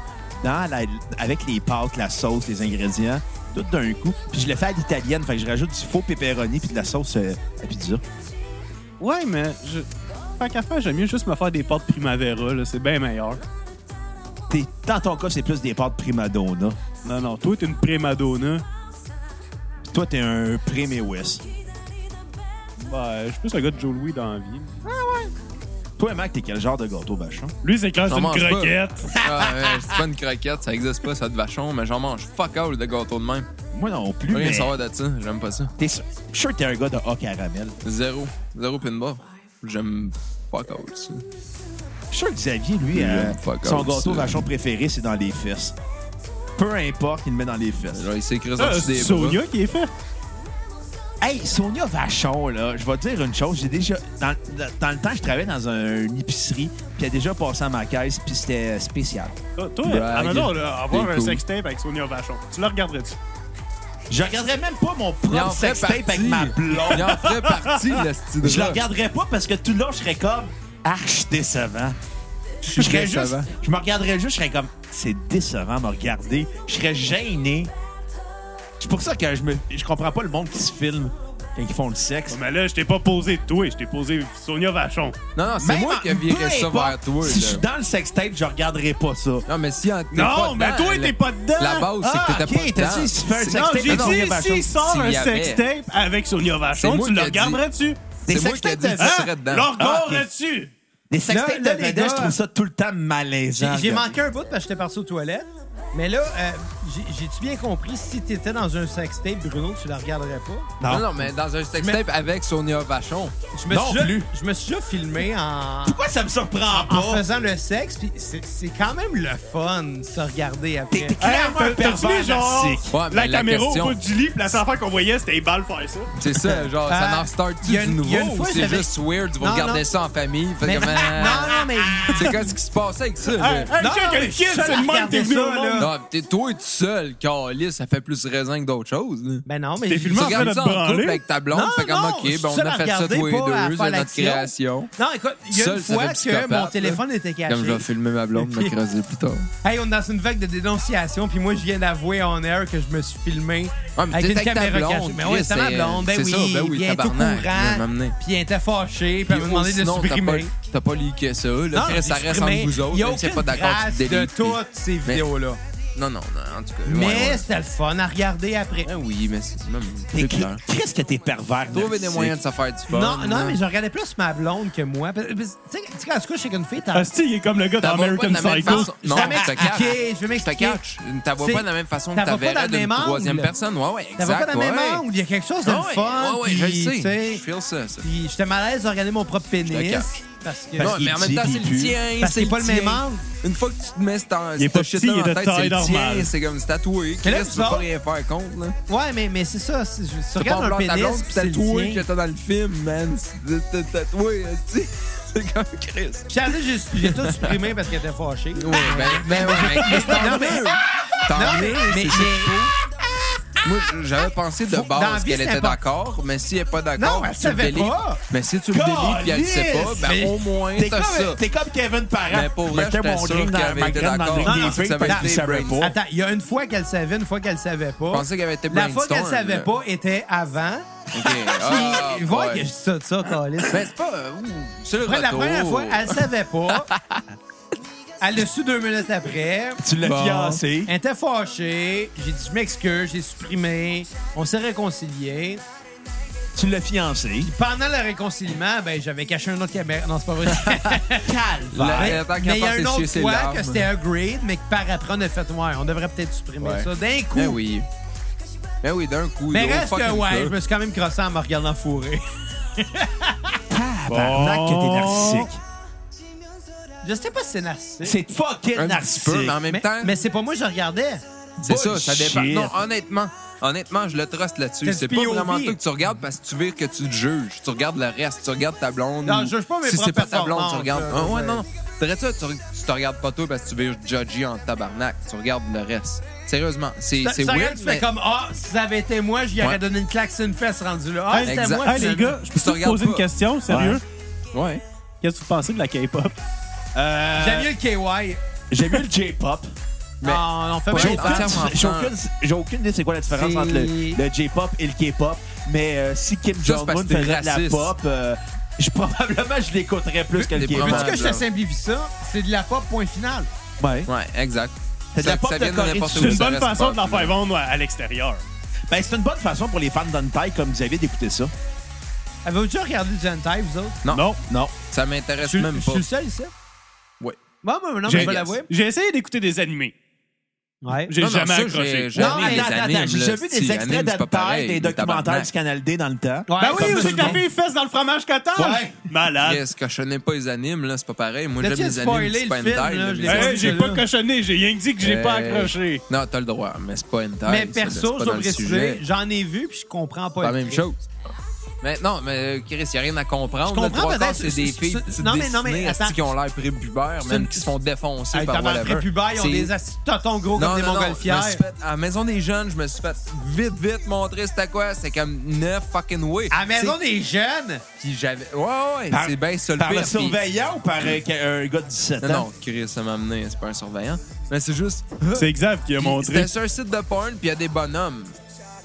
A: dans la- avec les pâtes, la sauce, les ingrédients, tout d'un coup. Puis je le fais à l'italienne. Fait que je rajoute du faux pepperoni puis de la sauce euh, à pizza.
D: Ouais, mais je... tant qu'à faire, j'aime mieux juste me faire des pâtes primavera. là. C'est bien meilleur.
A: T'es- Dans ton cas, c'est plus des pâtes primadonna.
D: Non, non, toi, t'es une primadonna.
A: Puis toi, t'es un primé West.
D: Bah, je suis plus un gars de Joe Louis dans la vie.
A: Toi, Mac, t'es quel genre de gâteau, Bachon?
D: Lui, c'est quand
E: J'en
D: c'est une
E: mange pas.
D: croquette.
E: Ah, ouais, c'est pas une croquette, ça existe pas, ça de vachon, mais j'en mange fuck all de gâteaux de même.
A: Moi non plus.
E: Rien
A: mais
E: à savoir de ça, j'aime pas ça.
A: T'es sûr- je suis sûr que t'es un gars de A caramel.
E: Zéro. Zéro pin bar. J'aime fuck all ça.
A: Je suis sûr que Xavier, lui,
E: Il
A: euh,
E: aime fuck
A: son
E: out,
A: gâteau
E: ça.
A: vachon préféré, c'est dans les fesses. Peu importe, il le met dans les fesses.
E: Genre, il s'écrit
D: Ah,
E: en dessous
D: C'est
E: des bras.
D: Sonia qui est fait.
A: Hey, Sonia Vachon, là, je vais te dire une chose. J'ai déjà. Dans, dans- dans le temps, je travaillais dans un- une épicerie, puis elle a déjà passé à ma caisse, puis c'était spécial.
D: Toi, toi,
E: Brag.
D: Amanda, là, avoir
E: T'es
D: un
E: cool.
D: sextape avec Sonia Vachon, tu le regarderais-tu?
A: Je regarderais même pas mon
E: Il
A: propre
E: en fait
A: sextape avec
E: partie.
A: ma blonde.
E: Il en fait partie, le style.
A: Je le regarderais pas parce que tout le long, je serais comme arch décevant. Je
E: suis
A: serais juste.
E: décevant.
A: Je me regarderais juste, je serais comme c'est décevant de me regarder. Je serais gêné. C'est pour ça que je me. Je comprends pas le monde qui se filme quand ils font le sexe.
D: Ah, Mais là, je t'ai pas posé toi, je t'ai posé Sonia Vachon.
E: Non, non, c'est
A: Même
E: moi
A: en-
E: qui ai viré
A: peu
E: ça
A: importe,
E: vers toi.
A: Si je
E: là.
A: suis dans le sextape, je regarderai pas ça.
E: Non, mais si en- t'es
D: Non,
E: pas
D: mais
E: dedans,
D: toi,
E: la-
D: t'es pas dedans!
E: La base, c'est
A: Ah,
E: que t'étais
A: ok,
E: pas
A: t'as
E: dedans.
A: dit, si tu fais un
E: C'est-
A: sextape,
D: Non, j'ai
E: Non, non,
D: dit,
A: Vachon.
D: s'il sort
E: S'il
D: un
E: y avait.
D: sextape avec Sonia
E: C'est
D: Vachon,
E: moi
D: tu le
E: qui ai dit. Ah,
D: regarderais-tu?
A: Des
E: C'est moi qui ai
A: sextapes
E: dit
A: de
E: que tu serais dedans.
D: Le regard
A: ok.
D: là-dessus!
A: Des sextapes
B: Là, là,
A: de
B: les
A: vedette,
B: gars,
A: je trouve ça tout le temps malaisant.
B: J'ai- J'ai
A: là.
B: manqué un bout parce que j'étais parti aux toilettes. Mais là, euh, j'ai- j'ai-tu bien compris, si t'étais dans un sextape, Bruno, tu la regarderais pas?
E: Non, non, mais dans un sextape avec Sonia Vachon.
B: Je me
A: Non
B: suis déjà-
A: plus.
B: Je me suis déjà filmé en,
A: Pourquoi ça me surprend
B: en
A: pas?
B: faisant le sexe, puis c'est c'est quand même le fun de se regarder
A: T'es
B: après.
A: t'es clairement
D: Hey,
A: un
D: t'as- t'as
A: pervers
D: reçu, genre,
A: narcissique.
E: Ouais, mais
D: la,
E: la
D: caméra
E: question-
D: au bout du lit, puis la seule affaire qu'on voyait, c'était les balles faire ça.
E: C'est ça, genre, ça
B: Euh,
E: en start-tu
B: y a
E: du
B: une- y a une
E: nouveau ou
B: fois,
E: c'est
B: j'avais-
E: juste weird? Vous
B: Non,
E: regardez
B: non.
E: ça en famille? Fait
B: Mais-
E: comme,
B: non, non, mais. Ah,
E: C'est quoi ce qui se passait avec ça?
D: Hey,
E: là?
D: hey,
B: Non,
D: check,
B: mais
D: le
B: je
D: kid,
B: suis seul
D: c'est
B: à
D: le même que
B: regarder
D: t'es venu
B: ça,
D: au monde.
B: là.
E: Non, pis t'es- toi, tout seul, Calis, ça fait plus raisin que d'autres choses. là.
B: Ben non, mais.
D: T'es
B: j'ai-
D: filmé en
E: Tu
D: train
E: regardes
D: de te
E: ça en couple
D: branler.
E: avec ta blonde,
B: Non,
E: fait comme,
B: non,
E: OK,
B: je suis
E: ben on
B: seul
E: a
B: à
E: fait ça
B: regarder,
E: tous les
B: pas à
E: deux,
B: faire
E: c'est notre
B: l'action.
E: création.
B: Non, écoute, il y a
E: Seul,
B: une
E: ça
B: fois
E: fait
B: que
E: psychopathe,
B: mon
E: là.
B: téléphone était caché.
E: Comme je vais filmer ma blonde, me creuser plus tard.
B: Hey, on est dans une vague de dénonciation, puis moi, je viens d'avouer on air que je me suis filmé
E: Ouais, Ah, mais
B: avec
E: t'es
B: une
E: avec ta
B: caméra
E: blonde,
B: cachée. Mais ouais,
E: Chris,
B: c'était ma
E: c'est-
B: blonde. Ben
E: c'est
B: oui,
E: ça, ben oui,
B: puis elle était au
E: tabarnak, elle m'a
B: courant.
E: amené.
B: Puis elle était fâchée, puis
E: Puis
B: elle m'a demandé de
E: sinon, t'as pas,
B: supprimer.
E: t'as pas leaké ça. Le
B: Non,
E: Chris, ça reste entre
B: supprimer.
E: vous autres. hein,
B: Il y a
E: même si t'es
B: aucune
E: pas d'accord,
B: trace
E: tu
B: de
E: délires.
B: toutes ces vidéos-là.
E: Non, non, non, en tout cas.
B: Mais
E: ouais, ouais.
B: c'était le fun à regarder après.
E: Ah oui, mais c'est même.
A: T'es
E: c'est clair.
A: cl- Qu'est-ce que t'es pervers?
E: Trouver des
A: narcissique.
E: moyens de se faire du fun.
B: Non, non,
E: hein.
B: mais je regardais plus ma blonde que moi. Parce- parce- Tu sais, tu sais, quand tu couches avec une fille, t'as...
D: Asti, Ah, il est comme le gars dans
E: T'as pas de
D: American
E: la même
D: Psycho.
E: façon- Euh, Non,
B: Je vais
E: mais t'as
B: m'expliquer,
E: catch.
B: je vais
E: T'as
B: m'expliquer.
E: catch. T'as vois
B: C'est-
E: pas de la même façon
B: t'as
E: que
B: pas
E: t'avais
B: dans le
E: d'une
B: même angle.
E: troisième personne. Ouais, ouais, exact.
B: T'avais pas dans le
E: ouais, Ah
B: même angle. Il y a quelque chose de
E: Ouais,
B: le fun.
E: ouais, ouais,
B: puis,
E: je le
B: tu
E: sais.
B: sais,
E: Je feel ça, ça.
B: Puis j'étais mal à l'aise de regarder mon propre
E: Je le
B: pénis.
E: cache.
B: Parce que...
A: Parce
E: Non,
A: qu'il
E: mais en même
A: dit,
E: temps,
A: il
E: c'est
A: pue.
E: le tien.
B: Parce que c'est
E: le
B: pas le même
E: tien.
B: angle.
E: Une fois que tu te mets cette-
D: Il est pas
E: cette shit
D: petit, il
E: en
D: est de
E: tête, c'est
D: taille
E: le tien.
D: normale.
E: C'est comme c'est tatoué.
B: Mais là,
E: Chris,
B: tu
E: tu peux pas
B: sors-
E: rien faire contre. là.
B: Ouais, mais, mais c'est ça. c'est- je- Tu
E: T'as pas
B: regardes un
E: encore ta
B: pénis,
E: blonde,
B: puis
E: pis
B: c'est le
E: tatoué
B: tien.
E: que t'as dans le film, man. C'est- T'es tatoué, esti. C'est comme Chris.
B: Puis allé, j'ai j'ai tout supprimé parce qu'elle était fâchée.
E: Ouais, ben, ben, ouais, mais Chris,
B: Non,
E: t'en
B: mais-
E: veux. T'en veux.
B: mais...
E: Moi, j'avais pensé de
B: Faut- dans la
E: base
B: vie,
E: qu'elle
B: c'était
E: était
B: pas-
E: d'accord, mais si elle est pas d'accord,
B: Non, elle
E: tu
B: savait
E: le délites.
B: pas.
E: Mais si tu le délites et elle ne sait pas,
A: Mais
E: ben au moins
A: T'es
E: t'as ça.
A: comme, t'es comme Kevin Parent.
E: Mais pour vrai,
A: Mettais
E: j'étais
A: mon
E: sûr
A: drink dans-
E: qu'elle
A: ma
E: était
A: graine dans le drink
E: d'accord.
A: des
B: Non, non,
A: filles
E: ça va
A: parce
E: être
A: qu'ils
E: des
A: savaient
E: brains.
A: pas.
B: Attends, il y a une fois qu'elle savait, une fois qu'elle savait
E: Je
B: pas.
E: pensais qu'elle avait été
B: La fois
E: brainstorm.
B: qu'elle savait pas était avant.
E: OK. Ah,
B: Puis, vois
E: ouais.
B: que je dis ça, de ça, Carlis.
E: Mais c'est pas... euh, ouh, C'est le
B: Après, la
E: retour. Ben
B: première fois, elle savait pas. Elle le su deux minutes après.
A: Tu l'as
E: Bon.
A: fiancé.
B: Elle était fâchée. J'ai dit, je m'excuse, j'ai supprimé. On s'est réconciliés.
A: Tu l'as fiancé.
B: Pendant le réconciliement, ben, j'avais caché un autre caméra. Non, c'est pas vrai.
E: La-
B: Mais-
E: la- tant qu'à
B: mais il y a
E: porter
B: une
E: chez
B: autre
E: ses
B: fois
E: larmes.
B: que c'était agreed, mais que par après, on a fait, ouais, on devrait peut-être supprimer
E: Ouais.
B: ça d'un coup.
E: Ben oui. Ben oui, d'un coup.
B: Mais
E: gros
B: reste que,
E: fucking
B: ouais,
E: coup.
B: je me suis quand même crossé en me regardant fourré.
A: Tabarnak que t'es narcissique.
B: Je sais pas si c'est narcissique.
A: C'est fucking
E: Un
A: narcissique.
E: petit peu, mais en même
B: mais,
E: temps,
B: mais c'est pas moi, je regardais.
E: c'est ça, ça
A: bullshit.
E: dépend. Non, honnêtement, honnêtement, je le truste là-dessus.
B: C'est
E: C'est
B: du
E: pas
B: POV.
E: vraiment toi que tu regardes parce que tu veux que tu te juges. Tu regardes le reste, tu regardes ta blonde.
B: Non,
E: ou-
B: je juge pas mes
E: Si c'est
B: propres
E: pas ta blonde, tu regardes.
B: performances,
E: Ah, ouais,
B: euh,
E: non. T'aurais ça, tu, tu te regardes pas toi parce que tu veux judger en tabarnak. Tu regardes le reste. Sérieusement, c'est
B: Ça-
E: c'est
B: ça regarde,
E: weird,
B: tu fais
E: mais
B: comme Ah, si ça avait été moi, j'y aurais
E: Ouais.
B: donné une claque sur une fesse rendu là. Ah,
D: Hey,
B: c'était
E: exact.
B: moi.
D: Hey, les
B: finalement.
D: gars, je peux
E: Ça
D: vous
E: regarde
D: poser une
E: pas.
D: question, sérieux?
E: ouais.
D: Qu'est-ce que vous pensez de la K-pop? Euh,
B: J'aime mieux le KY.
A: J'aime mieux le J-pop.
E: Mais-
B: Ah, on fait
E: Ouais,
A: J'ai
B: bien
E: mais-
A: aucune,
B: ça.
E: entièrement
A: j'ai
E: franc.
A: aucune- j'ai aucune idée c'est quoi la différence
B: C'est-
A: entre le, le J-pop et le K-pop, mais euh, si Kim
E: Juste parce
A: Jong-un
E: que t'es
A: faisait de la
E: raciste.
A: pop, euh, je, probablement je l'écouterais plus que le
E: Les
A: K-pop.
E: premiers-
B: Veux-tu que je te simplifie ça? C'est de la pop, point final.
A: Ouais.
E: Ouais, exact.
A: C'est de la
E: Ça-
A: pop
E: ça
A: de
E: vient de
A: Corée du
E: n'importe où,
D: C'est une
E: ça
D: bonne
E: reste
D: façon
E: pop,
D: de l'en faire
E: là.
D: vendre à l'extérieur.
A: Ben, c'est une bonne façon pour les fans d'Untie comme Xavier d'écouter ça.
B: Avez-vous déjà regardé du hentai, vous autres?
E: Non.
D: Non.
A: Non.
E: Ça m'intéresse
B: Je suis-
E: même
B: je
E: pas.
B: suis le seul ici.
E: Ouais.
B: Moi, moi, non, mais
D: J'ai-
B: je vais l'avouer.
D: J'ai essayé d'écouter des animés.
B: Ouais.
D: J'ai
E: Non, non,
D: jamais
E: ça,
D: accroché.
E: j'ai- j'ai- Jamais les
A: attends, attends,
E: animes,
A: j'ai
E: là,
A: déjà vu
E: si,
A: des extraits
E: animes, c'est pas
A: d'Untie
E: pareil,
A: des
E: les
A: documentaires
E: tabarnak.
A: du Canal D dans le temps.
B: Ouais, comme
D: Ben oui, où
B: tout
D: c'est
B: le
D: que la
B: monde.
D: fille fesse dans le fromage cottage?
A: Ouais.
D: Malade.
E: Yes, cochonnez pas les animes, là, c'est pas pareil. Moi,
B: Là,
E: j'aime
B: tu as
E: les animes,
B: spoilé
E: c'est pas
B: Ah. le film,
E: hentai,
B: là,
E: là,
B: je
E: mais-
B: l'ai
E: Ouais.
B: pas
D: Hey, j'ai pas
B: celle-là.
D: cochonné, j'ai rien dit que j'ai pas
E: Euh,
D: accroché.
E: Non, t'as le droit, mais c'est pas hentai.
B: Mais
E: ça, là, c'est
B: perso,
E: pas
B: je
E: dans le
B: vais
E: sujet.
B: préciser, j'en ai vu puis je comprends pas.
E: Pas la
B: le
E: même
B: truc.
E: chose. Mais non, mais euh, Chris, y a rien à comprendre.
B: Je
E: là,
B: comprends,
E: trois
B: peut-être,
E: quarts, C'est
B: c'est-
E: des
B: c'est-
E: filles
B: c'est-
E: petites
B: non, mais- non, mais
E: dessinées,
B: attends.
E: asti, qui ont l'air prépubères,
B: C'est une-
E: même qui se font défoncer
B: Hey,
E: par
B: t'as mal
E: whatever.
B: prépubère, ils ont
E: C'est-
B: des assis totons gros
E: Non,
B: comme des
E: non, non, je me
B: montgolfières.
E: suis fait- à la maison des jeunes, je me suis fait vite, vite montrer c'était quoi. C'est comme neuf fucking way.
B: À la maison des jeunes,
E: C'est- Puis j'avais. Ouais, ouais,
A: Par-
E: c'est bien ça le
A: Par
E: pire,
A: le
E: puis-
A: surveillant ou par euh, un gars de 17
E: Non,
A: ans?
E: non, Chris, ça m'a amené. C'est pas un surveillant. Mais c'est juste.
D: C'est Xav qui a montré.
E: C'était sur un site de porn, puis il y a des bonhommes.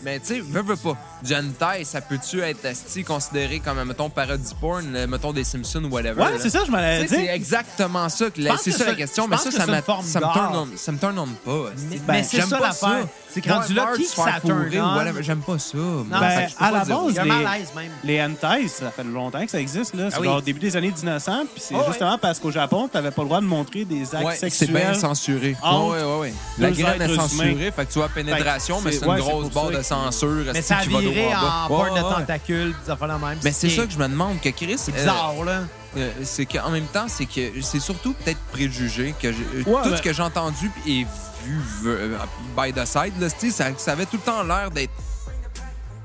E: Mais tu sais, veux, veux pas. Du hentai, ça peut-tu être asti considéré comme, mettons, parodie porn, euh, mettons des Simpsons ou whatever.
D: Ouais,
E: là?
D: c'est ça, je m'en allais
E: Tu sais, C'est
D: dire.
E: exactement ça. que la-
B: pense
E: C'est
B: que
E: ça la
B: ça-
E: question,
B: je
E: mais
B: pense
E: ça,
B: que
E: ça
B: c'est une
E: m'a-
B: forme
E: ça me
B: d'art.
E: turn on- ça me turn on pas. asti.
B: Mais-
E: J'aime
B: mais c'est ça
E: pas
B: l'affaire. C'est que rendu là,
E: Voir
B: qui
E: se
B: que ça
E: faire
B: turn
E: fourrer ou
B: on?
E: whatever, J'aime pas ça. moi.
B: Ben,
E: Fait que je peux
D: à
E: pas
D: la
E: dire
D: base,
E: oui.
B: il y a un
D: les-
B: malaise même.
D: Les hentai, ça fait longtemps que ça existe, là. C'est
E: Ah oui. Ah
D: genre début des années 1900, puis c'est
B: Oh, ouais.
D: justement parce qu'au Japon, t'avais pas le droit de montrer des actes
E: Ouais, c'est
D: sexuels.
E: bien censuré.
D: entre
E: ouais, ouais, ouais. La
D: deux
E: graine est
D: êtres
E: censurée,
D: humains.
E: fait que tu vois pénétration,
D: Fait que
E: mais
D: c'est-
E: c'est une
D: ouais, c'est
E: grosse
D: pour
E: barre
D: ça
E: de
D: que-
E: censure.
B: mais
E: asti,
B: ça a
E: qui va droit
B: viré
E: bas.
B: en porn
E: Ouais,
B: de
E: ouais, ouais.
B: tentacules, des affaires la même.
E: Mais c'est ça que je me demande que Chris.
B: C'est
E: euh,
B: bizarre, là.
E: euh, c'est qu'en même temps, c'est que c'est surtout peut-être préjugé que j'ai- euh,
D: Ouais,
E: tout
D: mais-
E: ce que j'ai entendu et vu euh, by the side, là, tu sais, ça, ça avait tout le temps l'air d'être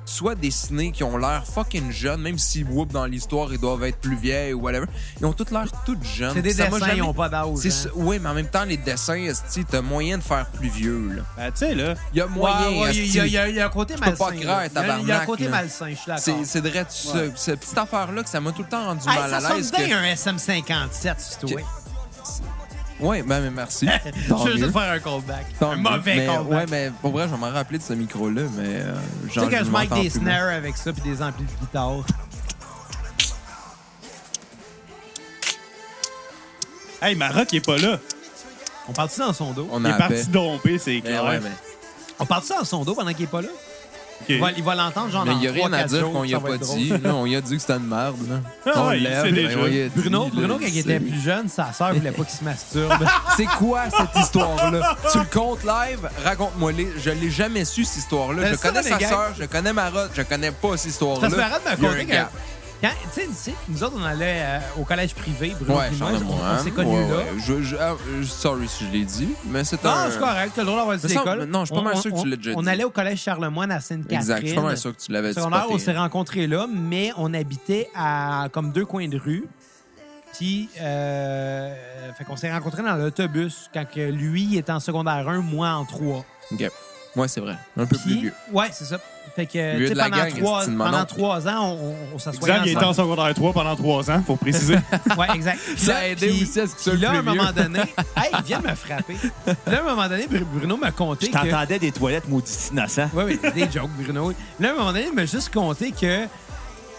E: soit des ciné qui ont l'air fucking jeunes, même si whoop dans l'histoire ils doivent être plus vieilles ou whatever, ils ont toutes l'air toutes jeunes.
B: C'est des
E: Ça m'a
B: dessins,
E: jamais-
B: ils n'ont pas d'âge.
E: C'est
B: hein.
E: ça- Oui, mais en même temps, les dessins, esti, t'as moyen de faire plus vieux. là.
D: Ben, tu sais, là.
E: Il y a moyen.
B: Ouais, ouais, Il y a- il y a- il y a un côté
E: peux
B: malsain.
E: pas
B: là.
E: croire,
B: Il y a- Il y a un
E: tabarnak,
B: côté
E: là.
B: malsain, je suis d'accord.
E: C'est c'est vrai, tu- ce- cette petite affaire-là que ça m'a tout le temps rendu
B: Hey,
E: mal
B: ça
E: à l'aise.
B: sonne
E: que-
B: bien hein. un SM57, si tu veux.
E: Oui, ben, mais merci.
B: Je
E: Tant
B: veux
E: mieux.
B: juste faire un callback.
E: Tant
B: un
E: mieux.
B: mauvais
E: mais,
B: callback.
E: Ouais, mais pour vrai, je vais m'en rappeler de ce micro-là, mais. euh,
B: Tu
E: genre,
B: sais, quand je
E: m'entends
B: make des
E: plus, moi.
B: snares avec ça puis des amplis de guitare.
D: Hey, Maroc, il est pas là.
B: On parle-tu dans son dos?
E: On
D: Il
E: a
D: est
E: la
D: parti
E: paix.
D: domper, c'est
E: Mais
D: clair.
E: Ah, ben. ouais, mais.
B: On parle-tu dans son dos pendant qu'il est pas là?
D: Ok.
B: Il va- Il va l'entendre, genre,
E: Mais
B: dans
E: il n'y a rien
B: trois,
E: à
B: quatre
E: dire
B: jours,
E: qu'on y
B: ça
E: a
B: va
E: pas
B: être drôle.
E: dit. Là, on y a dit que c'était une merde. Là.
D: Ah
E: on
D: ouais, il
E: lève,
D: sait
E: ben,
D: déjà.
E: on y a dit,
B: Bruno,
E: là,
B: Bruno, quand il était plus jeune, sa sœur voulait pas qu'il se masturbe.
E: C'est quoi cette histoire-là? tu le comptes live? Raconte-moi. les Je l'ai jamais su, cette
B: Mais
E: histoire-là. Je
B: Ben, ça,
E: connais
B: les
E: sa
B: gars-
E: sœur, je connais Marotte, je connais pas cette histoire-là.
B: Ça se m'arrête de me
E: Il y a un
B: raconter que.
E: gap.
B: Quand, tu sais, tu sais, nous autres, on allait euh, au collège privé, Bruno
E: Ouais,
B: puis
E: j'en
B: moi,
E: ai
B: on,
E: moins. hein.
B: on s'est connus
E: Ouais,
B: là.
E: ouais. Je, je- ah, je- sorry si je l'ai dit, mais c'est un.
B: Non, c'est correct, t'as le droit d'avoir dit
E: Mais ça,
B: l'école.
E: non, je suis pas mal
B: On-
E: sûr que
B: on-
E: tu l'as déjà
B: On
E: dit.
B: allait au collège Charlemagne à Sainte-Catherine.
E: Exact. Je suis pas mal sûr que tu l'avais dit.
B: Secondaire, on
E: spoté.
B: s'est rencontrés là, mais on habitait à comme deux coins de rue. Puis, euh, fait qu'on s'est rencontrés dans l'autobus quand que lui est en secondaire 1, moi en 3.
E: OK. Ouais, c'est vrai. Un peu plus
B: Puis,
E: vieux.
B: ouais, c'est ça. Fait que
E: Vieux
B: tu sais,
E: de la
B: pendant,
E: gang,
B: trois,
E: c'est une
B: pendant
E: manante.
B: trois ans, on, on, on s'assoyait
D: Xav, il était en
B: ensemble.
D: secondaire 3 pendant 3 ans, faut préciser.
B: Ouais, exact. Puis
E: Ça
B: là-
E: a aidé
B: puis-
E: aussi à ce que tu sois
B: puis
E: le
B: là, à un
E: plus vieux.
B: moment donné, hey, il vient de me frapper. Puis Là, à un moment donné, Br- Bruno m'a conté
A: Je
B: que...
A: t'entendais des toilettes maudit innocent.
B: Oui, oui, des jokes, Bruno. Là, à un moment donné, il m'a juste compté que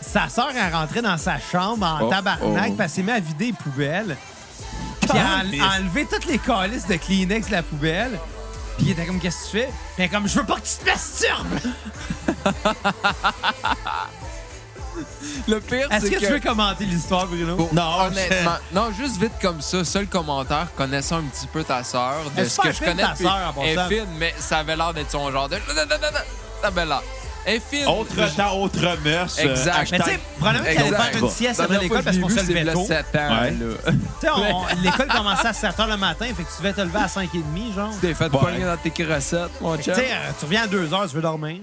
B: sa sœur, elle rentrait dans sa chambre en
E: Oh,
B: tabarnak
E: oh.
B: parce qu'elle s'est mise à vider les poubelles. Puis elle a enlevé toutes les calices de Kleenex de la poubelle. Puis il était comme, qu'est-ce que tu fais? Puis elle est comme, je veux pas que tu te masturbes!
E: Le pire,
B: Est-ce
E: c'est
B: que, tu veux commenter l'histoire, Bruno?
E: Bon,
A: Non,
E: honnêtement. Non, juste vite comme ça, seul commentaire, connaissant un petit peu ta sœur, de
B: Elle est
E: ce
B: super
E: que je
B: fine,
E: connais
B: ta
E: depuis-
B: sœur, en
E: Elle est
B: passant.
E: fine, mais ça avait l'air d'être son genre de. Ça avait l'air. Et film.
A: Autre temps, autre mœurs. euh,
E: Exact.
B: Mais
A: hashtag-
B: tu sais, probablement qu'il allait
E: Exact.
B: faire une sieste
E: La
B: après
E: dernière fois
B: l'école
E: que
B: parce
E: je
B: qu'on
E: l'ai
B: se
E: vu, c'est
B: levait
E: le
B: tôt.
E: 7 ans,
A: Ouais.
E: là.
B: Tu sais, on- l'école commençait à 7 h le matin, fait que tu devais te lever à 5h30, genre.
E: T'es fait
A: Ouais.
E: pogner dans tes crossettes, mon
B: Tu
E: chum.
B: sais, euh, tu reviens à 2 h, tu veux dormir.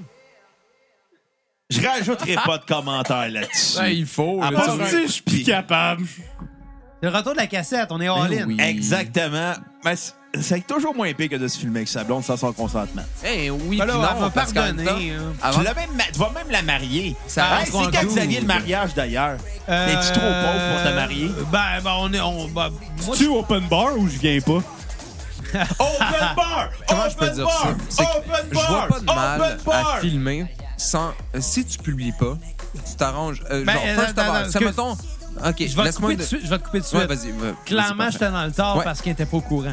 A: Je rajouterai pas de commentaires là-dessus.
E: Ouais, il faut.
A: À
E: là,
A: part
E: tu
A: si-
E: sais.
D: Ah, Je suis plus capable.
B: C'est le retour de la cassette, on est all-in.
E: Ben oui.
A: Exactement. Mais c- c'est toujours moins pire que de se filmer avec sa blonde sans son consentement.
E: Eh oui,
B: Ben là,
E: puis non,
B: on va
E: parce qu'en même temps,
B: pardonner, hein.
E: Avant
A: Tu, l'as même ma- tu vas même la marier.
E: Ça
A: Hey,
E: reste
A: c'est
E: un
A: quand
E: doute.
A: Xavier le mariage d'ailleurs.
B: Euh,
A: Es-tu trop pauvre pour te marier?
B: Ben, ben, on est. On, ben, moi,
D: Tu open bar ou je viens pas?
A: Open bar!
E: Comment
A: Open
E: je peux dire
A: bar!
E: ça? C'est que
A: Open
E: je
A: bar!
E: vois pas de mal
A: Open bar!
E: à filmer sans. euh, Si tu publies pas, tu t'arranges. euh,
B: Ben,
E: genre,
B: euh,
E: first of
B: non,
E: all,
B: non,
E: ça
B: excuse.
E: mettons. Ok,
B: je, vais te
E: laisse-moi.
B: couper
E: de-
B: de suite, je vais te couper de suite.
E: Ouais, vas-y. va-
B: Clairement,
E: vas-y, parfait.
B: j'étais dans le tort
E: Ouais.
B: parce qu'il n'était pas au courant.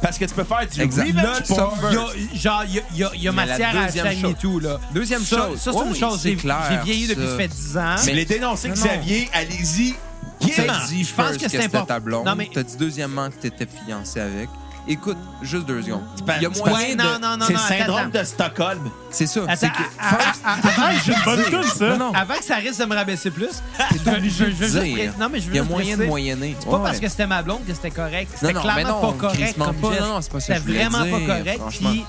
A: Parce que tu peux faire du
E: Exact.
B: Là,
A: revenge
E: tu
A: porn.
E: sauves-
B: il y a- genre, il y a, il y a- il y a
E: Mais la
B: matière à
E: deuxième
B: changer
E: chose.
B: et tout, là.
E: Deuxième
B: Ça-
E: chose.
B: Ça, c'est
E: Oui,
B: une chose.
E: c'est
B: J'ai
E: clair,
B: j'ai vieilli depuis que
E: ça.
B: ça fait 10 ans.
A: Tu l'as dénoncé,
E: Non, non.
A: Xavier. Allez-y.
E: T'as
A: Gaiement.
E: dit
B: Je pense
E: first
B: que
E: que
B: c'est
E: c'était
B: important.
E: ta blonde.
B: Non, mais-
E: T'as dit deuxièmement que t'étais fiancé avec. Écoute, juste deux secondes.
A: pas-
E: Il y a
A: c'est
E: moyen
B: Ouais,
E: de-
B: non, non, non,
A: C'est le
B: non. attends,
A: syndrome de Stockholm.
E: C'est ça.
B: Attends, ah,
E: c'est que
B: à- à-
E: first-
B: à- avant-
D: J'ai une bonne tune, ça.
E: Non, non.
B: Avant que ça risque de me rabaisser plus, je veux- je veux juste pré-
E: dire,
B: Non, mais je veux
E: Il y a
B: juste
E: moyen de
B: préciser.
E: moyenner.
B: C'est pas parce que c'était ma blonde que c'était correct. C'était
E: Non, non, mais
B: clairement
E: non,
B: pas correct
E: crissement
B: comme
E: pas.
B: geste.
E: Non, non, c'est pas ça
B: C'était
E: que je voulais
B: vraiment
E: dire,
B: pas correct.
E: franchement.
B: Puis,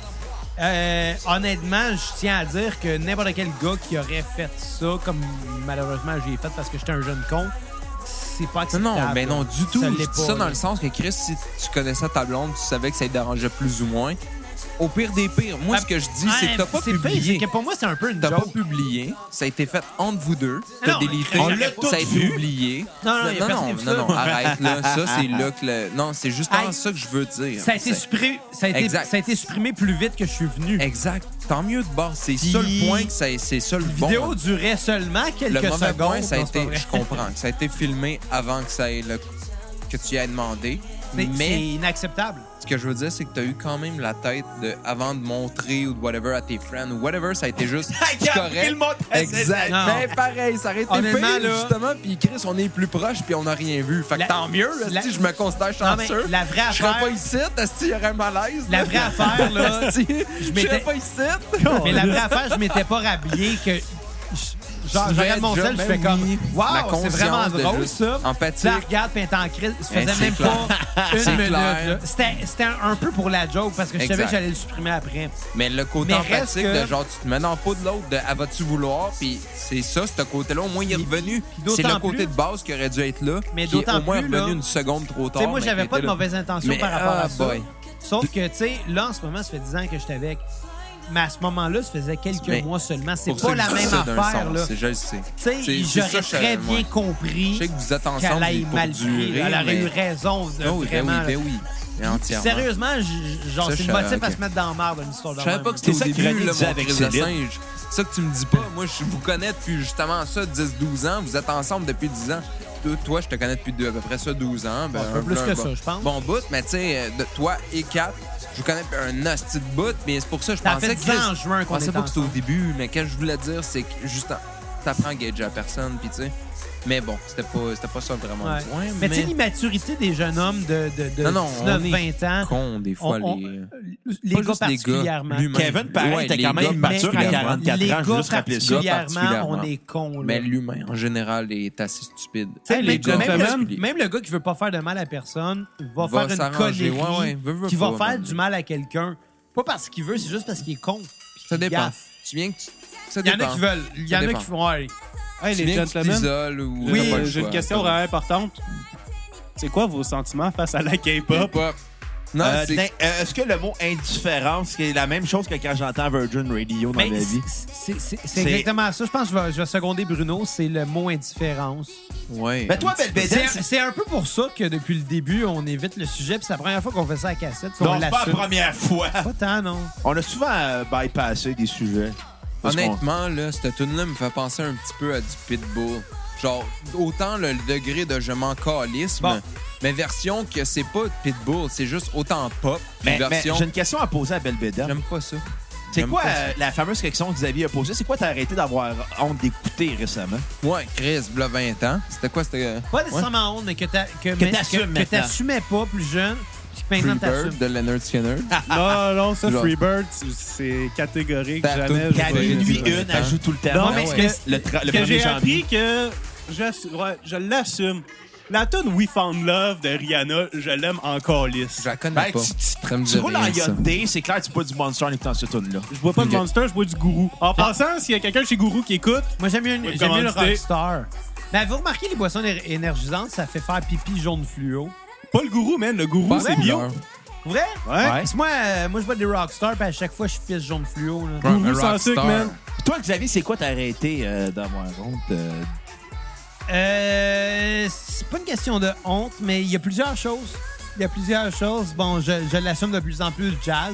B: euh, honnêtement, je tiens à dire que n'importe quel gars qui aurait fait ça, comme malheureusement j'ai fait parce que j'étais un jeune con, c'est pas acceptable.
E: Non, mais non, du tout.
B: Ça
E: Je
B: l'est
E: dis
B: pas,
E: ça dans
B: là.
E: le sens que Chris, si tu connaissais ta blonde, tu savais que ça te dérangeait plus ou moins. Au pire des pires, moi,
B: Ben,
E: ce que je dis, c'est que
B: Ouais,
E: t'as pas
B: c'est pire,
E: publié.
B: c'est que pour moi, c'est un peu une
E: T'as pas
B: joke. Ah
E: publié, ça a été fait entre vous deux, t'as
B: Non,
E: délité,
B: on l'a
E: ça a
A: tous
E: été
A: vu.
E: oublié.
B: Non, non, y a
E: non,
B: personne
E: non,
B: qui a
E: non,
B: vu ça.
E: non, arrête là, ça c'est là que le... Non, c'est justement
B: Hey,
E: ça que je veux dire.
B: Ça a, été
E: C'est-
B: supprimé, ça, a été,
E: Exact.
B: ça a été supprimé plus vite que je suis venu.
E: Exact, tant mieux de bord, c'est ça le
B: Puis-
E: point, que ça- c'est ça le bon. hein.
B: vidéo durait seulement
E: Le
B: quelques
E: mauvais
B: secondes.
E: point, ça a
B: Non, c'est
E: été,
B: pas vrai.
E: je comprends, que ça a été filmé avant que ça ait le- que tu y aies demandé,
B: C'est- C'est
E: mais
B: inacceptable.
E: ce que je veux dire, c'est que t'as eu quand même la tête de, avant de montrer ou de whatever à tes friends ou whatever, ça a été juste
A: Il a pris le
E: correct.
A: mot de-
E: Exact.
B: Non.
E: Ben, pareil, ça aurait été
B: Honnêtement,
E: pire,
B: là-
E: justement. Puis Chris, on est plus proche, puis on n'a rien vu. Fait que
B: La-
E: tant mieux. là,
B: la-
E: si je me considère
B: Non, mais
E: chanceux.
B: la vraie
E: je serais
B: affaire-
E: pas ici. Si il y aurait un malaise.
B: La
E: là.
B: vraie affaire, là.
E: Asti, je
B: m'étais-
E: serais pas ici.
B: Mais la vraie affaire, je m'étais pas rhabillé que. je- Genre,
E: Tu
B: je regarde mon
E: devais
B: sel, je
E: être
B: fais
E: jeune,
B: comme.
E: oui. Ma
B: Waouh, c'est
E: conscience
B: vraiment
E: de
B: drôle,
E: juste
B: ça.
E: empathique.
B: Tu la regardes, puis elle est en crise. Ça
E: Hein,
B: faisait
E: c'est
B: même
E: clair.
B: pas
E: C'est
B: une minute,
E: clair.
B: là. C'était c'était un peu pour la joke, parce que je savais
E: Exact.
B: que j'allais le supprimer après.
E: Mais le côté
B: Mais reste
E: empathique
B: que-
E: de genre, tu te mets dans le pot de l'autre, de ah, vas-tu vouloir? Puis c'est ça, ce côté-là. Au moins, il est
B: Puis-
E: revenu.
B: puis
E: C'est
B: d'autant
E: le côté
B: plus-
E: de base qui aurait dû être là.
B: Mais
E: qui est
B: d'autant
E: au moins
B: plus,
E: revenu
B: là-
E: une seconde trop
B: Tu
E: tard.
B: sais, moi,
E: mais
B: j'avais
E: qui
B: pas
E: était
B: de
E: là.
B: mauvaise intention
E: Mais,
B: par rapport
E: ah,
B: à ça.
E: boy.
B: Sauf que, tu sais, là, en ce moment, ça fait 10 ans que j'étais avec. Mais à ce moment-là, ça faisait quelques
E: Mais
B: mois seulement. C'est
E: Pour ça
B: pas
E: que
B: la
E: je dis
B: même
E: ça d'un
B: affaire,
E: sens,
B: là.
E: c'est- Je le sais.
B: Tu sais,
E: C'est- c'est ça
B: j'aurais
E: que je-
B: très bien
E: ouais.
B: compris
E: Je sais que vous êtes
B: qu'elle
E: ensemble
B: aille
E: pour
B: mal pris.
E: durer.
B: Elle aurait
E: mais-
B: eu raison, de-
E: Oh, oui, ben
B: vraiment.
E: oui, ben oui. Mais
B: Puis
E: Entièrement.
B: Sérieusement, j- genre,
E: Ça,
B: c'est
E: je
B: le motif
E: savais,
B: à
E: ok.
B: se mettre dans la merde d'une histoire de
E: Je savais
B: même.
E: pas que
A: C'est
E: c'était au
A: ça que
E: début,
A: René
E: là,
A: disait
E: mon
A: avec
E: crise de
A: Céline.
E: singe. C'est ça que tu me dis pas. Moi, je vous connais depuis justement ça, 10-12 ans. Vous êtes ensemble depuis 10 ans. Toi, toi, je te connais depuis deux- à peu près ça, 12 ans. Ben,
B: Un peu plus
E: bon-
B: que ça, je pense.
E: Bon bout, mais tu sais, euh, de toi et Cap, je vous connais depuis un hostie de bout, mais c'est pour ça que je
B: Ça
E: pensais
B: fait
E: que...
B: 10 ans en juin
E: Je
B: qu'on
E: pensais
B: est
E: pas que c'était au
B: ensemble.
E: début, mais quand je voulais dire, c'est que juste en- t'apprends à gager à personne, puis tu sais. Mais bon, c'était pas, c'était pas ça vraiment
B: Ouais.
E: le point.
B: Mais tu sais, l'immaturité des jeunes hommes de, de, de
E: Non, non, on est
B: 19-20 ans,
E: con des
B: on-
E: fois,
B: on-
E: les...
B: les gars
E: pas juste les gars,
B: particulièrement.
E: l'humain.
A: Kevin, pareil,
E: Ouais,
A: était
E: les
A: quand
E: gars
A: même mature à
E: particulièrement.
A: 44
B: les
A: ans. Je veux
B: gars
A: juste rappeler ça.
E: gars
B: particulièrement, on
E: particulièrement.
B: est con.
E: Mais l'humain, en général, est assez stupide.
D: Hey,
B: même,
D: les gars,
B: même le,
D: particulier.
B: même le gars qui veut pas faire de mal à personne va,
E: Va
B: faire une connerie
E: s'arranger, ouais, ouais, veut, veut
B: qui va
E: pas,
B: faire
E: man.
B: du mal à quelqu'un. Pas parce qu'il veut, c'est juste parce qu'il est con. puis
E: Ça
B: qu'il
E: dépend.
B: gaffe.
E: Tu viens que tu... Ça
B: Il y en
E: dépend.
B: a qui veulent. Il y
E: Ça
B: en a
E: dépend.
B: qui font. ouais.
D: Hey,
E: Tu
D: les
E: viens que tu
D: gentlemen.
E: t'isoles ou... euh,
D: Oui, euh,
E: T'as pas le
D: j'ai une
E: choix.
D: question
E: T'as pas-
D: vraiment importante. C'est quoi vos sentiments face à la K-pop?
E: Pop. Non,
A: Euh,
E: Ah, c'est...
A: Din- euh, Est-ce que le mot indifférence, c'est la même chose que quand j'entends Virgin Radio dans
B: Mais
A: ma vie?
B: c'est- c'est- c'est-
A: C'est-
B: C'est exactement ça. Je pense que je vais, je vais seconder Bruno. C'est le mot indifférence.
E: Ouais.
A: Ben toi, Belbédel,
B: C'est c'est un peu pour ça que depuis le début, on évite le sujet. Puis c'est la première fois qu'on fait ça à cassette. puis on
A: non, c'est pas la
B: l'assume.
A: première fois.
B: Pas tant, non.
A: On a souvent euh, bypassé des sujets. Parce qu'on-
E: Honnêtement, là, cette tune-là me fait penser un petit peu à du Pitbull. Genre, autant le degré de je m'en calisse,
B: Bon.
E: mais- mais version que c'est pas Pitbull, c'est juste autant pop. puis
A: Mais, mais
E: version...
A: j'ai une question à poser à Belbédel.
E: J'aime pas ça.
A: C'est
E: j'aime
A: quoi
E: pas
A: euh, la fameuse question que Xavier a posée? C'est quoi t'as arrêté d'avoir honte d'écouter récemment?
E: Ouais, Chris, là, 20 ans. C'était euh, quoi? C'était...
B: Pas nécessairement honte, mais que t'as- que, mais-
A: t'assumes
B: que- que
A: maintenant.
B: t'assumais pas plus jeune. Puis que Maintenant,
E: Freebird
B: t'assumes.
E: de Leonard Skinner.
A: Ah.
D: Non, non, ça,
E: Genre-
D: Freebird, c'est- c'est catégorique.
E: T'as
D: Jamais.
E: tout
D: je vais-
E: gagné.
A: Lui,
E: c'est vrai.
A: une, elle joue tout le temps.
D: Non,
A: Ouais,
D: mais
A: ouais.
D: que-
A: le, tra- le
D: que
A: 1er
D: j'ai
A: janvier.
D: appris que j'assu- ouais, je l'assume. La tune We Found Love de Rihanna, je l'aime encore lisse.
E: Je la connais
A: Ben,
E: pas.
A: tu- tu-
E: Ça me dit
A: Tu roules en
E: rien, ça.
A: Yacht Day, c'est clair, tu bois du Monster en écoutant ce tune là
D: Je bois pas
E: Ok. Ah.
D: de Monster, je bois du Gourou. En passant, s'il y a quelqu'un chez Gourou qui écoute, ben,
B: Moi, j'aime mieux,
D: Oui,
B: j'aime mieux le
D: commandité.
B: Rockstar. Mais vous remarquez, les boissons éner- énergisantes, ça fait faire pipi jaune fluo.
D: pas le Gourou, man, le Gourou,
E: Pas
D: c'est
E: de
D: bio.
E: couleur.
B: Vrai?
D: Ouais.
A: Ouais.
B: Parce que moi, euh, moi, je bois des Rockstar, puis à chaque fois, je pisse jaune fluo. Là.
E: Ouais,
D: Gourou
E: un
D: sans sucre,
E: rockstar.
D: man.
A: Toi, Xavier, c'est quoi t'as arrêté euh, d'avoir honte? euh,
B: Euh, c'est pas une question de honte, mais il y a plusieurs choses. Il y a plusieurs choses. Bon, je, je l'assume de plus en plus, le jazz.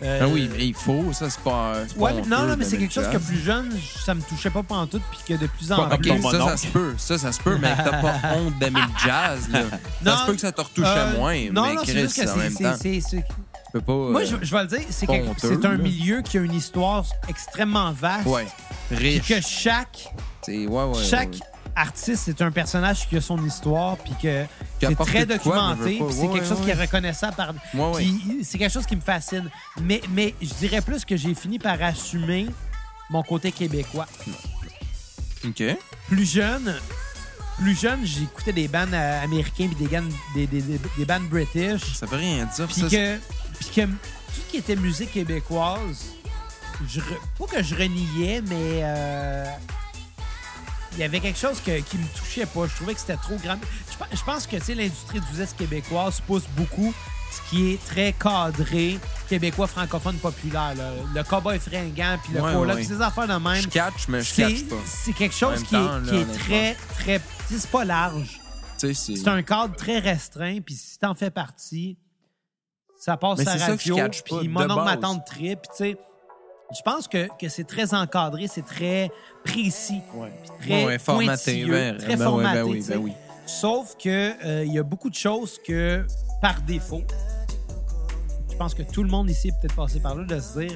B: Euh,
E: Ah oui, mais il faut, ça, c'est pas. c'est pas
B: Ouais, mais- non,
E: honteux
B: non, mais
E: de
B: c'est
E: le
B: quelque chose que
E: jazz.
B: plus jeune, je- ça me touchait pas pantoute, puis que de plus en
E: Pas
B: plus.
E: comme
A: mon
E: ça, ça
A: oncle.
E: se peut. Ça, ça se peut, mais t'as pas honte d'aimer le jazz, là.
B: Non,
E: ça se peut que ça te retouche
B: euh,
E: moins, mais
B: non, non, c'est
E: Chris,
B: juste que
E: en même
B: c'est-
E: temps, tu
B: c'est- c'est. c'est-
E: peux pas...
B: Moi,
E: euh,
B: je, je vais le dire, c'est
E: pas
B: quelque-
E: honteux,
B: c'est un
E: là.
B: milieu qui a une histoire extrêmement vaste.
E: Ouais,
B: Puis
E: riche.
B: que chaque,
E: C'est- ouais, ouais,
B: chaque
E: ouais.
B: artiste, c'est un personnage qui a son histoire, puis que
E: Qui
B: c'est
E: apporte
B: très
E: de quoi, mais
B: documenté,
E: veut pas.
B: puis c'est
E: Ouais,
B: quelque
E: ouais,
B: chose qui
E: ouais.
B: est reconnaissable. Par...
E: Ouais, ouais.
B: puis c'est quelque chose qui me fascine. Mais, mais je dirais plus que j'ai fini par assumer mon côté québécois.
E: OK.
B: Plus jeune, plus jeune, j'écoutais des bands euh, américains puis des, gan- des, des, des, des bands british.
E: Ça veut rien dire.
B: Puis
E: ça,
B: que, puis que tout ce qui était musique québécoise, je re- pas que je reniais, mais euh, il y avait quelque chose que- qui me touchait pas. Je trouvais que c'était trop grand. Je, pe- je pense que tu sais, l'industrie du zeste québécoise pousse beaucoup ce qui est très cadré québécois francophone populaire. là. Le cowboy fringant, puis le
E: Ouais,
B: cola,
E: ouais.
B: puis ces affaires de même.
E: Je catch, mais je
B: C'est
E: catch pas.
B: c'est quelque
E: En
B: chose
E: même
B: qui est,
E: temps, là,
B: qui est
E: honnêtement.
B: très, très... tu sais, C'est pas large.
E: Tu sais, c'est...
B: C'est un cadre très restreint, puis si t'en fais partie, ça passe
E: Mais
B: à
E: c'est
B: la
E: ça que je
B: radio,
E: catch pas,
B: puis
E: de
B: mon oncle, ma
E: base.
B: tante trip, puis tu sais, je pense que, que c'est très encadré, c'est très précis,
D: Ouais.
B: puis très
E: Ouais, ouais, formaté.
B: pointilleux,
E: Ben,
B: très
E: ben ouais,
B: formaté,
E: ben oui,
B: tu sais.
E: ben oui.
B: Sauf que euh, il y a beaucoup de choses que, par défaut, je pense que tout le monde ici est peut-être passé par là de se dire...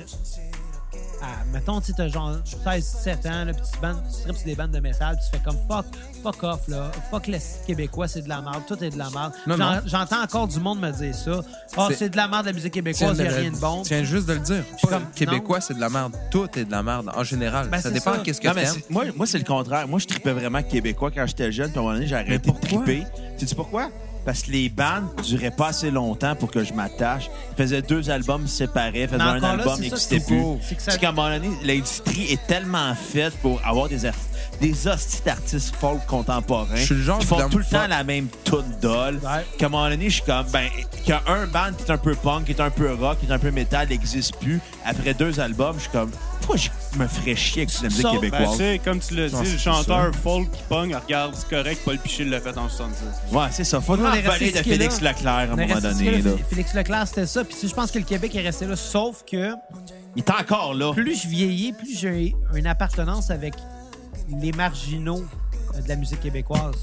B: Ah, mettons, tu sais, t'as genre 16, 17 ans, là, puis tu, bandes, tu tripes sur des bandes de métal, puis tu fais comme fuck, fuck off, là. Fuck le site québécois, c'est de la merde, tout est de la merde.
E: Non,
B: J'en-
E: non.
B: J'entends encore du monde me dire ça. Ah,
E: C'est-
B: c'est de la merde, la musique
E: Tiens
B: québécoise,
E: de
B: il a
E: le-
B: rien de bon.
E: tiens juste de le dire.
B: suis
E: Pas-
B: comme,
E: Québécois, c'est de la merde. Tout est de la merde, en général.
B: Ben,
E: ça
B: c'est
E: dépend
B: ça.
E: qu'est-ce que
A: Non, mais
E: t'aimes.
A: c'est- moi, moi c'est le contraire. Moi, je tripais vraiment québécois quand j'étais jeune. Puis à un moment donné, j'ai arrêté de
E: pourquoi?
A: triper. Tu sais pourquoi? Parce que les bandes duraient pas assez longtemps pour que je m'attache. Ils faisaient deux albums séparés, faisaient
B: Mais
A: un
B: encore là,
A: album
B: c'est ça,
A: n'existait
B: c'est-
A: plus.
B: c'est que ça-
A: C'est qu'à un moment donné, l'industrie est tellement faite pour avoir des artistes. Des hosties d'artistes folk contemporains
E: Je suis le genre
A: qui font
E: d'homme
A: tout le temps
E: folk.
A: la même tune d'ol.
B: Ouais.
A: Qu'à un moment donné, je suis comme, ben, qu'un band qui est un peu punk, qui est un peu rock, qui est un peu métal, n'existe plus. Après deux albums, je suis comme, pourquoi je me ferais chier avec de la musique
B: Sauf-
D: Ben,
A: québécoise?
D: tu sais, comme tu l'as
E: Non,
D: dit,
E: c'est
D: le chanteur folk qui pogne, regarde, c'est correct, Paul Pichil l'a fait en 70.
A: Ouais, c'est ça. Faut
B: Nous, on est
A: parler
B: resté
A: Ah, de
B: stickés
A: Félix
B: là.
A: Leclerc à un
B: On est
A: moment
B: resté
A: donné.
B: là,
A: Là.
B: Fé- Félix Leclerc, c'était ça. Puis tu sais, je pense que le Québec est resté là, sauf que
A: Il est encore là.
B: plus je vieillis, plus j'ai une appartenance avec les marginaux euh, de la musique québécoise.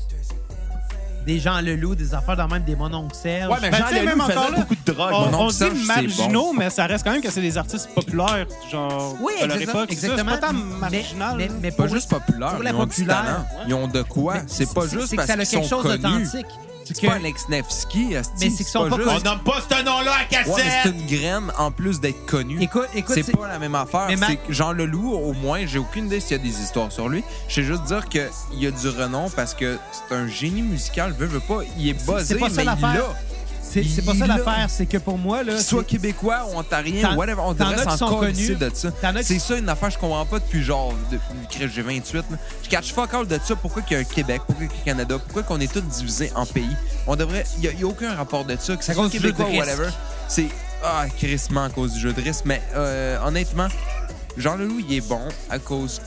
B: Des gens Leloup, des affaires dans même des mononcles Serge.
A: Ouais, mais
D: Ben,
A: Jean
D: tu sais,
A: Leloup
D: même
A: faisait
D: encore là,
A: beaucoup de drogue.
D: On,
E: Mon
D: on
E: oncle Serge,
D: dit
E: c'est
D: marginaux,
E: bon.
D: mais ça reste quand même que c'est des artistes populaires, genre,
B: Oui,
D: de leur
B: exact-
D: époque. c'est ça,
B: exactement.
D: C'est pas tant
B: Mais-
D: marginal.
B: Mais,
D: là.
B: mais
E: pas
B: pour-
E: juste populaire,
B: pour la
E: ils ont du
B: populaire.
E: talent. Ils ont de quoi.
B: Mais
E: C'est pas juste
B: c'est que
E: parce
B: ça a
E: qu'ils sont
B: quelque chose
E: connus.
B: d'authentique.
E: C'est
B: que-
E: pas Alex Nevsky, asti.
B: Mais c'est qu'ils sont pas
E: juste-
A: On nomme pas ce nom-là à
E: Ouais, mais c'est
A: cassette!
E: une graine en plus d'être connue.
B: Écoute, écoute,
E: C'est
B: c'est-
E: pas la même affaire.
B: Mais ma-
E: C'est que Jean Leloup, au moins, j'ai aucune idée s'il y a des histoires sur lui. Je sais juste dire qu'il y a du renom parce que c'est un génie musical. Veut, veut pas. Il est buzzé,
B: c'est pas ça
E: mais il
B: l'affaire.
E: l'a.
B: C'est c'est pas ça
E: Il a-
B: l'affaire, c'est que pour moi, là.
E: Qu'il soit
B: c'est-
E: québécois ou ontarien,
B: T'en-
E: whatever, on
B: t'en as
E: devrait
B: qui
E: s'en
B: sont
E: coller
B: connus.
E: de ça.
B: T'en as qui-
E: C'est ça une affaire que je comprends pas depuis genre, de- Christ, j'ai 28. là. Je catch fuck all de ça. Pourquoi qu'il y a un Québec, pourquoi qu'il y a un Canada, pourquoi qu'on est tous divisés en pays. On devrait. Il y, a aucun rapport de ça. Que
B: À
E: c'est
B: cause du
E: québécois
B: jeu
E: ou
B: de
E: whatever. C'est. Ah, crissement à cause du jeu de risque. Mais euh, honnêtement, Jean Leloup, il est bon à cause.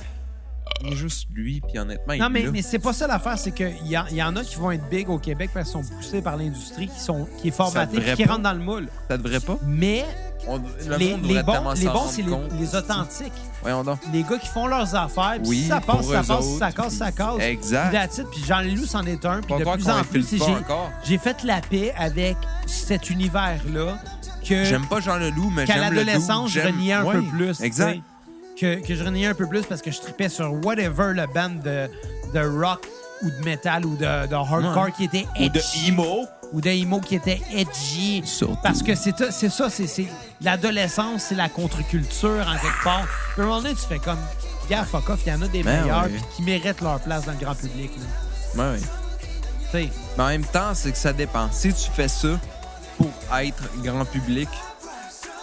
E: Il est juste lui, puis honnêtement, il
B: Non,
E: est
B: mais,
E: là.
B: mais c'est pas ça l'affaire, c'est qu'il y, a- y en a qui vont être big au Québec parce qu'ils sont poussés par l'industrie qui, sont- qui est formatée
E: devrait
B: puis qui
E: pas.
B: rentre dans le moule.
E: Ça devrait pas.
B: Mais
E: On- le
B: les,
E: monde
B: les
E: devrait
B: bons,
E: tellement
B: les
E: s'en
B: bons
E: rendre
B: c'est les,
E: compte.
B: les authentiques.
E: Voyons donc.
B: Les gars qui font leurs affaires, puis
E: Oui,
B: si ça passe,
E: pour
B: ça
E: eux
B: passe, si
E: autres,
B: ça casse,
E: puis-
B: ça casse.
E: Exact.
B: Puis that's it, puis Jean-Loup c'en est un, puis
E: Pas
B: de
E: croire
B: plus
E: qu'on
B: en
E: le
B: plus,
E: file pas
B: j'ai-
E: encore.
B: j'ai fait la paix avec cet univers-là que...
E: J'aime pas Jean Leloup, mais
B: qu'à
E: j'aime le
B: l'adolescence, je
E: doux, j'aime-
B: reniais un
E: Ouais,
B: peu plus.
E: Exact.
B: tu sais. Que, que je reniais un peu plus parce que je tripais sur whatever le band de, de rock ou de metal ou de, de hardcore qui était
A: Ou de
B: edgy.
A: Imo.
B: ou des mots qui étaient edgy.
E: Surtout.
B: Parce que c'est c'est ça, c'est c'est- l'adolescence, c'est la contre-culture en quelque part. Puis à un moment donné, tu fais comme, gars, fuck off, il y en a des
E: Ben
B: meilleurs
E: ouais.
B: puis qui méritent leur place dans le grand public. là.
E: Ouais, ouais.
B: Tu sais,
E: Mais en même temps, c'est que ça dépend. Si tu fais ça pour être grand public,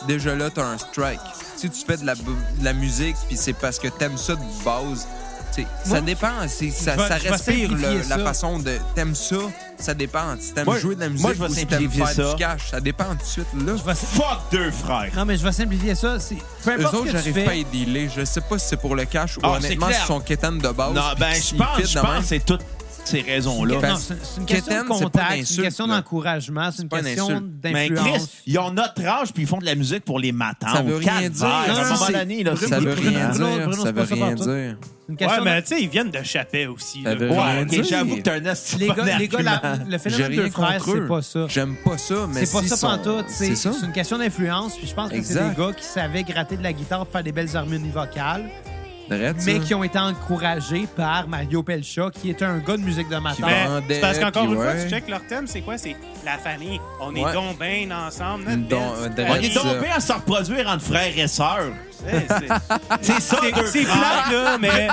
E: déjà là, t'as un strike. Si tu fais de la, bu- de la musique, puis c'est parce que t'aimes ça de base, tu sais,
B: Moi,
E: ça dépend. c'est- Ça,
B: je vais-
E: ça
B: je vais
E: respire le-
B: simplifier
E: la
B: ça.
E: façon de. T'aimes ça, ça dépend. Si t'aimes
A: Moi,
E: jouer de la musique
A: moi, je vais
E: ou si t'aimes
A: simplifier
E: faire
A: ça.
E: du cash, ça dépend tout de suite. Là,
B: je vais sim-
A: Fuck deux frères.
B: Non, mais je vais simplifier ça. c'est- Peu
E: eux
B: importe
E: autres,
B: ce que tu
E: j'arrive
B: fais,
E: pas à y dealer. Je sais pas si c'est pour le cash ou
A: Ah,
E: honnêtement,
A: c'est clair.
E: si sont quétaines de base.
A: Non,
E: puis
A: ben,
E: qu'ils
A: je
E: s'y
A: pense,
E: fitent
A: je
E: de même.
A: pense que c'est toutes ces raisons-là.
B: Non,
E: Parce-
B: c'est c'est une question
E: Keten,
B: de
E: c'est pas
B: contact, c'est
E: d'insulte,
B: une question
E: là.
B: d'encouragement, c'est une
E: pas une
B: question
E: insulte.
A: Mais Chris,
B: d'influence.
A: ils ont notre âge puis ils font de la musique pour les matins.
E: Ça veut rien dire.
A: À un
B: Non, non,
A: moment
B: c'est-
A: donné, là,
E: Ça
A: c'est
E: veut
A: des
E: rien
A: trucs, hein.
B: Bruno,
E: dire.
B: Bruno,
E: Ça
B: c'est
E: veut
B: pas ça
E: rien
B: partout.
E: dire.
B: C'est une
D: Ouais,
B: question
D: Ah, mais tu sais, ils viennent de Chapet aussi. là.
E: Ça veut
A: Ouais,
E: rien
A: ok,
E: dire.
A: j'avoue que t'es un esti
B: Les
A: bon
B: gars, les gars la-
A: argument.
B: le
E: J'ai
B: phénomène
E: rien
B: de frères,
E: contre
B: c'est
E: eux.
B: pas ça.
E: J'aime pas ça, mais
B: C'est pas
E: s'ils
B: ça
E: sont-
B: pantoute. C'est
E: C'est ça.
B: c'est une question d'influence. Puis je pense que c'est
E: Exact.
B: des gars qui savaient gratter de la guitare pour faire des belles harmonies vocales,
E: Arrête
B: mais
E: ça.
B: qui ont été encouragés par Mario Pelcha, qui est un gars de musique de
D: Mais
B: matin.
E: vendait,
D: c'est parce qu'encore
E: puis
D: une fois,
E: ouais.
D: tu checkes leur thème, c'est quoi? C'est la famille. On est
E: Ouais.
D: donc bien ensemble.
E: Une
D: Notre
E: don-
D: belle
E: un
D: petite
A: On
E: dresse.
A: est
E: ça.
A: tombé à se reproduire entre frères et sœurs.
D: famille. C'est-
A: Ah, C'est ça, deux
D: C'est
A: frères.
D: plate, là, mais...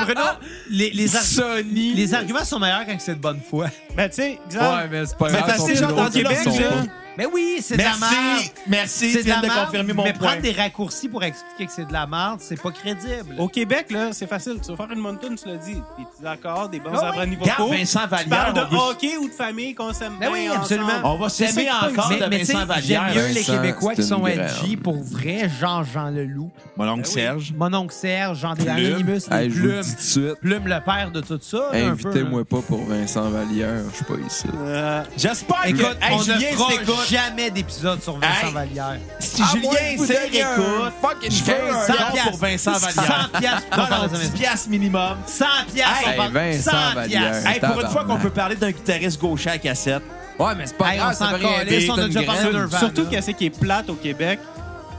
B: Les, les, ar-
E: Sony.
B: les arguments sont meilleurs quand c'est de bonne foi.
A: Ah,
D: Ben, tu sais,
E: Ouais,
D: exemple,
E: mais c'est pas
D: Mais
E: grave.
D: t'as
E: sont
D: assez
E: plus
D: entendu
E: gros qu'ils
D: Québec,
E: sont
D: là.
E: pas.
B: Mais oui, c'est de la merde.
A: Merci, merci,
B: C'est
A: tu
B: de la
A: viens de
B: merde,
A: confirmer mon
B: mais
A: point.
B: prendre des raccourcis pour expliquer que c'est de la merde, c'est pas crédible.
D: au Québec, là, c'est facile. Tu vas faire une mountain, tu l'as dit. Puis tu accords, des bons
B: Ah ouais.
D: arbres à niveau
A: Regarde
D: court.
A: Vincent
D: Tu
A: Vallière,
D: parles de
A: on veut-
D: hockey ou de famille qu'on s'aime
B: Ben
D: bien
B: oui,
D: ensemble.
B: absolument.
A: on va
D: C'est ça
A: s'aimer
D: qui pogne.
A: encore
B: Mais,
A: de
B: mais tu sais,
A: Vincent
B: j'aime
A: Vallière.
B: mieux les
E: Vincent,
B: Québécois qui
E: c'est
B: sont
E: une
B: edgy
E: grande.
B: pour vrai, genre Jean Leloup,
A: Mon oncle Ah Serge.
B: mon oncle Serge, Jean des
A: Plume.
B: Anonymous, les
E: Hey, je vous le
B: plumes,
E: dis tout de suite.
B: plume le père de tout ça. là, un peu,
E: Invitez-moi pas pour Vincent Vallière. Je suis pas ici.
D: Euh,
A: J'espère
B: là.
A: que
B: Écoute,
A: Hey,
B: on
A: Julien
B: ne fera
A: s'écoute.
B: jamais d'épisode sur Vincent
A: Hey.
B: Vallière.
A: Si
E: Ah, moi,
A: Julien
E: vous
A: Serre
E: donnez un
A: écoute, je veux
E: quinze
A: un
E: cents
A: don pour Vincent Vallière.
B: 100 piastres pour
A: Non,
B: Vincent
A: non,
B: Vallière.
A: 10 piastres minimum.
B: 100 piastres,
A: Hey,
B: on parle-
E: Vincent
B: 100
E: Vallière.
B: piastres.
A: Hey, pour une
E: tabarnak.
A: fois qu'on peut parler d'un guitariste gaucher à cassette.
E: Ouais, mais c'est pas
B: Hey, on
E: grave.
B: s'en
E: Ça veut rien
B: calisse,
E: dire.
B: on
E: c'est
B: a
E: une
B: déjà parlé
E: graine.
B: d'un verre.
D: Surtout
B: là.
D: que ce qui est plate au Québec,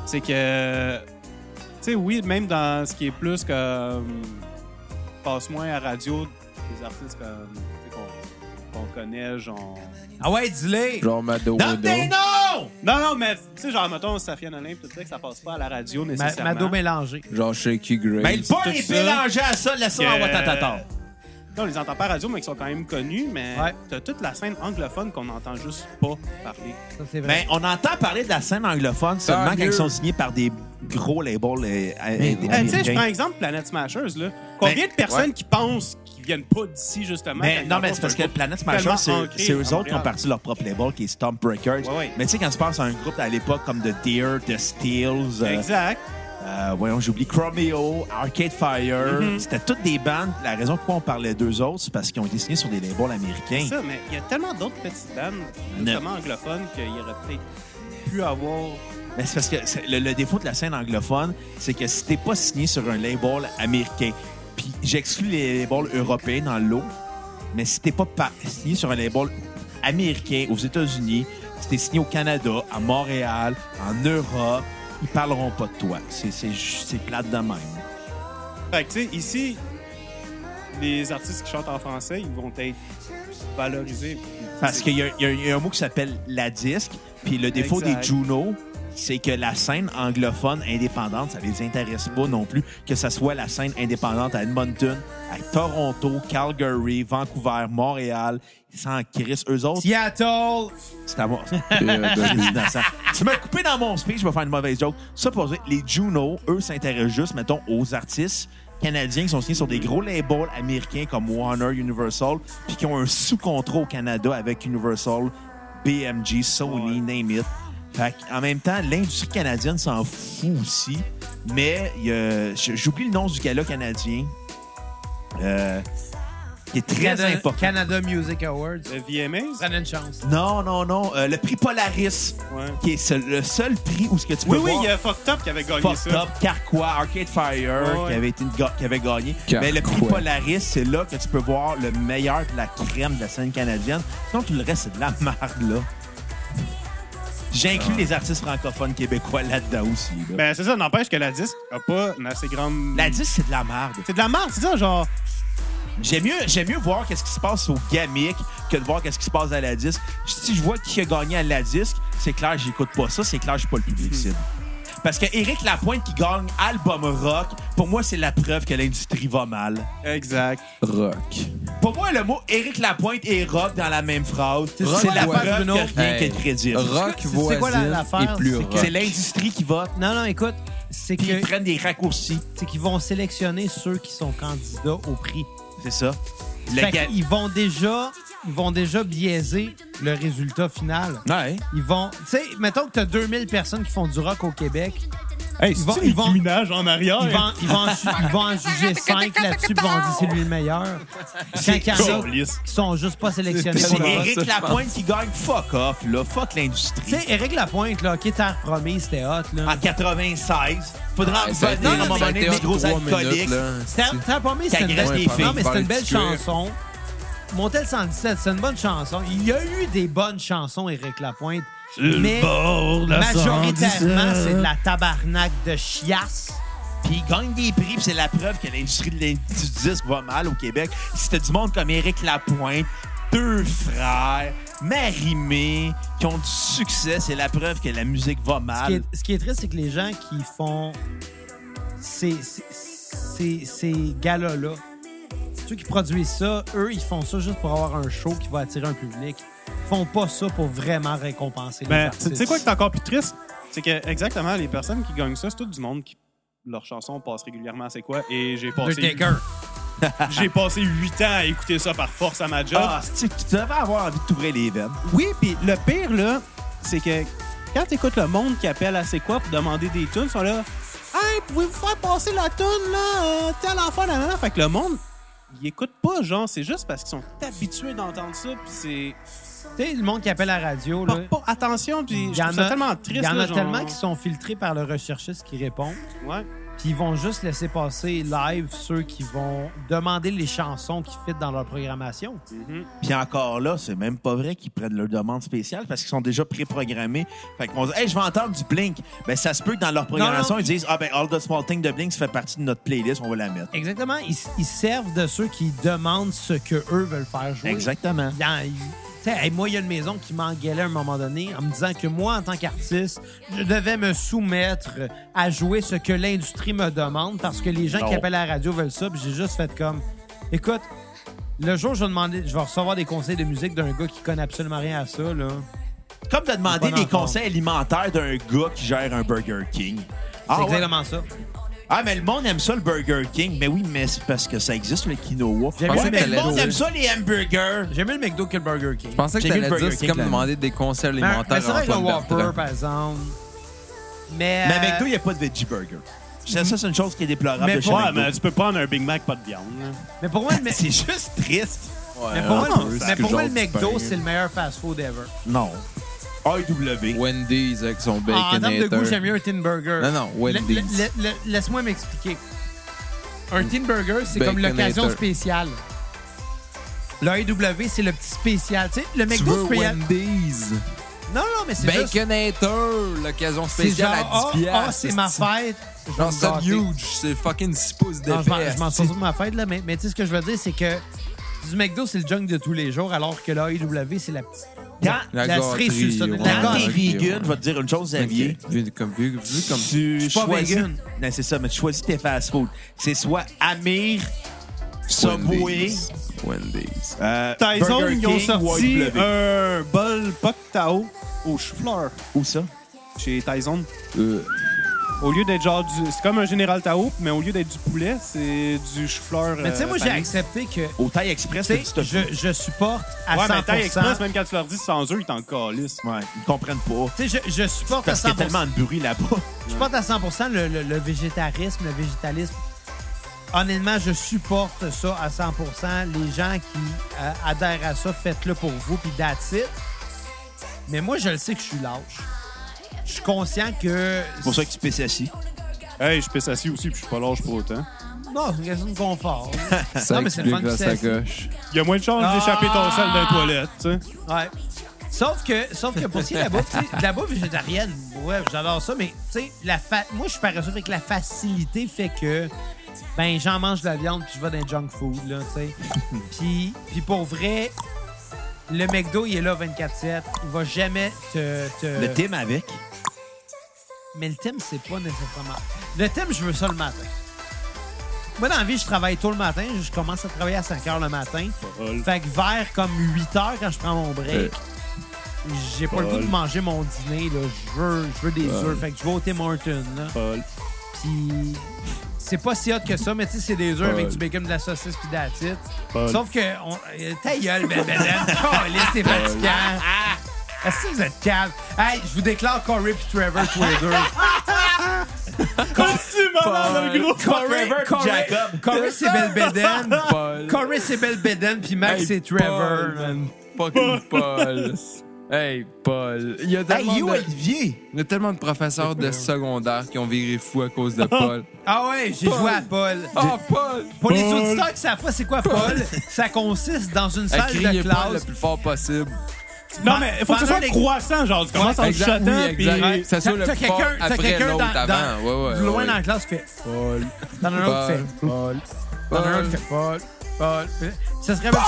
D: c'est que. Tu sais, oui, même dans ce qui est plus comme. Passe moins à radio, des artistes comme. tu sais, qu'on- Qu'on connaît, genre.
B: Ah ouais, dis-le.
E: Genre Mado
A: Donne
E: Odo.
A: des noms!
D: Non, non, mais tu sais, genre, mettons, Safia Nolin, tout ça, que ça passe pas à la radio
B: Ma-
D: nécessairement.
B: Mado mélangé.
E: Genre Shaky Grace.
A: Ben, le pain est
D: ça.
A: mélangé à ça, Euh, laisse ça en
D: Que-
A: Watatata.
D: Non, on les entend pas à radio, mais qui sont quand même connus, mais
B: Ouais.
D: t'as toute la scène anglophone qu'on entend juste pas parler.
B: Ça, c'est
A: Ben,
B: vrai.
A: on entend parler de la scène anglophone seulement
E: Tant
A: quand
E: mieux.
A: ils sont signés par des gros labels euh, euh, des
D: Euh, tu sais, je prends
A: Américains.
D: exemple Planète Smashers, là. Combien de personnes qui pensent qu'ils viennent pas d'ici, justement?
A: Mais
D: quand
A: Ben,
D: ils
A: non, mais
D: entendent
A: c'est parce
D: un
A: que
D: groupe
A: Planet
D: tellement
A: Smashers, c'est-
D: ancré
A: c'est
D: à
A: eux autres qui ont
D: Montréal.
A: parti leur propre label qui est Stomp Records.
D: Ouais, ouais.
A: Mais tu sais, quand tu penses à un groupe à l'époque comme The Deer, The Steels, euh,
D: Exact.
A: euh, voyons, j'oublie Chromeo, Arcade Fire,
D: Mhm.
A: c'était toutes des bandes. La raison pourquoi on parlait d'eux autres, c'est parce qu'ils ont été signés sur des labels américains.
D: C'est ça, mais il y a tellement d'autres petites bandes, notamment anglophones, qu'il y aurait peut-être pu avoir.
A: Mais c'est parce que c'est- le, le défaut de la scène anglophone, c'est que si t'es pas signé sur un label américain, puis j'exclus les labels européens dans l'eau, mais si t'es pas pa- signé sur un label américain aux États-Unis, si t'es signé au Canada, à Montréal, en Europe, ils parleront pas de toi. C'est, c'est, ju- c'est plate de même.
D: Fait que, tu sais, ici, les artistes qui chantent en français, ils vont être valorisés.
A: Parce
D: C'est-
A: qu'il y, a- il y a- il y a un mot qui s'appelle la disque, puis le défaut
D: Exact.
A: des Juno, c'est que la scène anglophone indépendante, ça les intéresse pas non plus, que ça soit la scène indépendante à Edmonton, à Toronto, Calgary, Vancouver, Montréal, ils s'en crissent. Eux autres,
B: Seattle.
A: c'est à moi.
E: Euh, ben,
A: J'ai dit dans ça. Tu m'as coupé dans mon speech, je vais faire une mauvaise joke. Ça, pour dire, les Juno, eux, s'intéressent juste, mettons, aux artistes canadiens qui sont signés sur des gros labels américains comme Warner, Universal, puis qui ont un sous-contrat au Canada avec Universal, BMG, Sony, name it. Fait que, en même temps, l'industrie canadienne s'en fout aussi, mais il y a- j- j'oublie le nom du gala canadien. euh, qui est très
B: Canada,
A: important.
B: Canada Music Awards.
D: Le VMAs?
B: Prenez une chance.
A: Non, non, non. euh, le prix Polaris,
D: Ouais.
A: qui est seul- le seul prix où ce que tu peux
D: Oui, oui,
A: voir
D: il y a Fucked Up qui avait gagné
A: Fucked
D: ça.
A: Up, Carquois, Arcade Fire,
D: Ouais, ouais.
A: Qui, avait été une ga- qui avait gagné.
E: Carquois.
A: Mais le prix Polaris, c'est là que tu peux voir le meilleur de la crème de la scène canadienne. Sinon, tout le reste, c'est de la merde, là. J'inclus les artistes francophones québécois là-dedans aussi. là.
D: Ah. Ben, c'est ça, n'empêche que la disque a pas une assez grande.
A: La 10, c'est de la merde.
D: C'est de la merde, c'est ça, genre.
A: J'aime mieux, j'aime mieux voir qu'est-ce qui se passe au gamic que de voir qu'est-ce qui se passe à la disque. Si je vois qui a gagné à la disque, c'est clair, j'écoute pas ça. C'est clair, je suis pas le public
E: Mhm.
A: cible. Parce que Éric Lapointe qui gagne album rock, pour moi, c'est la preuve que l'industrie va mal.
D: Exact.
E: Rock.
A: Pour moi, le mot Éric Lapointe et rock dans la même phrase, c'est
E: Rock,
A: la
E: ouais.
A: preuve
B: Bruno.
A: que rien
E: Hey.
A: qu'être crédible.
E: Rock
B: C'est- c'est quoi la-
E: voisine
B: l'affaire?
E: et plus
B: C'est que-
E: rock.
A: C'est l'industrie qui vote,
B: Non, non, écoute, c'est
A: puis
B: que
A: ils prennent des raccourcis.
B: c'est qu'ils vont sélectionner ceux qui sont candidats au prix.
A: C'est ça. Le
B: Fait
A: ga-
B: qu'ils vont déjà, ils vont déjà biaiser le résultat final.
E: Ouais.
B: Ils vont, tu sais, mettons que t'as 2000 personnes qui font du rock au Québec.
D: Hey,
B: Ils vont-
D: c'est
B: ils vont-
D: du minage en arrière.
B: Ils vont, ils vont, en, ju- ils vont en juger 5 là-dessus, puis vont dire c'est lui le meilleur. Quand il y en a
D: Calisse.
B: qui sont juste pas sélectionnés.
E: C'est
A: C'est
B: pour le
E: tellement-
B: rock.
A: Éric Lapointe qui gagne. Fuck off, là. Fuck l'industrie.
B: Tu sais, Éric Lapointe, là, qui était à promis, c'était hot,
D: Ah,
B: là.
A: En 96, faudra
B: Ah,
E: Ouais, Ah,
B: ben
E: ça a été-
A: revenir à un moment
E: ça a été
A: donné
E: hot
A: des gros
E: trois minutes,
A: alcooliques.
E: là.
B: Terre Terre promise, c'était une
A: T'agresses
B: belle,
A: des filles.
B: non, mais c'était une belle
E: Parle du cul.
B: chanson. Montel 117, c'est une bonne chanson. Il y a eu des bonnes chansons, Éric Lapointe. Mais majoritairement, c'est de la tabarnak de chiasse.
A: Puis ils gagnent des prix, puis c'est la preuve que l'industrie de l'in- du disque va mal au Québec. Si t'as du monde comme Éric Lapointe, deux frères, Marimé, qui ont du succès, c'est la preuve que la musique va
B: Ce qui
A: mal.
B: est, ce qui est triste, c'est que les gens qui font ces, ces, ces, ces galas-là, ceux qui produisent ça, eux, ils font ça juste pour avoir un show qui va attirer un public. Ils font pas ça pour vraiment récompenser les
D: Ben,
B: artistes.
D: tu sais quoi qui est encore plus triste? C'est que exactement, les personnes qui gagnent ça, c'est tout du monde qui. Leurs chansons passent régulièrement, c'est quoi? Et j'ai passé. J'ai passé 8 ans à écouter ça par force à ma job.
A: Ah, c'est-tu que tu devais avoir envie de t'ouvrir les veines.
D: Oui, puis le pire, là, c'est que quand t'écoutes le monde qui appelle à C'est quoi pour demander des tunes, ils sont là. Hey, pouvez-vous faire passer la tune, là, euh, telle affaire, là, là, là. Fait que le monde, ils écoutent pas, genre, c'est juste parce qu'ils sont habitués d'entendre ça, puis c'est.
B: Tu sais, le monde qui appelle à la radio,
D: Ils
B: là.
D: portent pas attention, puis
B: Il
D: je
B: y en
D: trouve ça
B: a-
D: tellement triste,
B: Il y en
D: là,
B: a
D: genre.
B: tellement qui sont filtrés par le recherchiste qui répond,
D: Ouais.
B: puis ils vont juste laisser passer live ceux qui vont demander les chansons qui fit dans leur programmation.
A: Puis encore là, c'est même pas vrai qu'ils prennent leur demande spéciale parce qu'ils sont déjà préprogrammés. Fait qu'on dit, hey, je vais entendre du Blink. Ben, ça se peut que dans leur programmation,
B: non.
A: ils disent, ah, ben, All the Small Things de Blink, ça fait partie de notre playlist, on va la mettre.
B: Exactement, ils, ils servent de ceux qui demandent ce que eux veulent faire jouer.
A: Exactement.
B: Il y a- il- tu sais, hey, moi, il y a une maison qui m'engueulait à un moment donné en me disant que moi, en tant qu'artiste, je devais me soumettre à jouer ce que l'industrie me demande parce que les gens qui
A: Non.
B: appellent à la radio veulent ça. Puis j'ai juste fait comme, écoute, le jour où je vais, demander, je vais recevoir des conseils de musique d'un gars qui connaît absolument rien à ça, là.
A: Comme de demander
B: Bon
A: des
B: enfant.
A: conseils alimentaires d'un gars qui gère un Burger King.
B: C'est
A: Ah, ouais.
B: exactement ça.
A: Ah, mais le monde aime ça, le Burger King. Mais oui, mais c'est parce que ça existe, le quinoa.
B: J'aime
A: Ouais,
B: ça
A: mais
E: qu'elle
A: le monde
E: a-
A: aime ça, les hamburgers.
B: J'aime mieux le McDo que le Burger King.
E: Je pensais que
A: J'ai vu
E: t'allais
A: le
E: dire,
A: Burger
E: c'est
A: King
E: comme
A: là-dedans.
E: demander des conseils
B: Mais,
E: alimentaires
B: mais c'est vrai
E: à
B: que le
E: Antoine
B: Whopper,
E: Bertrand.
B: par exemple. Mais,
A: Mais
B: euh,
A: avec toi, il n'y a pas de veggie burger. Ça, ça, c'est une chose qui est déplorable
B: Mais
A: de chez
B: pas-
D: Ouais,
A: McDo.
D: mais tu peux prendre un Big Mac, pas de viande, là.
B: mais pour moi, le, Mc-
A: C'est juste triste.
B: mais pour moi, le- mais pour moi, le McDo, c'est le meilleur fast-food ever.
A: Non. AEW.
E: Wendy's avec son bacon.
B: Ah, en termes de goût, j'aime mieux un Tin Burger.
E: Non, non, Wendy's. Mm.
B: La- la- la- Laisse-moi m'expliquer. Un Tin Burger, c'est comme
E: Baconator.
B: l'occasion spéciale. Le AEW, c'est le petit spécial. Tu sais, le
E: Tu
B: McDo,
E: veux
B: tu peux y aller-
E: Wendy's?
B: Non, non, mais c'est juste...
E: Baconator, l'occasion
B: C'est genre,
E: spéciale
B: ah,
E: à 10
B: ah, c'est ma fête. Je vais
E: Genre,
B: me
E: c'est
B: gâter.
E: huge, c'est fucking 6 pouces
B: Non, je m'en-
E: d'épais.
B: je m'en sors de ma fête, là, mais, mais tu sais, ce que je veux dire, c'est que du McDo, c'est le junk de tous les jours, alors que l'AEW, c'est la petite...
A: Quand,
E: La
B: La cerise sur le soleil.
E: gâterie, ouais.
B: La
A: quand
B: Ah,
A: t'es
B: ok,
A: vegan, je vais te dire une chose, Xavier.
E: Ok. Vu comme vu, vu comme
A: Tu
B: suis pas
A: choisis-
B: vegan.
A: Non, c'est ça, mais tu choisis tes fast-food. C'est soit Amir, Subway,
E: Wendy's. Wendy's.
B: Ah,
A: euh,
D: Tyson,
A: Burger
D: ils ont
A: King,
D: sorti
A: YW.
D: un bol Poc Tao au chou-fleur
A: Où ça?
D: chez Tyson.
E: Euh,
D: Au lieu d'être genre du. C'est comme un général Tao, mais au lieu d'être du poulet, c'est du chou-fleur.
B: Mais tu sais,
D: euh,
B: moi, j'ai
D: pané.
B: accepté que...
A: Au Thaï Express,
B: Tu
A: c'est
B: sais, je, je supporte à
D: Ouais, mais
B: 100%.
D: Thaï Express, même quand tu leur dis sans eux, ils t'en calissent.
A: Ouais, ils comprennent pas.
B: Tu sais, je, je supporte à
A: Parce
B: 100%.
A: qu'il y a tellement de bruit là-bas.
B: Je porte à 100 le, le- le végétarisme, le végétalisme. Honnêtement, je supporte ça à 100 Les gens qui euh, adhèrent à ça, faites-le pour vous, puis that's it. Mais moi, je le sais que je suis lâche. Je suis conscient que...
A: C'est pour ça que tu pisses assis.
D: Hey, je pisse assis aussi, puis je suis pas large pour autant.
B: Non, c'est une raison de confort.
E: ça
B: mais c'est le
E: explique
B: fun
E: la
B: que c'est.
E: sacoche.
D: Il y a moins de chances d'échapper ton sel dans les toilettes, tu sais.
B: Ouais. Sauf que, sauf que pour ce qui est de la bouffe, tu sais, de la bouffe végétarienne, ouais, j'adore ça, mais tu sais, la fa- moi, je suis paresseux, fait que la facilité fait que ben j'en mange de la viande puis je vais dans les junk food là, tu sais. puis puis pour vrai, le McDo il est là 24/7, il va jamais te, te...
A: Le thème avec.
B: Mais le thème, c'est pas nécessairement. Le thème, je veux ça le matin. Moi, dans la vie, je travaille tôt le matin. Je commence à travailler à 5 heures le matin.
A: Folle.
B: Fait que vers comme 8 heures, quand je prends mon break, j'ai pas le goût de
A: Folle.
B: manger mon dîner. Là. Je, veux, je veux des œufs. Fait que je vais au Tim Hortons. Là.
A: Paul.
B: Puis c'est pas si hot que ça, mais tu sais, c'est des œufs avec
A: Folle.
B: du bacon, de la saucisse puis de la tite.
A: Folle.
B: Sauf que. On... euh, Ta gueule, ben, ben, ben. Caliste, c'est fatigant. Ah, Est-ce que vous êtes calme? Hey, je vous déclare Corey puis Trevor, tous les deux.
D: le gros.
B: Corey, Corey,
A: Jacob.
B: Corey c'est Belbeden.
E: Paul.
B: Corey c'est Belbeden, puis Max
E: Hey,
B: c'est Trevor.
E: Paul, man. Fucking Paul. Hey, Paul. Il y a tellement,
A: Hey, you,
E: de,
A: Olivier.
E: il y a tellement de professeurs de secondaire qui ont viré fou à cause de Paul.
B: Ah ouais, j'ai joué à Paul.
E: Oh, Paul!
B: Pour les
A: Paul.
B: auditeurs qui savent pas c'est quoi Paul, ça consiste dans une
E: Elle
B: salle de
E: criait Paul le
B: classe.
E: plus fort possible.
D: Non, mais il faut que ce soit
B: Pendant les-
D: croissant, genre. Tu commences en
E: Exact,
D: chatant,
E: oui,
D: puis.
E: exact. Ça soit
B: T'as-
E: le
B: t'as
E: plus fort
B: quelqu'un- t'as
E: après
B: quelqu'un
E: l'autre
B: dans-
E: avant. Ouais, ouais,
B: Loin
E: ouais.
B: dans la classe qui fait Paul. T'en as un autre qui
E: Paul.
B: fait Paul. T'en as un autre qui fait Paul.
E: Paul.
B: Ça se réveille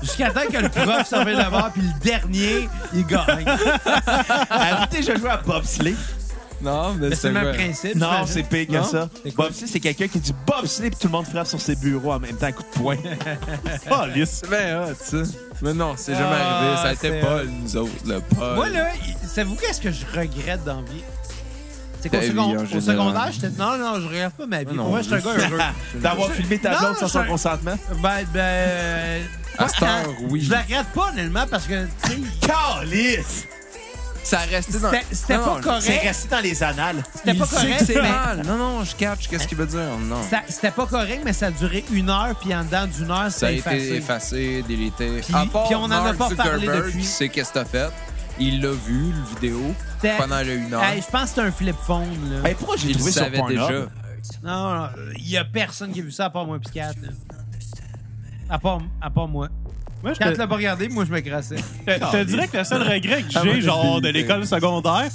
B: jusqu'à jusqu'à temps que le prof s'en vienne le voir, puis le dernier, il gagne.
A: Avez-vous déjà joué à bobsleigh?
E: Non, mais,
B: Mais C'est le même
E: vrai.
B: principe.
A: Non,
B: j'imagine.
A: c'est pire que
E: Non?
A: ça.
B: C'est quoi?
A: Bobsleigh, c'est quelqu'un qui dit bobsleigh puis tout le monde frappe sur ses bureaux en même temps, coup de poing.
D: Oh, lisse.
E: C'est bien hot, ça. Mais non, c'est jamais
B: Ah,
E: arrivé. Ça a
B: c'est
E: été Paul, nous autres, le Paul.
B: Moi, là, il- savez-vous qu'est-ce que je regrette dans la vie? C'est qu'au
E: Ta vie,
B: second-
E: en
B: au
E: général.
B: secondaire, j'étais. Non, non, je regarde pas ma vie.
E: Non,
B: Pour moi, je suis un gars heureux.
A: D'avoir
B: Je-
A: filmé ta
B: Non,
A: blonde sans son
B: je-
A: consentement.
B: Ben, ben. euh,
E: À cette heure, oui.
B: Je la regrette pas, honnêtement, parce que, tu sais,
A: Calice!
E: Ça a resté dans.
B: c'était- c'était
E: Non,
B: pas
E: non,
A: C'est
B: correct.
A: resté dans les annales.
B: C'était pas
E: il sait que
B: correct,
E: C'est
B: mais.
E: mal. Non, non, je catch. Qu'est-ce qu'il veut dire? Non.
B: ça- C'était pas correct, mais ça a duré une heure, puis en dedans d'une heure,
E: Ça a
B: c'est
E: été
B: effacé.
E: effacé, délité.
B: Puis-
E: à part
B: puis on en a
E: Mark
B: pas parlé
E: Zuckerberg,
B: depuis.
E: qui sait qu'est-ce que t'as fait. Il l'a vu, le vidéo,
B: C'était-
E: pendant le 1 heure.
B: Hey, je pense que c'était un flip phone, là.
A: Hey, Ben, pourquoi j'ai
E: il le
A: trouvé sur
E: savait déjà.
A: Pornhub?
B: Non, non, il y a personne qui a vu ça à part moi, puis Kat, là. À part, à part moi.
D: Moi, je
B: Kat
D: te,
B: l'a pas regardé, moi, je me crassais.
D: je te dirais que le seul regret que
E: Ah, moi,
D: j'ai,
E: je
D: genre,
E: l'ai
D: de
E: idée.
D: l'école secondaire,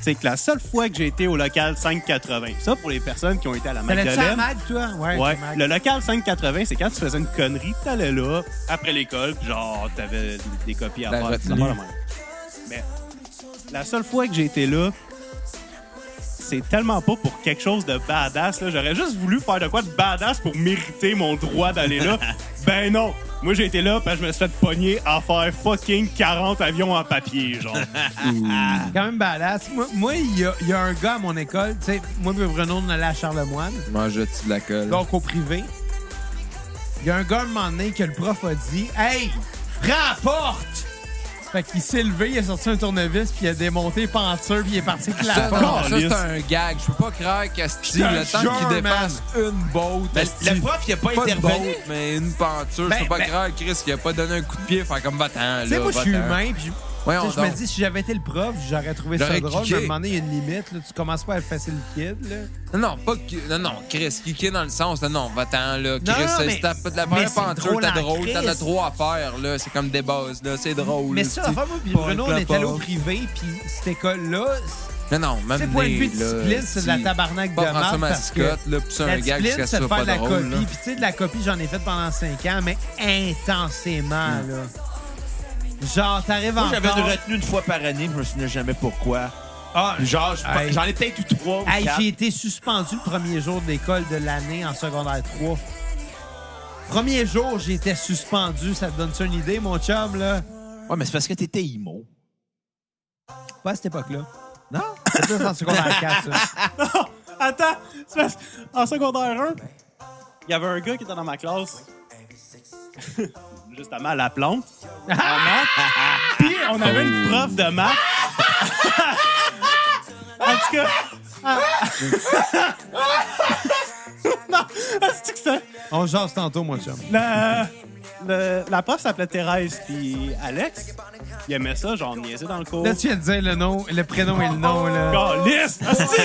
D: c'est que la seule fois que j'ai été au local 580, ça, pour les personnes qui ont été à la
B: T'allais-tu à
D: Magdalene.
B: Mag, toi? Ouais.
D: Ouais,
B: Mag.
D: le local 580, c'est quand tu faisais une connerie, t'allais là, après l'école, puis genre, t'avais des copies à
E: La
D: faire.
E: retenue.
D: c'est pas la même. Mais la seule fois que j'ai été là, c'est tellement pas pour quelque chose de badass. là. J'aurais juste voulu faire de quoi de badass pour mériter mon droit d'aller là. ben non! Moi, j'ai été là parce que je me suis fait pogner à faire fucking 40 avions en papier, genre.
B: C'est quand même badass. Moi, moi, il y, a- il y a un gars à mon école, tu sais, moi et Bruno, on allait à Charlemagne,
E: Mangeais-tu de la colle?
B: donc au privé. Il y a un gars à un moment donné que le prof a dit Hey, rapporte! Fait qu'il s'est levé, il a sorti un tournevis, puis il a démonté Panture, puis il est parti
E: Ça, non,
B: clapper.
E: ça,
D: Calice.
E: c'est un gag. Je peux pas croire que Steve,
B: Je te
E: le temps
B: jure,
E: qu'il dépasse une botte,
A: Ben,
E: Steve,
A: le prof, il a pas,
E: pas de
A: intervenu.
E: botte, mais une peinture.
B: Ben,
E: je peux pas
B: ben-
E: croire, Chris, qu'il a pas donné un coup de pied, faire comme va-t'en.
B: Tu sais,
E: là,
B: moi, je suis
E: va-t'en.
B: humain, puis je-
E: Voyons
B: tu sais, je me
E: donc.
B: dis, si j'avais été le prof, j'aurais trouvé ça
E: J'aurais
B: drôle.
E: kické.
B: Mais à un moment donné, il y a une limite, là, tu commences pas à effacer le kid, là.
E: Non, non, pas que- non, non, Chris, qui est dans le sens, là, non, va-t'en, là, Chris,
B: Non,
E: c'est
B: mais-
E: t'as pas de la
B: mais
E: première
B: c'est
E: peinture,
B: drôle
E: t'as
B: en
E: drôle, t'en
B: Chris.
E: as trois à faire, là, c'est comme des bases, là, c'est drôle.
B: Mais
E: là,
B: ça,
E: tu-
B: avant moi puis
E: Paul
B: Bruno, on est
E: Clapper.
B: allé au privé, puis cette école-là,
E: Non, non, même
B: c'est point de
E: né,
B: vue de
E: là,
B: discipline, c'est de la
E: si-
B: tabarnak de
E: Pas François
B: marde, parce que
E: Mascotte, là, pis c'est
B: la
E: un gag
B: discipline,
E: jusqu'à ce
B: c'est de
E: soit
B: faire
E: pas
B: de la
E: drôle, là.
B: copie. Puis tu sais, de la copie, j'en ai fait pendant 5 ans, mais intensément,
E: Mm.
B: là. Genre, t'arrives
A: Moi,
B: en
A: j'avais une retenue une fois par année, mais je me souviens jamais pourquoi.
B: Ah,
A: Genre, je-
B: Hey.
A: j'en ai peut-être eu trois ou
B: Hey,
A: quatre.
B: j'ai été suspendu le premier jour de l'école de l'année en secondaire 3. Premier jour, j'étais suspendu. Ça te donne-tu une idée, mon chum, là?
A: Ouais, mais c'est parce que t'étais IMO.
B: Pas à cette époque-là. Non? C'est plus en secondaire 4, ça.
D: Attends, c'est parce en secondaire 1, il y avait un gars qui était dans ma classe. Justement, à la plante. En maths. Puis on avait une prof de maths. en tout cas. ah. non, c'est que ça.
B: On jase tantôt, mon chum.
A: Oh.
D: La, le- la prof s'appelait Thérèse, puis Alex, il aimait ça, genre niaiser dans le cours.
B: Là, tu viens de dire le nom, le prénom et le nom,
A: Oh,
B: là.
D: Calisse! Asti!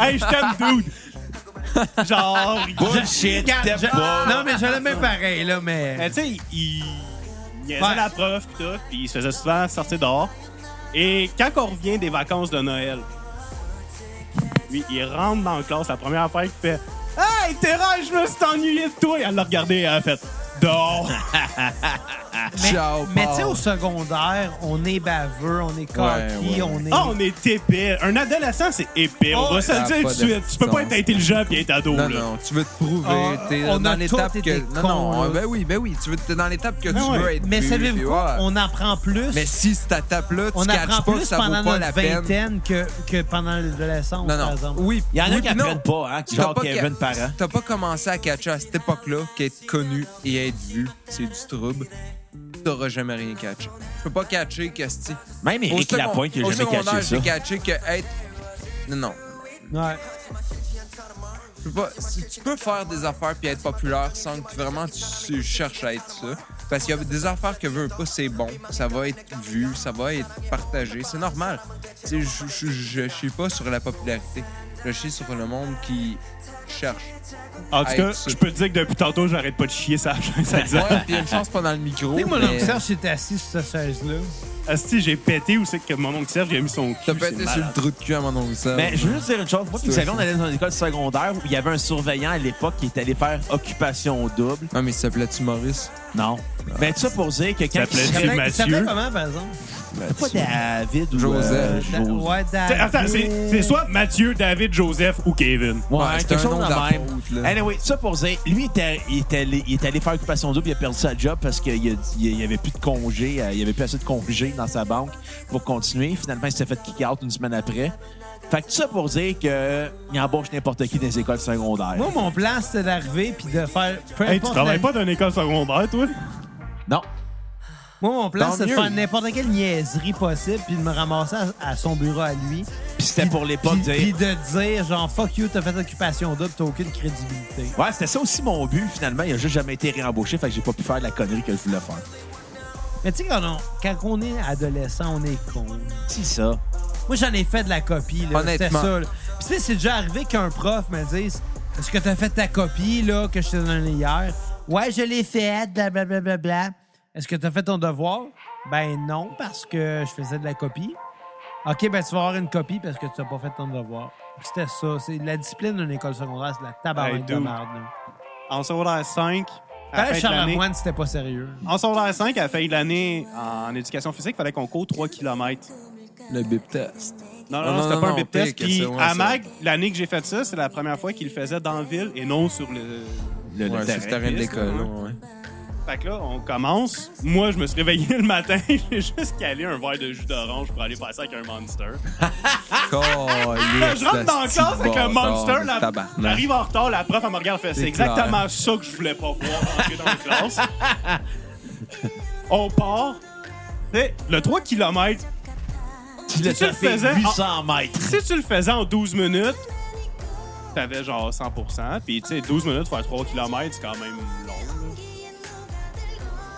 D: hey, je t'aime, dude! Genre, il-
A: Bullshit,
B: Regarde,
A: t'es
B: je-
A: pas.
B: Non, mais je l'aimais pareil, là, mais...
D: Mais Euh, tu sais, il- il niaisait
B: Ouais.
D: la prof pis tout, pis il se faisait souvent sortir dehors. Et quand on revient des vacances de Noël, lui, il rentre dans la classe, la première affaire qu'il fait Hey, Terra, je me suis ennuyé de toi. Elle l'a regardé et elle a fait Dors.
B: Mais,
E: Ciao,
B: mais
E: bye.
B: tu sais, au secondaire, on est baveux, on est coquille,
E: ouais.
B: on est.
D: Ah, on est épais. Un adolescent, c'est épais.
B: Oh,
D: on va se
E: ça a
D: le dire
E: pas
D: tout de suite.
E: de
D: Tu peux pas
E: sens.
D: être intelligent et être ado.
E: Non,
D: là.
E: non, tu veux te prouver.
B: Ah,
E: t'es
B: on a
E: dans
B: tous
E: l'étape
B: été
E: que.
B: des
E: Non,
B: cons,
E: non,
B: là. Ben
E: ben oui, ben oui. Tu veux, t'es dans l'étape que tu
D: ouais.
E: veux être.
B: Mais
E: vu, puis
B: savez-vous quoi?
E: ouais.
B: On en prend plus.
E: Mais si cette étape-là, tu
B: on
E: catches
B: apprend
E: pas que
B: plus
E: ça vaut
B: pendant
E: pas
B: notre
E: la peine.
B: vingtaine que, que pendant l'adolescence,
E: Non,
B: par
E: non.
B: exemple.
E: Oui.
A: Il y en a
E: oui,
A: qui
E: puis non.
A: apprennent pas, hein, qui
E: T'as
A: genre
E: pas
A: Kevin
E: ca-
A: Parent.
E: T'as pas commencé à catcher à cette époque-là qu'être connu et être vu, c'est du trouble. T'auras jamais rien catché. Tu peux pas catcher que c'est.
A: Même
E: Au
A: Éric
E: second-
A: Lapointe, il a
E: au
A: jamais
E: secondaire,
A: caché ça.
E: j'ai catché que être. Non, non.
B: Ouais.
E: Tu peux, pas- si tu peux faire des affaires puis être populaire sans que vraiment tu, tu cherches à être ça. Parce qu'il y a des affaires que veut pas, c'est bon. Ça va être vu, ça va être partagé. C'est normal. Tu sais, je- je- je je suis pas sur la popularité. Je suis sur le monde qui cherche.
D: En tout
E: Hey,
D: cas,
E: tu-
D: je peux te dire que depuis tantôt, j'arrête pas de chier ça. ça disait.
E: Ouais, puis une chance pas dans le micro.
B: Tu sais, moi,
E: mais-
B: l'oncle Serge s'est assis sur cette chaise-là.
D: Asti, ah, j'ai pété où c'est que mon oncle Serge, j'ai mis son cul.
E: T'as
D: c'est
E: pété sur
D: malade.
E: le trou de cul à mon oncle Sam.
D: Ben,
A: Mais Ben, je veux juste dire une chose. Moi, puis vous savez, on allait dans une école secondaire où il y avait un surveillant à l'époque qui était allé faire occupation double.
E: Ah, mais il s'appelait-tu Maurice?
A: Non. Mais tout ça pour dire que quand
D: s'appelait- C'est
B: Il s'appelait
D: Mathieu.
B: comment, par exemple?
A: C'est pas David ou
E: Joseph.
A: euh,
B: Da-
A: Joseph.
B: Ouais,
D: T'sais,
B: David.
D: Attends, c'est c'est soit Mathieu, David, Joseph ou Kevin.
A: Ouais,
E: Ouais, c'est
A: quelque
E: un
A: chose
E: nom
A: de même.
E: d'apôtre, là.
A: Anyway, ça pour dire, lui, il était, il était allé, il est allé faire occupation double, il a perdu sa job parce qu'il n'y avait plus de congés, euh, il n'y avait plus assez de congés dans sa banque pour continuer. Finalement, il s'est fait kick-out une semaine après. Fait que tout ça pour dire qu'il embauche n'importe qui dans les écoles secondaires.
B: Moi, mon plan, c'était d'arriver puis de faire. peu
D: Hey, tu
B: importe
D: travailles
B: la-
D: pas dans une école secondaire, toi?
A: Non.
B: Moi, mon plan,
E: Tant
B: c'était de
E: mieux.
B: faire n'importe quelle niaiserie possible puis de me ramasser à, à son bureau à lui.
A: Puis c'était pour l'époque
B: Puis,
A: de
B: puis de dire, genre, fuck you, t'as fait occupation double, t'as aucune crédibilité.
A: Ouais, c'était ça aussi mon but, finalement. Il a juste jamais été réembauché, fait que j'ai pas pu faire la connerie que je voulais faire.
B: Mais tu sais, quand on, quand on est adolescent, on est con.
A: C'est ça.
B: Moi, j'en ai fait de la copie, là. C'était
E: Honnêtement.
B: ça, là. Puis, tu sais, c'est déjà arrivé qu'un prof me dise Est-ce que t'as fait ta copie, là, que je t'ai donnée hier Ouais, je l'ai faite, blablabla. Bla, bla. Est-ce que t'as fait ton devoir Ben non, parce que je faisais de la copie. OK, ben tu vas avoir une copie parce que tu n'as pas fait ton devoir. Puis C'était ça. C'est la discipline d'une école secondaire, c'est de la tabarnak
D: Hey,
B: de
D: dude.
B: merde. là.
D: En secondaire 5, à la
B: Pareil,
D: fin de l'année.
B: Charlemagne, c'était pas sérieux.
D: En secondaire 5, à la fin de l'année, en éducation physique, il fallait qu'on court 3 km.
E: Le bip test.
D: Non,
E: Ah,
D: non,
E: non,
D: c'était
E: non,
D: pas
E: non,
D: un bip
E: pire
D: test.
E: que
D: Puis
E: ça, ouais,
D: à
E: ça.
D: MAG, l'année que j'ai fait ça, c'est la première fois qu'il le faisait dans la ville et non sur le,
A: Le, le terrain.
E: Ouais, c'est le terrain de
D: piste,
E: l'école.
D: là,
E: ouais.
D: Fait que là, on commence. Moi, je me suis réveillé le matin. J'ai juste calé un verre de jus d'orange pour aller passer avec un monster.
E: Caliste,
D: Ah! je rentre dans la
E: asti
D: classe avec
E: bâtard
D: un monster.
E: de
D: la-
E: tabarnak.
D: J'arrive en retard, la prof, elle me regarde, elle fait
E: C'est
D: c'est exactement ça que je voulais pas voir rentrer dans la classe. on part. Tu sais, le 3 km,
A: Tu l'as
D: Si tu le
A: fait
D: faisais en-
A: 800 mètres.
D: si tu le faisais en 12 minutes, t'avais genre 100%. Puis tu sais, 12 minutes, faire 3 km, c'est quand même long. là.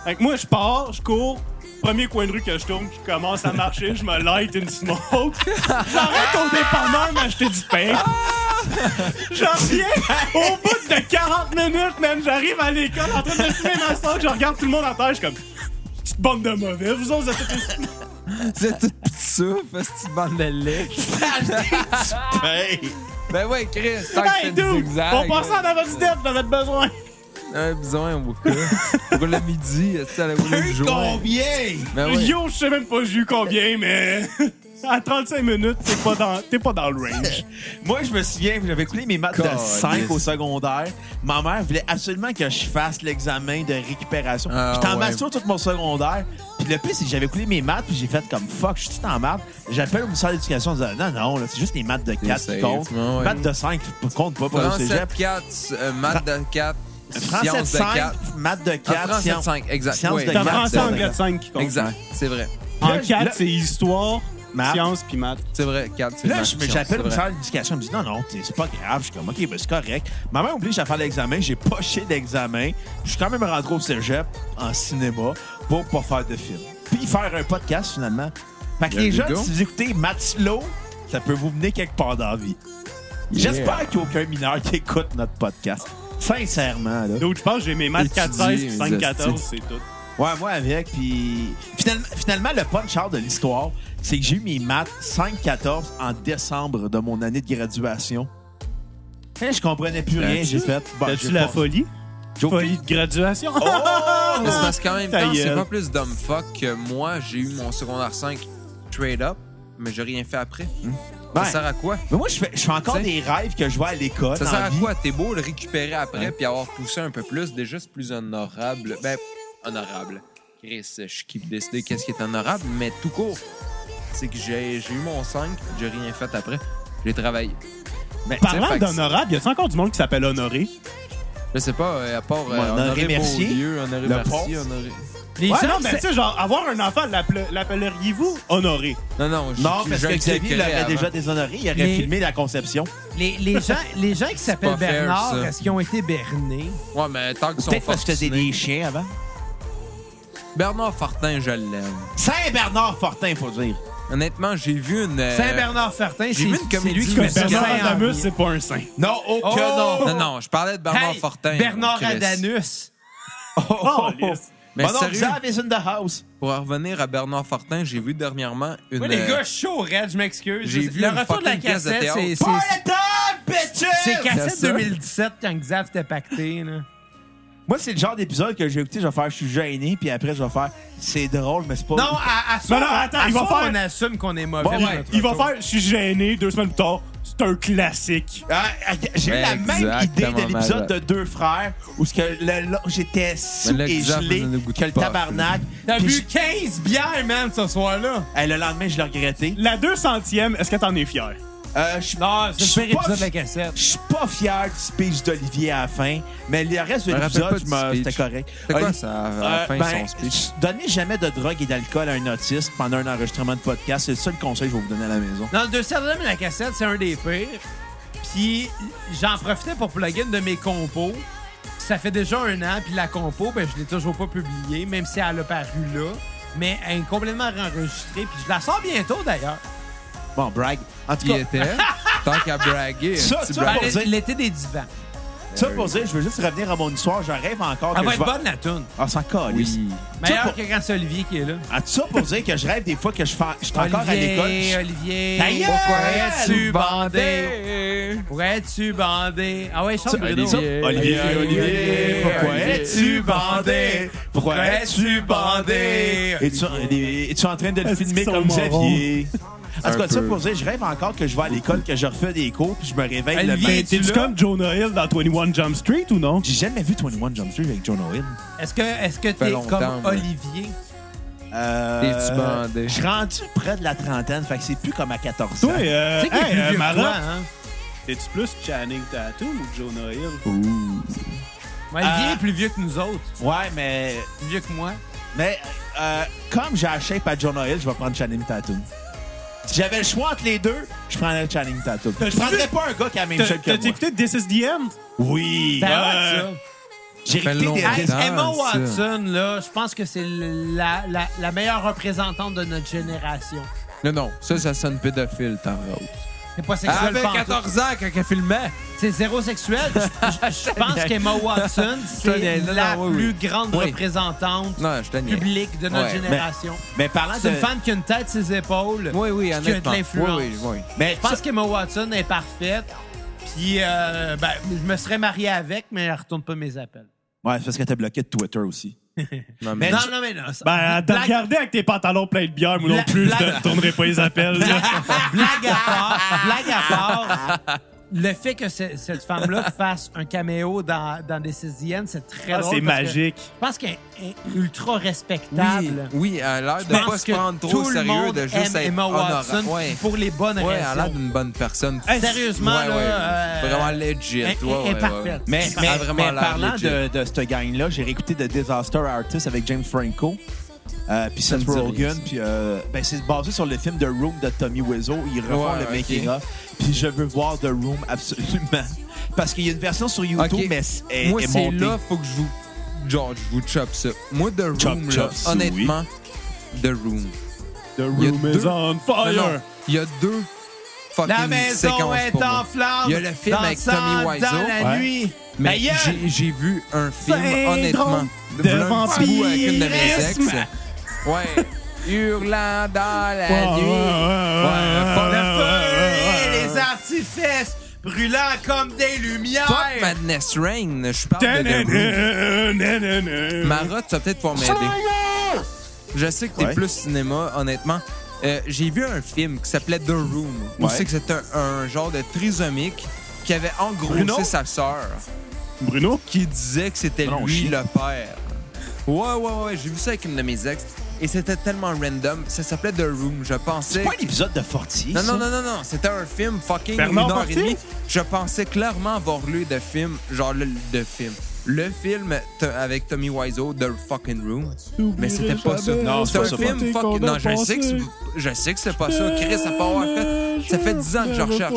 D: Fait que moi, je pars, je cours. Premier coin de rue que je tourne, je commence à marcher, je me light une smoke. J'arrête au dépanneur m'acheter du pain. J'en reviens au bout de 40 minutes, man. J'arrive à l'école en train de fumer ma smoke, je regarde tout le monde en terre, je suis comme... Petite bande de mauvais, vous autres, vous êtes tous des
E: C'est tout petit souffle, cette bande de lait. Ben ouais, Chris, tant que
D: Hey,
E: c'est du
D: dude!
E: zigzag. euh,
D: On passe en avant du death, vous en avez besoin!
E: Un besoin, ou quoi? Pour le midi, est-ce à la le jour?
A: Combien?
E: Ben ouais.
D: Yo, je sais même pas j'ai eu combien, mais à 35 minutes, t'es pas dans, t'es pas dans le range.
A: Moi, je me souviens, j'avais coulé mes maths de
E: Caliste.
A: 5 au secondaire. Ma mère voulait absolument que je fasse l'examen de récupération.
E: Ah,
A: J'étais en
E: ouais.
A: master tout mon secondaire. Puis le pire, c'est que j'avais coulé mes maths, puis j'ai fait comme fuck, je suis tout en maths. J'appelle au ministère de l'Éducation en disant non, non, là, c'est juste les maths de 4
E: safe,
A: qui comptent.
E: ouais, ouais.
A: Maths de 5 qui comptent pas pour le
E: Français
A: cégep.
E: de 4, euh, maths de 4,
A: Français de
E: sciences de
A: 5,
E: 4.
A: maths de
E: Ah,
A: 4,
E: Français de
A: sciences.
E: 5, exact.
A: sciences
E: oui,
A: de
D: T'as
E: maths
D: français,
E: de-
D: anglais de 5 qui compte.
E: Exact, c'est vrai.
D: En
A: Là,
D: 4,
A: là-
D: c'est histoire,
A: Maths.
D: science puis maths.
E: C'est vrai, 4, c'est
A: Là,
E: maths,
A: je me-
E: sciences,
A: j'appelle
E: c'est
A: le
E: vrai.
A: ministère de l'Éducation, elle me dit non, non, t'es- c'est pas grave. Je suis comme, OK, ben, c'est correct. Ma mère oblige à faire l'examen, j'ai poché d'examen. Je suis quand même rentré au cégep en cinéma pour pas faire de film. Puis faire un podcast finalement. Fait que
E: There
A: les
E: you
A: jeunes,
E: go.
A: si vous écoutez Matslow, ça peut vous mener quelque part dans la vie. J'espère qu'il n'y a aucun mineur qui écoute notre podcast. Sincèrement, là.
D: D'autres, je pense que j'ai mes maths
E: Étudier,
D: 4-16 puis
E: mes
D: 5-14,
E: hosties.
D: c'est tout.
A: Ouais, moi avec, puis finalement, finalement le punch-out de l'histoire, c'est que j'ai eu mes maths 5-14 en décembre de mon année de graduation. Hein, je comprenais plus rien, j'ai fait. Bon,
D: T'as-tu
A: j'ai
D: la
A: pas- Oh,
D: folie?
E: J'ai
D: Folie de graduation?
E: Mais c'est parce qu'en même
D: Ta
E: temps, c'est
D: gueule.
E: pas plus dumb fuck que moi, j'ai eu mon secondaire 5 trade up, mais j'ai rien fait après.
A: Ben,
E: Ça sert à quoi?
A: Mais moi, je fais, je fais encore
E: Tu sais.
A: des rêves que je vois à l'école.
E: Ça
A: en
E: sert à
A: vie.
E: quoi? T'es beau le récupérer après puis avoir poussé un peu plus, déjà c'est plus honorable. Ben, honorable. Chris, je suis qui pour décider qu'est-ce qui est honorable, mais tout court, c'est que j'ai j'ai eu mon 5, j'ai rien fait après. J'ai travaillé. Ben,
A: Mais,
E: Fait
D: Parlant
E: que
D: d'honorable, y a-t-il encore du monde qui s'appelle Honoré?
E: Je sais pas, euh, à part euh,
A: Ouais, Honoré
E: Honoré
A: Mercier,
E: Beaulieu, Honoré
A: le
E: Mercier,
A: pauvre.
E: Honoré...
B: Les
D: Ouais,
B: gens,
D: non, mais
B: c'est-
D: tu sais, genre, avoir un enfant, l'appel- l'appelleriez-vous Honoré?
E: Non, non, je-
A: Non,
E: je-
A: parce
E: je
A: que
E: le
A: Xavier
E: critiquerais
A: l'aurait
E: avant.
A: déjà déshonoré. Il aurait
B: Mais-
A: filmé la conception.
B: les, les gens, les gens qui s'appellent
E: pas fair,
B: Bernard,
E: ça.
B: est-ce qu'ils ont été bernés?
E: Ouais, mais tant qu'ils sont
A: Peut-être parce que t'as
E: fortunés.
A: des chiens avant.
E: Bernard Fortin, je l'aime.
A: Saint-Bernard Fortin, faut dire.
E: Honnêtement, j'ai vu une. euh,
B: Saint-Bernard Fertin, c'est
E: j'ai vu une
B: c'est
E: comédie
B: lui qui
E: que
B: fait hein.
E: Bernard
B: Saint-Henri.
E: Bernard
D: Adamus, c'est pas un saint.
A: Non, oh,
E: Que non.
B: Oh!
E: Non, non, je parlais de Bernard
B: Hey,
E: Fortin. hein,
B: Bernard
E: Chris.
B: Adanus.
D: Oh,
E: Mais
A: Bon, donc,
E: sérieux,
A: Xav is in the house.
E: pour en revenir à Bernard Fortin, j'ai vu dernièrement une.
B: Oui, les
E: euh,
B: gars, je suis chaud, Red, je m'excuse.
E: J'ai vu
B: le
E: une
B: retour de la
E: fucking pièce de
B: cassette,
E: théâtre.
B: c'est-
A: Pour
B: c'est-
A: le temps, bitches!
B: c'est cassette
E: C'est ça.
B: 2017 quand Xav était pacté. Là.
A: Moi, c'est le genre d'épisode que j'ai écouté, je vais faire « Je suis gêné », puis après, je vais faire « C'est drôle, mais c'est pas... »
B: Non, à, à soir,
D: non, attends,
B: à
D: il va
B: soir,
D: faire-
B: on assume qu'on est mauvais.
D: Bon,
B: à
D: ouais,
B: notre
D: il va
B: retour.
D: faire, je suis gêné, deux semaines plus tard, c'est un classique.
A: Ah, ah, J'ai eu la même idée
E: Exactement
A: de l'épisode
E: malade.
A: de Deux Frères, où ce que le- le- j'étais sous
E: Mais le
A: et
E: Xav
A: gelé,
E: ne nous goûte
A: que le
E: pas.
A: tabarnak.
B: T'as
A: Puis
B: bu
A: je-
B: 15 bières, man, ce soir-là.
A: Eh, le lendemain, je l'ai regretté.
D: La 200e, est-ce que t'en es fier?
A: Euh, je
B: Non, c'est
A: Je
B: le
A: suis
B: pire
A: pas-
B: épisode de la cassette.
A: je suis pas fier du speech d'Olivier à la fin, mais le reste de
E: Je me rappelle
A: l'épisode,
E: pas
A: je
E: du
A: me-
E: speech.
A: c'était correct.
E: C'est quoi
A: Oli-
E: ça, à la
A: Euh,
E: fin de
A: ben,
E: son speech?
A: Donnez jamais de drogue et d'alcool à un autiste pendant un enregistrement de podcast. C'est le seul conseil que je vais vous donner à la maison.
B: Dans le deuxième de la cassette, c'est un des pires. Puis j'en profitais pour plugger une de mes compos. Ça fait déjà un an, puis la compo, ben, je l'ai toujours pas publiée, même si elle a paru là. Mais elle est complètement réenregistrée, puis je la sors bientôt d'ailleurs.
A: Bon, brag. En tout
E: Il
A: cas,
E: était. Tant qu'à braguer.
A: Ça,
E: un petit
A: ça,
E: brag.
A: Ah, pour dire-
B: L'été des divans.
A: ça pour dire, je veux juste revenir à mon histoire. Je rêve encore
B: Elle
A: que
B: va
A: je
B: être
A: vais-
B: bonne, la toune.
A: Ah, ça calisse.
E: Oui.
B: Meilleure
A: pour-
B: que quand c'est Olivier qui est là.
A: Ah, tout ça pour dire que je rêve des fois que je fais, je suis encore à
B: Olivier,
A: l'école. puis je-
B: Olivier,
A: Ta gueule!
B: pourquoi es-tu bandé?
E: Bandé.
B: Pourquoi es-tu bandé? Ah ouais, chante Bruno.
A: Ça, Olivier,
E: Olivier,
A: Olivier, pourquoi
E: Olivier.
A: es-tu bandé? Pourquoi es-tu bandé? Es-tu es-tu en train de le
D: Est-ce
A: filmer
D: qu'ils
A: comme
D: sont
A: Xavier? En tout cas,
E: Un
A: ça
E: peu.
A: pour dire, je rêve encore que je vais à l'école, que je refais des cours, puis je me réveille le
B: Olivier,
A: matin.
B: es-tu là?
D: T'es-tu comme Jonah Hill dans 21 Jump Street ou non?
A: J'ai jamais vu 21 Jump Street avec John Owen.
B: Est-ce que est-ce que
E: fait
B: t'es
E: longtemps,
B: comme
E: moi.
B: Olivier?
A: Euh,
E: Es-tu bandé?
A: Je suis rendu près de la trentaine, fait que c'est plus comme à 14 ans.
D: Toi, euh,
B: Tu sais qu'il est
D: hey,
B: plus
D: euh,
B: vieux que
D: Mara,
B: toi, hein?
D: t'es-tu plus Channing Tatum ou Jonah Hill?
B: Ouais, Olivier
E: Euh,
A: Ah.
B: est plus vieux que nous autres.
A: Ouais, mais,
B: Plus vieux que moi.
A: mais euh, comme j'ai la shape à John Owen, je vais prendre Channing Tatum. Si j'avais le choix entre les deux, je prendrais Channing Tatum. Je
D: T'as-tu
A: prendrais
D: vu-
A: pas un gars qui a la même
D: T'as
A: shape que
D: t'as
A: moi.
D: écouté This is the End?
A: Oui.
B: C'est
D: euh,
B: hot,
A: J'ai
E: fait
A: écouté des
E: longtemps.
B: ça. Hey,
A: des-
E: Ah,
B: Emma
E: ça.
B: Watson, là, je pense que c'est la, la- la meilleure représentante de notre génération.
E: Non, non, ça, ça sonne pédophile, t'en rose.
B: C'est pas
E: Elle
B: sexuel
E: avait
B: pantoute.
E: 14 ans quand elle filmait.
B: C'est zéro sexuel. Je- Je je pense qu'Emma Watson, c'est
E: Non, non,
B: la
E: oui, oui.
B: plus grande
E: Oui.
B: représentante
E: Non, je te niais.
B: publique de notre
E: Ouais. Ben,
B: génération.
A: Mais parlant
B: C'est
A: de...
B: une femme qui a une tête sur ses épaules.
E: Oui, oui,
B: Puis qui a de
E: honnêtement.
B: l'influence.
E: Oui, oui, oui.
A: Mais
B: Je pense qu'Emma Watson est parfaite. Puis, euh, ben, je me serais marié avec, mais elle retourne pas mes appels.
A: Ouais, c'est parce que t'as bloqué de Twitter aussi.
E: Non,
A: Mais-
E: mais...
B: Non, non, mais non. ça-
D: Ben, t'as
B: blague,
D: regardé avec tes pantalons pleins de bière, moi non
B: Bla-
D: plus, je
B: blague.
D: te tournerai pas les appels.
E: Ah,
D: là.
B: blague à part, blague à part. Le fait que ce- cette femme-là fasse un caméo dans, dans This is the End, c'est très
D: Ah,
B: drôle.
D: C'est
B: parce que
D: magique.
B: Je pense qu'elle est ultra
E: Oui,
B: respectable.
E: oui, elle a l'air de
B: Je pense
E: pas se
B: que
E: prendre trop
B: tout
E: au
B: le
E: sérieux,
B: monde
E: de juste
B: aime
E: être
B: Emma Watson
E: honorable. Ouais,
B: pour les bonnes
E: ouais elle a l'air
B: raisons.
E: d'une bonne personne.
D: Hey,
B: Sérieusement,
E: ouais,
B: là,
E: ouais.
B: euh,
E: Vraiment legit.
B: elle- elle-
E: ouais,
B: elle est
E: ouais,
B: parfaite.
E: ouais.
A: Mais,
E: Elle
A: mais-
E: a vraiment
A: mais
E: l'air
A: parlant
E: legit.
A: de, de cette gang-là, j'ai réécouté The Disaster Artist avec James Franco, euh, puis
E: Ça
A: Seth
E: me dit rien,
A: Rogen,
E: ça.
A: puis euh, ben, c'est basé sur le film The Room de Tommy Wiseau. Ils refont
E: Ouais,
A: le
E: ok.
A: making-of, puis je veux voir The Room absolument. Parce qu'il y a une version sur YouTube,
E: Ok.
A: mais c- elle
E: Moi,
A: est
E: c'est
A: montée.
E: là, faut que je vous. Genre, je vous chope ça. Moi, The Room,
A: Chop,
E: là,
A: chop, sous,
E: honnêtement, The Room.
D: The
E: Il y a
D: room is
E: deux-
D: on
E: Non, non,
D: fire.
E: il y a deux fucking
B: Oh, La maison
E: séquences
B: est
E: pour
B: en
E: moi.
B: flammes.
E: Il y a le film avec
B: dansant
E: Tommy Wiseau.
B: Dans la
A: Ouais.
B: nuit.
E: Mais
B: Aïe!
E: j'ai- j'ai vu un film,
D: Syndrome
E: honnêtement,
D: de
E: v'là un petit bout avec une de mes ex.
D: vampirisme.
E: Ouais. Hurlant dans la
D: Ah, Ouais, ouais, ouais,
E: nuit.
D: ouais,
E: Ouais,
D: ouais,
E: fuck
D: ouais,
B: Le
D: ouais,
B: feu
D: ouais,
B: et
D: ouais,
B: les artifices. brûlant comme des lumières.
E: Fuck Madness Rain, je parle de The Room.
D: Room.
E: Marotte, tu vas peut-être pouvoir m'aider. Je sais que t'es
A: Ouais.
E: plus cinéma, honnêtement. Euh, J'ai vu un film qui s'appelait The Room, où
A: Ouais.
E: c'est que c'était un, un genre de trisomique qui avait engrossé
A: Bruno?
E: sa sœur,
D: Bruno?
E: qui disait que c'était
A: Non,
E: lui
A: chien.
E: le père. Ouais, ouais, ouais, j'ai vu ça avec une de mes ex, et c'était tellement random. Ça s'appelait The Room, je pensais...
A: C'est pas un épisode de Fortier.
E: Non,
A: ça?
E: non, non, non, non. C'était un film fucking
D: Bernard
E: une heure
D: Fortier?
E: et demie. Je pensais clairement avoir lu de film, genre le, de film. Le film t- avec Tommy Wiseau, The Fucking Room. Mais c'était pas ça.
A: Non, c'est pas
E: un
A: ça,
E: film
D: pas.
E: fucking. Non, je sais que c'est- je sais que c'est pas ça. Chris, ça peut avoir fait. Ça fait 10 ans que je recherche.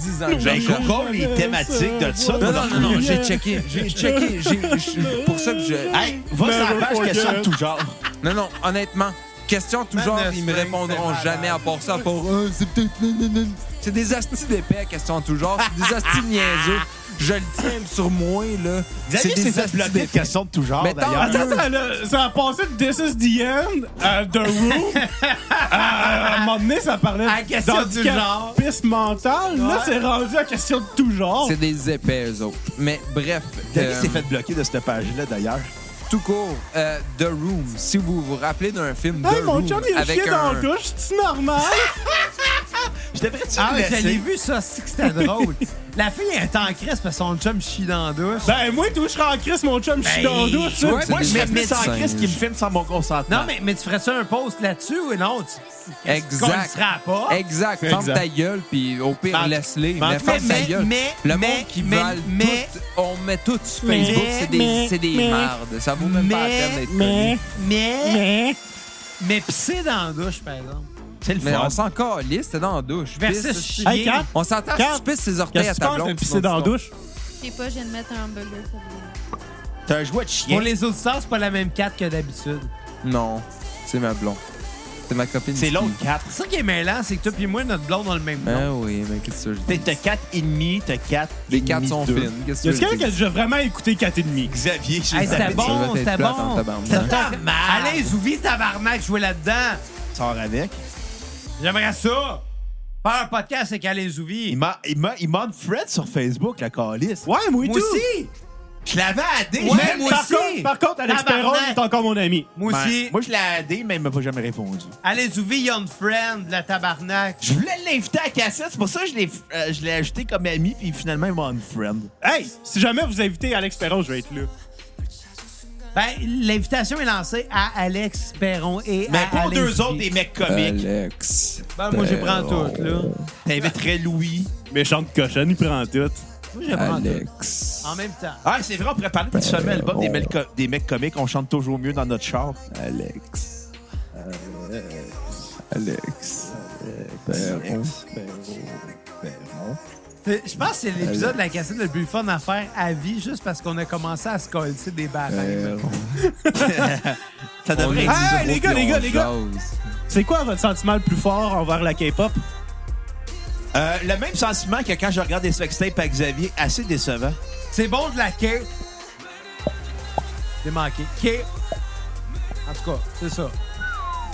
E: 10 ans que je
A: Ben,
E: recherche.
A: Google les thématiques de ça.
E: Non, non, non, non, j'ai checké. J'ai checké. j'ai- j'ai- Pour ça que je.
A: Hey, va sur la
D: Never
A: page question de
D: forget.
A: tout genre.
E: Non, non, honnêtement, question toujours,
B: Madness
E: ils me
B: Ring,
E: répondront
B: c'est
E: jamais à
B: malade.
E: part ça. Pour, Ah, c'est peut-être. C'est des astis d'épais, question toujours. C'est des astis niaiseux. Je le tiens sur moi, là.
A: Xavier s'est fait
E: astis
A: bloquer de
E: d'épais.
A: question de tout genre,
E: Mais tant
A: d'ailleurs.
E: mieux.
D: Ah, Attends, attends, là, ça a passé de This is the End à The Room. à, à un moment donné, ça parlait
B: À Ah, la question du genre.
E: Ah,
D: d'handicapisme mental. Là,
B: Ouais.
D: c'est rendu à question de tout genre.
E: C'est des épais, eux autres. Mais bref,
A: Xavier
E: euh,
A: s'est fait bloquer de cette page-là, d'ailleurs.
E: tout court, euh, The Room. Si vous vous rappelez d'un film
D: Hey,
E: The
D: mon
E: Room
D: chum, il a
E: avec
D: chié dans
E: un.
D: la douche. C'est normal?
A: Je devrais-tu
B: Ah,
A: le
B: ouais, je l'ai
A: laisser?
B: vu, ça, c'est que c'était drôle. La fille elle est en crise parce que son chum chie dans la douche.
D: ben, moi, tout, je serais en crise, mon chum, je suis
B: Ben,
D: dans la douche. tu sais.
E: ouais,
A: Moi,
E: C'est
A: je
E: des
A: me mets sans
E: singes.
A: Chris qui me filme sans mon consentement.
B: Non, mais, mais tu ferais-tu un post là-dessus ou non? Tu-
E: Exact.
B: Qu'on le sera pas.
E: Exact. Ferme
D: Exact.
E: ta gueule, puis au pire,
B: Ben,
E: laisse-les.
D: ben,
E: Mais ferme ta
B: mais-
E: gueule.
B: mais-
E: le
B: mais-
E: monde qui
B: mais-
E: valent
B: mais-
E: tout, on met tout sur
D: Mais-
E: Facebook, c'est des,
D: mais-
E: c'est des
D: mais-
E: mardes. Ça vaut même pas la peine d'être connu.
B: Mais, mais,
D: Mais,
B: pisser dans la douche, par exemple.
A: c'est le
E: Mais
A: fun.
E: on s'en calisse, c'était dans la douche.
B: Versus
E: Pisse.
B: chier.
D: Hey, Kat,
E: On s'entend que
D: Kat,
E: tu pisses ses orteils à
D: qu'est-ce que tu
E: ta
D: penses de
E: blonde.
D: pisser dans la douche?
F: Je sais pas, je viens de mettre un hamburger sur le
A: T'as un jouet de chien.
B: Pour les auditeurs, c'est pas la même carte que d'habitude.
E: Non, c'est ma blonde. C'est ma copine.
A: C'est
E: qui-
A: l'autre 4.
B: C'est ça qui est mêlant, c'est que toi et moi, notre blonde, on a le même nom.
E: Ben oui, mais qu'est-ce que je dis?
A: T'as 4 et demi, t'as 4.
E: Les cartes sont fines. Qu'est-ce que
D: Y a-tu
E: je
D: quelqu'un qui a
E: dis?
D: déjà vraiment écouté 4,5?
A: Xavier, j'ai
B: Hey, c'était
A: tapé
E: Ça
B: bon,
E: va être
B: c'était
E: plate en
B: bon.
E: tabarnak.
B: C'était tabarnak. Allez, Zouvi, tabarnak, jouer là-dedans.
A: ça, sort avec.
B: J'aimerais ça. Faire un podcast avec Alain Zouvi.
A: Il m'a- il m'a- il m'a Fred sur Facebook, la calice.
D: Ouais,
B: Moi
D: moi, tout.
B: aussi.
A: Je l'avais aidé.
B: Ouais,
A: je l'ai-
B: moi
D: par
B: aussi.
D: Contre, par contre, Alex Perron
B: Tabarnak.
D: est encore mon ami.
B: Moi
A: Ben,
B: aussi.
A: Moi, je l'ai aidé, mais il m'a pas jamais répondu.
B: Alain Zouvi, Young Friend, la tabarnak.
A: Je voulais l'inviter à la cassette, c'est pour ça que je l'ai euh, je l'ai ajouté comme ami, puis finalement, il m'a friend.
D: Hey, si jamais vous invitez Alex Perron, je vais être là.
B: Ben, l'invitation est lancée à Alex Perron et
A: Mais
B: à
A: Ben, pour
B: Alain
A: deux
B: Zouvi.
A: autres, des mecs comiques,
E: Alex.
B: Ben, moi, je prends
E: Perron.
B: toutes, là.
A: t'inviterais Louis.
D: Méchante cochonne, il prend tout.
B: Moi, je prends toutes.
E: Alex.
B: En même temps.
A: Ah, c'est vrai, on pourrait parler du sommet album des, mecs co- des mecs comiques, on chante toujours mieux dans notre char.
E: Alex. Alex. Perron. Perron.
B: Je pense que c'est l'épisode de la cassette le plus fun à faire à vie, juste parce qu'on a commencé à se coller des barèmes.
E: Perron.
A: Ça devrait
E: On
A: être...
D: Ah,
E: est
D: les gars, les gars, les gars.
E: jase.
D: C'est quoi votre sentiment le plus fort envers la K-pop?
A: Euh, le même sentiment que quand je regarde des sextapes à Xavier, assez décevant.
B: C'est bon de la quai. J'ai manqué. Quai. En tout cas, c'est ça.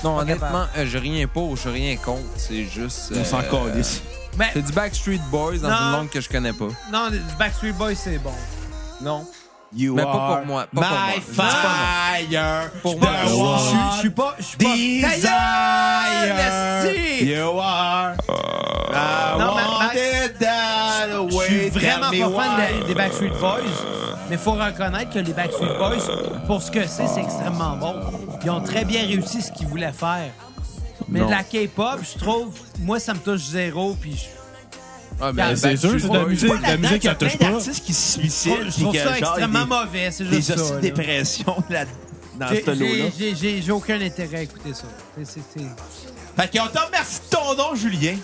E: Non,
B: Pas
E: honnêtement,
B: capable.
E: euh, j'ai rien pour, j'ai rien contre. C'est juste.
A: On s'en
E: euh,
A: calisse.
B: Mais
E: C'est du Backstreet Boys dans
B: Non.
E: une langue que je connais pas.
B: Ben, non, le Backstreet Boys, c'est bon. Non.
A: You
E: Mais pas pour
A: are
E: moi, pas pour moi.
A: my
E: C'est pas
A: fire.
E: Pour moi,
A: The
E: je-
B: Je
A: one
B: je- je suis pas. Je suis pas. Ta gueule,
A: Desire.
B: esti!
A: You are. I
B: Non, mais-
A: wanted that
B: Je suis
A: away.
B: vraiment
A: Tell me
B: pas fan
A: why.
B: des- des Backstreet Boys, mais faut reconnaître que les Backstreet Boys, pour ce que c'est, c'est extrêmement bon. Ils ont très bien réussi ce qu'ils voulaient faire. Mais
E: Non.
B: de la K-pop, je trouve, moi, ça me touche zéro, puis je-
E: Ah,
B: ben,
D: c'est sûr, c'est de la musique.
A: Pas
D: La
A: là-dedans,
D: musique,
A: t'as
D: elle touche
A: plein
D: pas.
A: d'artistes qui se
B: je
A: suicident.
B: trouve,
A: puis que,
B: ça
A: genre,
B: extrêmement
A: il y a
B: mauvais. C'est
A: Des, des
B: juste ça. là.
A: hosties de dépression là, dans
B: J'ai-
A: ce lot-là.
B: j'ai- j'ai- J'ai j'ai aucun intérêt à écouter ça. C'est- c'est- c'est-
A: Fait qu'on te remercie de ton nom, Julien.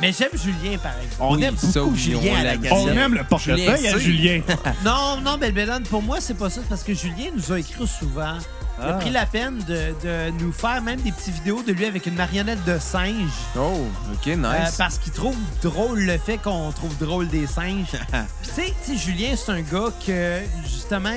B: Mais j'aime Julien, pareil.
A: On
E: Oui,
A: aime
E: ça,
A: beaucoup
E: oui,
A: Julien
E: on
A: à la
E: l'aime.
D: On
A: cassette.
D: aime le portefeuille
E: Julien
D: à
E: C.
D: Julien.
B: Non, non, Belle Bellone, pour moi, c'est pas ça. c'est parce que Julien nous a écrit souvent. Il
E: Ah.
B: a pris la peine de, de nous faire même des petites vidéos de lui avec une marionnette de singe.
E: Oh, ok,
B: euh,
E: nice.
B: parce qu'il trouve drôle le fait qu'on trouve drôle des singes. Puis tu sais- tu sais, Julien, c'est un gars que, justement,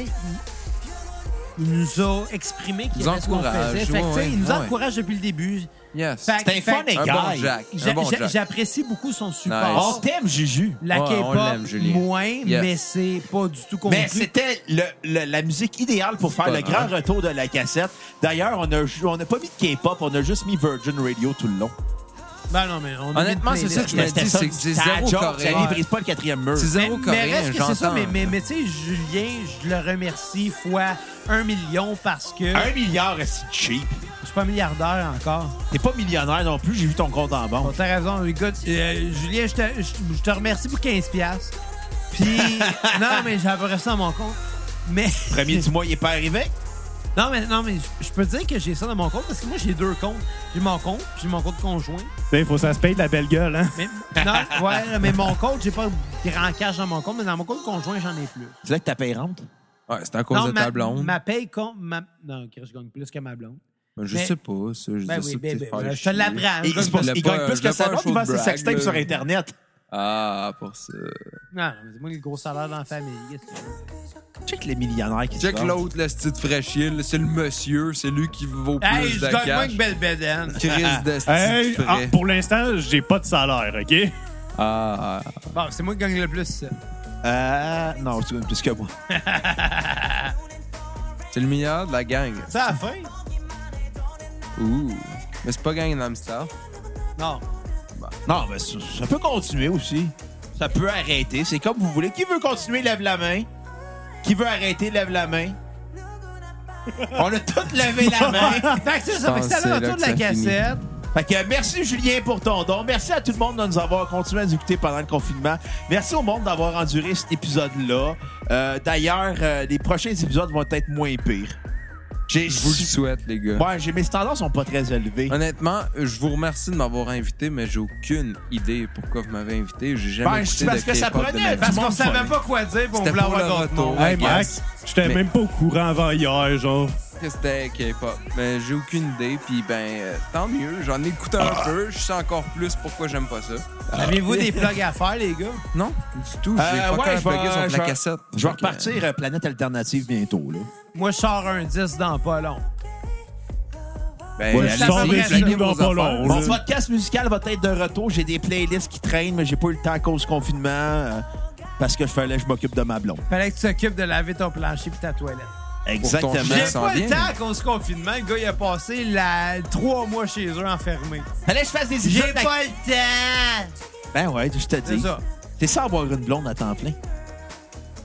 B: il, nous a exprimé qu'il
E: Nous
B: aimait ce qu'on
E: encourage,
B: faisait. Fait que, tu sais,
E: ouais,
B: il nous
E: ouais.
B: encourage depuis le début.
E: Yes.
B: Euh, Fait que-
A: C'est un
B: fait
A: fun
B: que
A: et
E: Un bon
A: gars.
E: Jack.
B: j'a-
E: Un bon
B: j'a-
E: Jack.
B: J'apprécie beaucoup son
A: On
B: support.
A: t'aime, Juju.
B: La
E: Ouais, on l'aime,
B: K-pop,
E: Julie.
B: moins,
E: Yes.
B: mais c'est pas du tout compris.
A: Mais c'était le- le- la musique idéale pour faire
E: C'est
A: le
E: bon,
A: grand retour de la cassette. D'ailleurs, on n'a on a pas mis de K-pop, on a juste mis Virgin Radio tout le long.
B: Ben non, mais on a
E: Honnêtement,
B: une
E: c'est ça que je
B: playlist.
E: me dis, c'est que c'est
A: ça
E: zéro
A: joke, ça
E: coréen.
A: brise pas le quatrième mur.
E: C'est zéro
B: Mais
E: coréen,
B: reste que c'est ça,
E: j'entends.
B: mais, mais, mais tu sais, Julien, je le remercie fois un million parce que
A: Un milliard, c'est cheap.
B: je suis pas milliardaire encore.
A: T'es pas millionnaire non plus, j'ai vu ton compte en
B: Bon,
A: banque.
B: t'as raison, écoute, euh, Julien, je te, je- je te remercie pour 15$. piastres. Puis, non, mais j'avais ça à mon compte. Mais,
A: Premier du mois, il est pas arrivé.
B: non, mais, non, mais je- je peux dire que j'ai ça dans mon compte parce que moi, j'ai deux comptes. J'ai mon compte, puis j'ai mon compte conjoint.
D: Ben, Il faut que ça se paye de la belle gueule, hein?
B: Mais, non, ouais, mais mon compte, j'ai pas grand cash dans mon compte, mais dans mon compte conjoint, j'en ai plus.
A: C'est là que ta paye rentre.
E: Ouais, c'est à cause
B: non,
E: de
B: ma,
E: ta blonde.
B: ma paye compte. Ma... Non, ok, je gagne plus que ma blonde.
E: Je
B: mais-
E: sais pas, ça. Je
B: Ben
E: dis
B: oui,
E: ça
B: ben,
E: peut-être
B: ben,
E: faire
B: je te
E: chier.
B: l'apprends.
A: Et
B: Je
A: il, se
B: gagne
A: passe-
E: le
A: il
E: pas-
A: gagne plus
E: le
A: que ça
E: pas un
A: vend,
E: show
A: il
E: de
A: vend ses
E: brag,
A: sextapes
E: là.
A: sur Internet.
E: Ah, pour ça.
B: Non, non, mais c'est moi qui ai le gros salaire dans la famille. qu'est-ce que tu veux?
A: Check les millionnaires qui se
E: Check
A: vendent.
E: l'autre, le style fraîchier, là, c'est le monsieur, c'est lui qui vaut plus
B: Hey, je
E: de
B: gagne moins
E: cash.
B: que Ben- Belle Bédaine.
E: Chris de
D: Hey,
E: style
D: ah,
E: frais.
D: pour l'instant, j'ai pas de salaire, OK?
E: Ah, ah,
B: Bon, c'est moi qui gagne le plus.
A: Euh, non, tu gagnes plus que moi.
E: c'est le meilleur de la gang.
B: C'est à la fin?
E: Ouh. Mais c'est pas Gangnam Style.
B: Non.
A: Non, mais ça, ça peut continuer aussi. Ça peut arrêter. C'est comme vous voulez. Qui veut continuer, lève la main. Qui veut arrêter, lève la main. On a tous levé la main.
B: Ben, fait que ça, ça fait que
E: pense
B: c'est
E: que
B: le
E: c'est là
B: retour de
E: que
B: la
E: ça finit.
B: cassette.
A: Fait que merci Julien pour ton don. Merci à tout le monde de nous avoir continué à nous écouter pendant le confinement. Merci au monde d'avoir enduré cet épisode-là. Euh, D'ailleurs, euh, les prochains épisodes vont être moins pires. J'ai-
E: Je vous le souhaite, les gars.
A: Ouais, j'ai- mes standards sont pas très élevés.
E: Honnêtement, je vous remercie de m'avoir invité, mais j'ai aucune idée pourquoi vous m'avez invité. J'ai jamais
A: Ben,
E: écouté
A: c'est parce
E: de
A: que ça
E: K-pop de
A: prenait
E: ma vie.
A: Du
B: Parce qu'on
A: monde
B: savait
A: folle.
B: pas quoi dire, puis on
E: C'était
B: voulait
E: pour
B: avoir
E: le
B: d'autres
E: retour.
B: mots.
E: I
D: Hey, Mac,
E: guess.
D: j'étais
E: Mais-
D: même pas au courant avant hier, genre.
E: que c'était K-pop. Mais j'ai aucune idée, puis ben, euh, tant mieux. J'en ai écouté un peu. Je sais encore plus pourquoi j'aime pas ça.
B: Avez-vous des plugs à faire, les gars?
E: Non, du tout. J'ai
A: Euh,
E: pas
A: ouais,
E: encore
A: je vais-
E: plugué
A: je
E: sur
A: vais-
E: la cassette.
A: Je vais
E: Fait que, euh,
A: repartir euh, Planète Alternative bientôt. Là.
B: Moi, je sors un 10 dans pas long.
E: Ben,
D: Ouais,
E: allez-y,
B: je sors des
E: pluguez
D: films
E: vos
D: dans pas
E: affaires.
D: long, là.
A: Mon
D: Euh,
A: podcast musical va être de retour. J'ai des playlists qui traînent, mais j'ai pas eu le temps à cause du confinement euh, parce que je fallait que je m'occupe de ma blonde.
B: Fallait que tu t'occupes de laver ton plancher puis ta toilette.
E: Pour ton
A: Exactement.
E: chien.
B: J'ai
E: s'en
B: pas le
E: vient.
B: temps qu'on se confinement. Le gars, il a passé la... trois mois chez eux enfermé.
A: Fallait que je fasse des
B: J'ai
A: épisodes d'ac-
B: pas le temps!
A: Ben ouais, je te
B: C'est
A: dis.
B: ça.
A: C'est ça avoir une blonde à temps plein.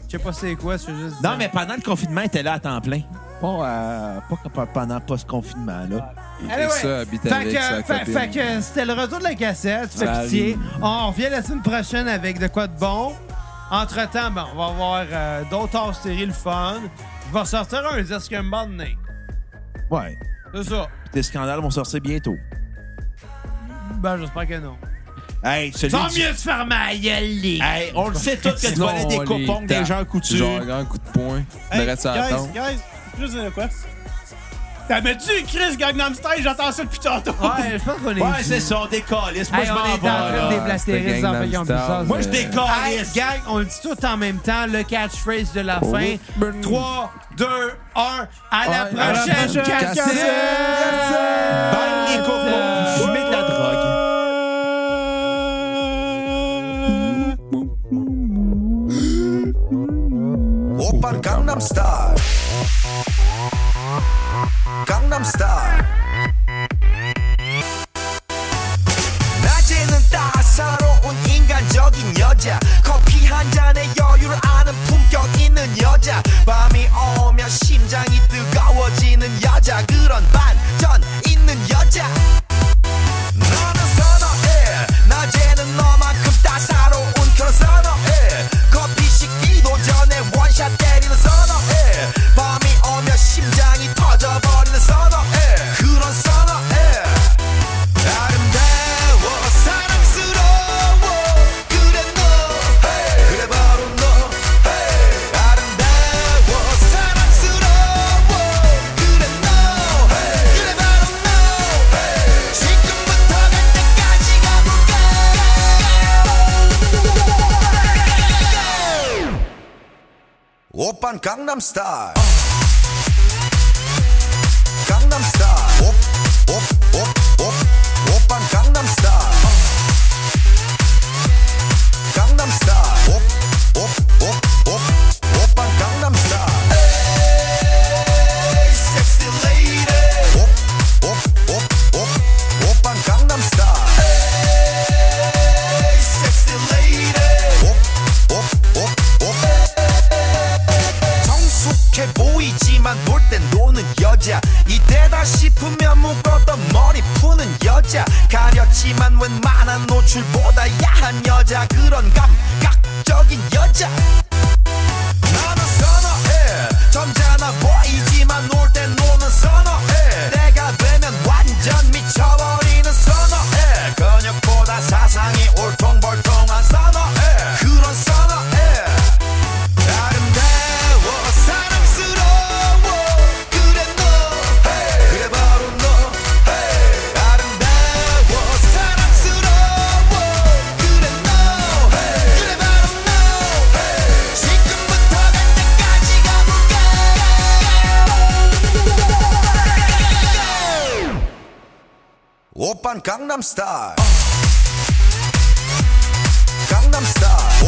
B: Je sais pas c'est quoi, c'est juste.
A: Non, mais pendant le confinement, elle était là à temps plein. Pas, euh, pas comme pendant post-confinement, là.
B: Anyway,
E: Et ça, habite
B: fait
E: avec
B: que-
E: sa
B: fait-
E: copine.
B: fait que c'était le retour de la cassette. Fait
E: Salut.
B: pitié. On revient la semaine prochaine avec de quoi de bon. Entre-temps, ben, on va avoir euh, d'autres hors série le fun. Il va sortir un disque un moment donné.
A: Ouais.
B: C'est ça.
A: Des scandales vont sortir bientôt.
B: Ben, j'espère que non.
A: Hey, celui
B: Tant
A: du-
B: mieux se faire ma gueule, les gars.
A: Hey, on le sait tous que tu
E: Sinon,
A: volais des
E: on les
A: coupons des
E: tape.
A: gens
E: Genre
A: couture.
E: un grand coup de poing.
D: Hey,
E: Arrête ça à attendre.
D: guys, juste de quoi? T'avais-tu Chris Gangnam Style? J'attends ça depuis tantôt.
B: Ouais, je pense qu'on est.
A: Ouais, c'est ça, on euh, décalisse. Moi,
B: Hey,
A: je
B: on
A: m'en
B: est
A: vais.
B: en train
A: là.
B: de
E: là,
B: déblatérer
E: c'était
B: des enfants
E: Gangnam
B: qui ont vu
E: Style,
B: ça.
A: Moi, je
E: Euh,
B: Hey,
A: décalisse.
B: gang, on le dit tout en même temps, le catchphrase de la fin. 3, 2, 1, à la
E: Ben, Ouais, à la
B: prochaine
E: prochaine
B: cassette!
E: cassette!
A: Bang les
E: Euh,
A: coupons, fumez de la drogue.
C: 오빤 강남 스타일 강남 스타일 낮에는 따사로운 인간적인 여자 커피 한 잔에 여유를 아는 품격 있는 여자 밤이 오면 심장이 뜨거워지는 여자 그런 반전 있는 여자 너는 선호해 낮에는 너만큼 따사로운 그런 선호해 커피 식기도 전에 원샷 때리는 선호해 밤이 오면 심장이 터져버리는 선호해 그런 선호해 아름다워 사랑스러워 그래 너 그래 바로 너 아름다워 사랑스러워 그래 너 그래 바로 너 지금부터 갈 때까지 가볼까 오빤 강남스타일
G: 강남 스타일 오오오오 오빤 강남 스타일 강남 스타일 오오오오 오빤 강남 스타일 에이 섹시 레이디 오오오오 오빤 강남 스타일 에이 섹시 레이디 오오오오 정숙해 보이지만 놀 땐 노는 여자 이때다 싶으면 묶었던 머리 푸는 여자 가렸지만 웬만한 노출보다 야한 여자 그런 감각적인 여자 나는 선어해 점잖아 보이지만 놀 땐 노는 선어해 내가 되면 완전 미쳐버리는 선어해 근육보다 사상이 올통벌통한 선어해 그런 선어해 아름다워 사랑스러워 그래 너 그래 바로 너 아름다워 사랑스러워 그래 너 그래 바로 너 지금부터 갈 때까지 가볼까 오빤 강남스타일 강남스타일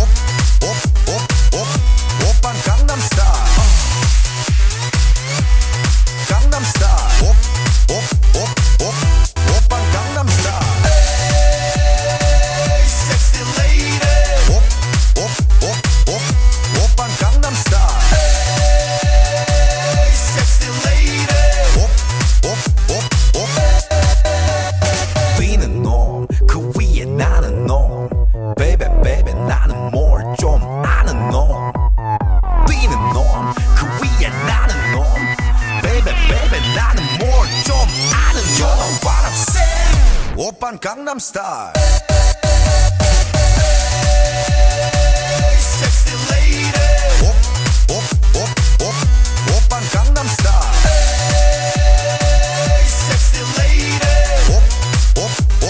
G: 오빤 강남스타일 강남스타일 오빤 강남스타일 에이 섹시 레이디 오빤 강남스타일 에이 섹시 레이디 뛰는 놈, 그 위에 나는 놈. Baby, baby, 나는 뭘 좀 아는 놈. 뛰는 놈, 그 위에 나는 놈. Baby, baby, 나는 뭘 좀 아는 놈. You know what I'm saying? 오빤 강남 스타일. Sexy lady. 오, 오, 오, 오, 오빤 강남 스타일. Sexy lady. 오, 오, 오,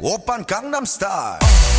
G: 오. 오빤 강남 스타일.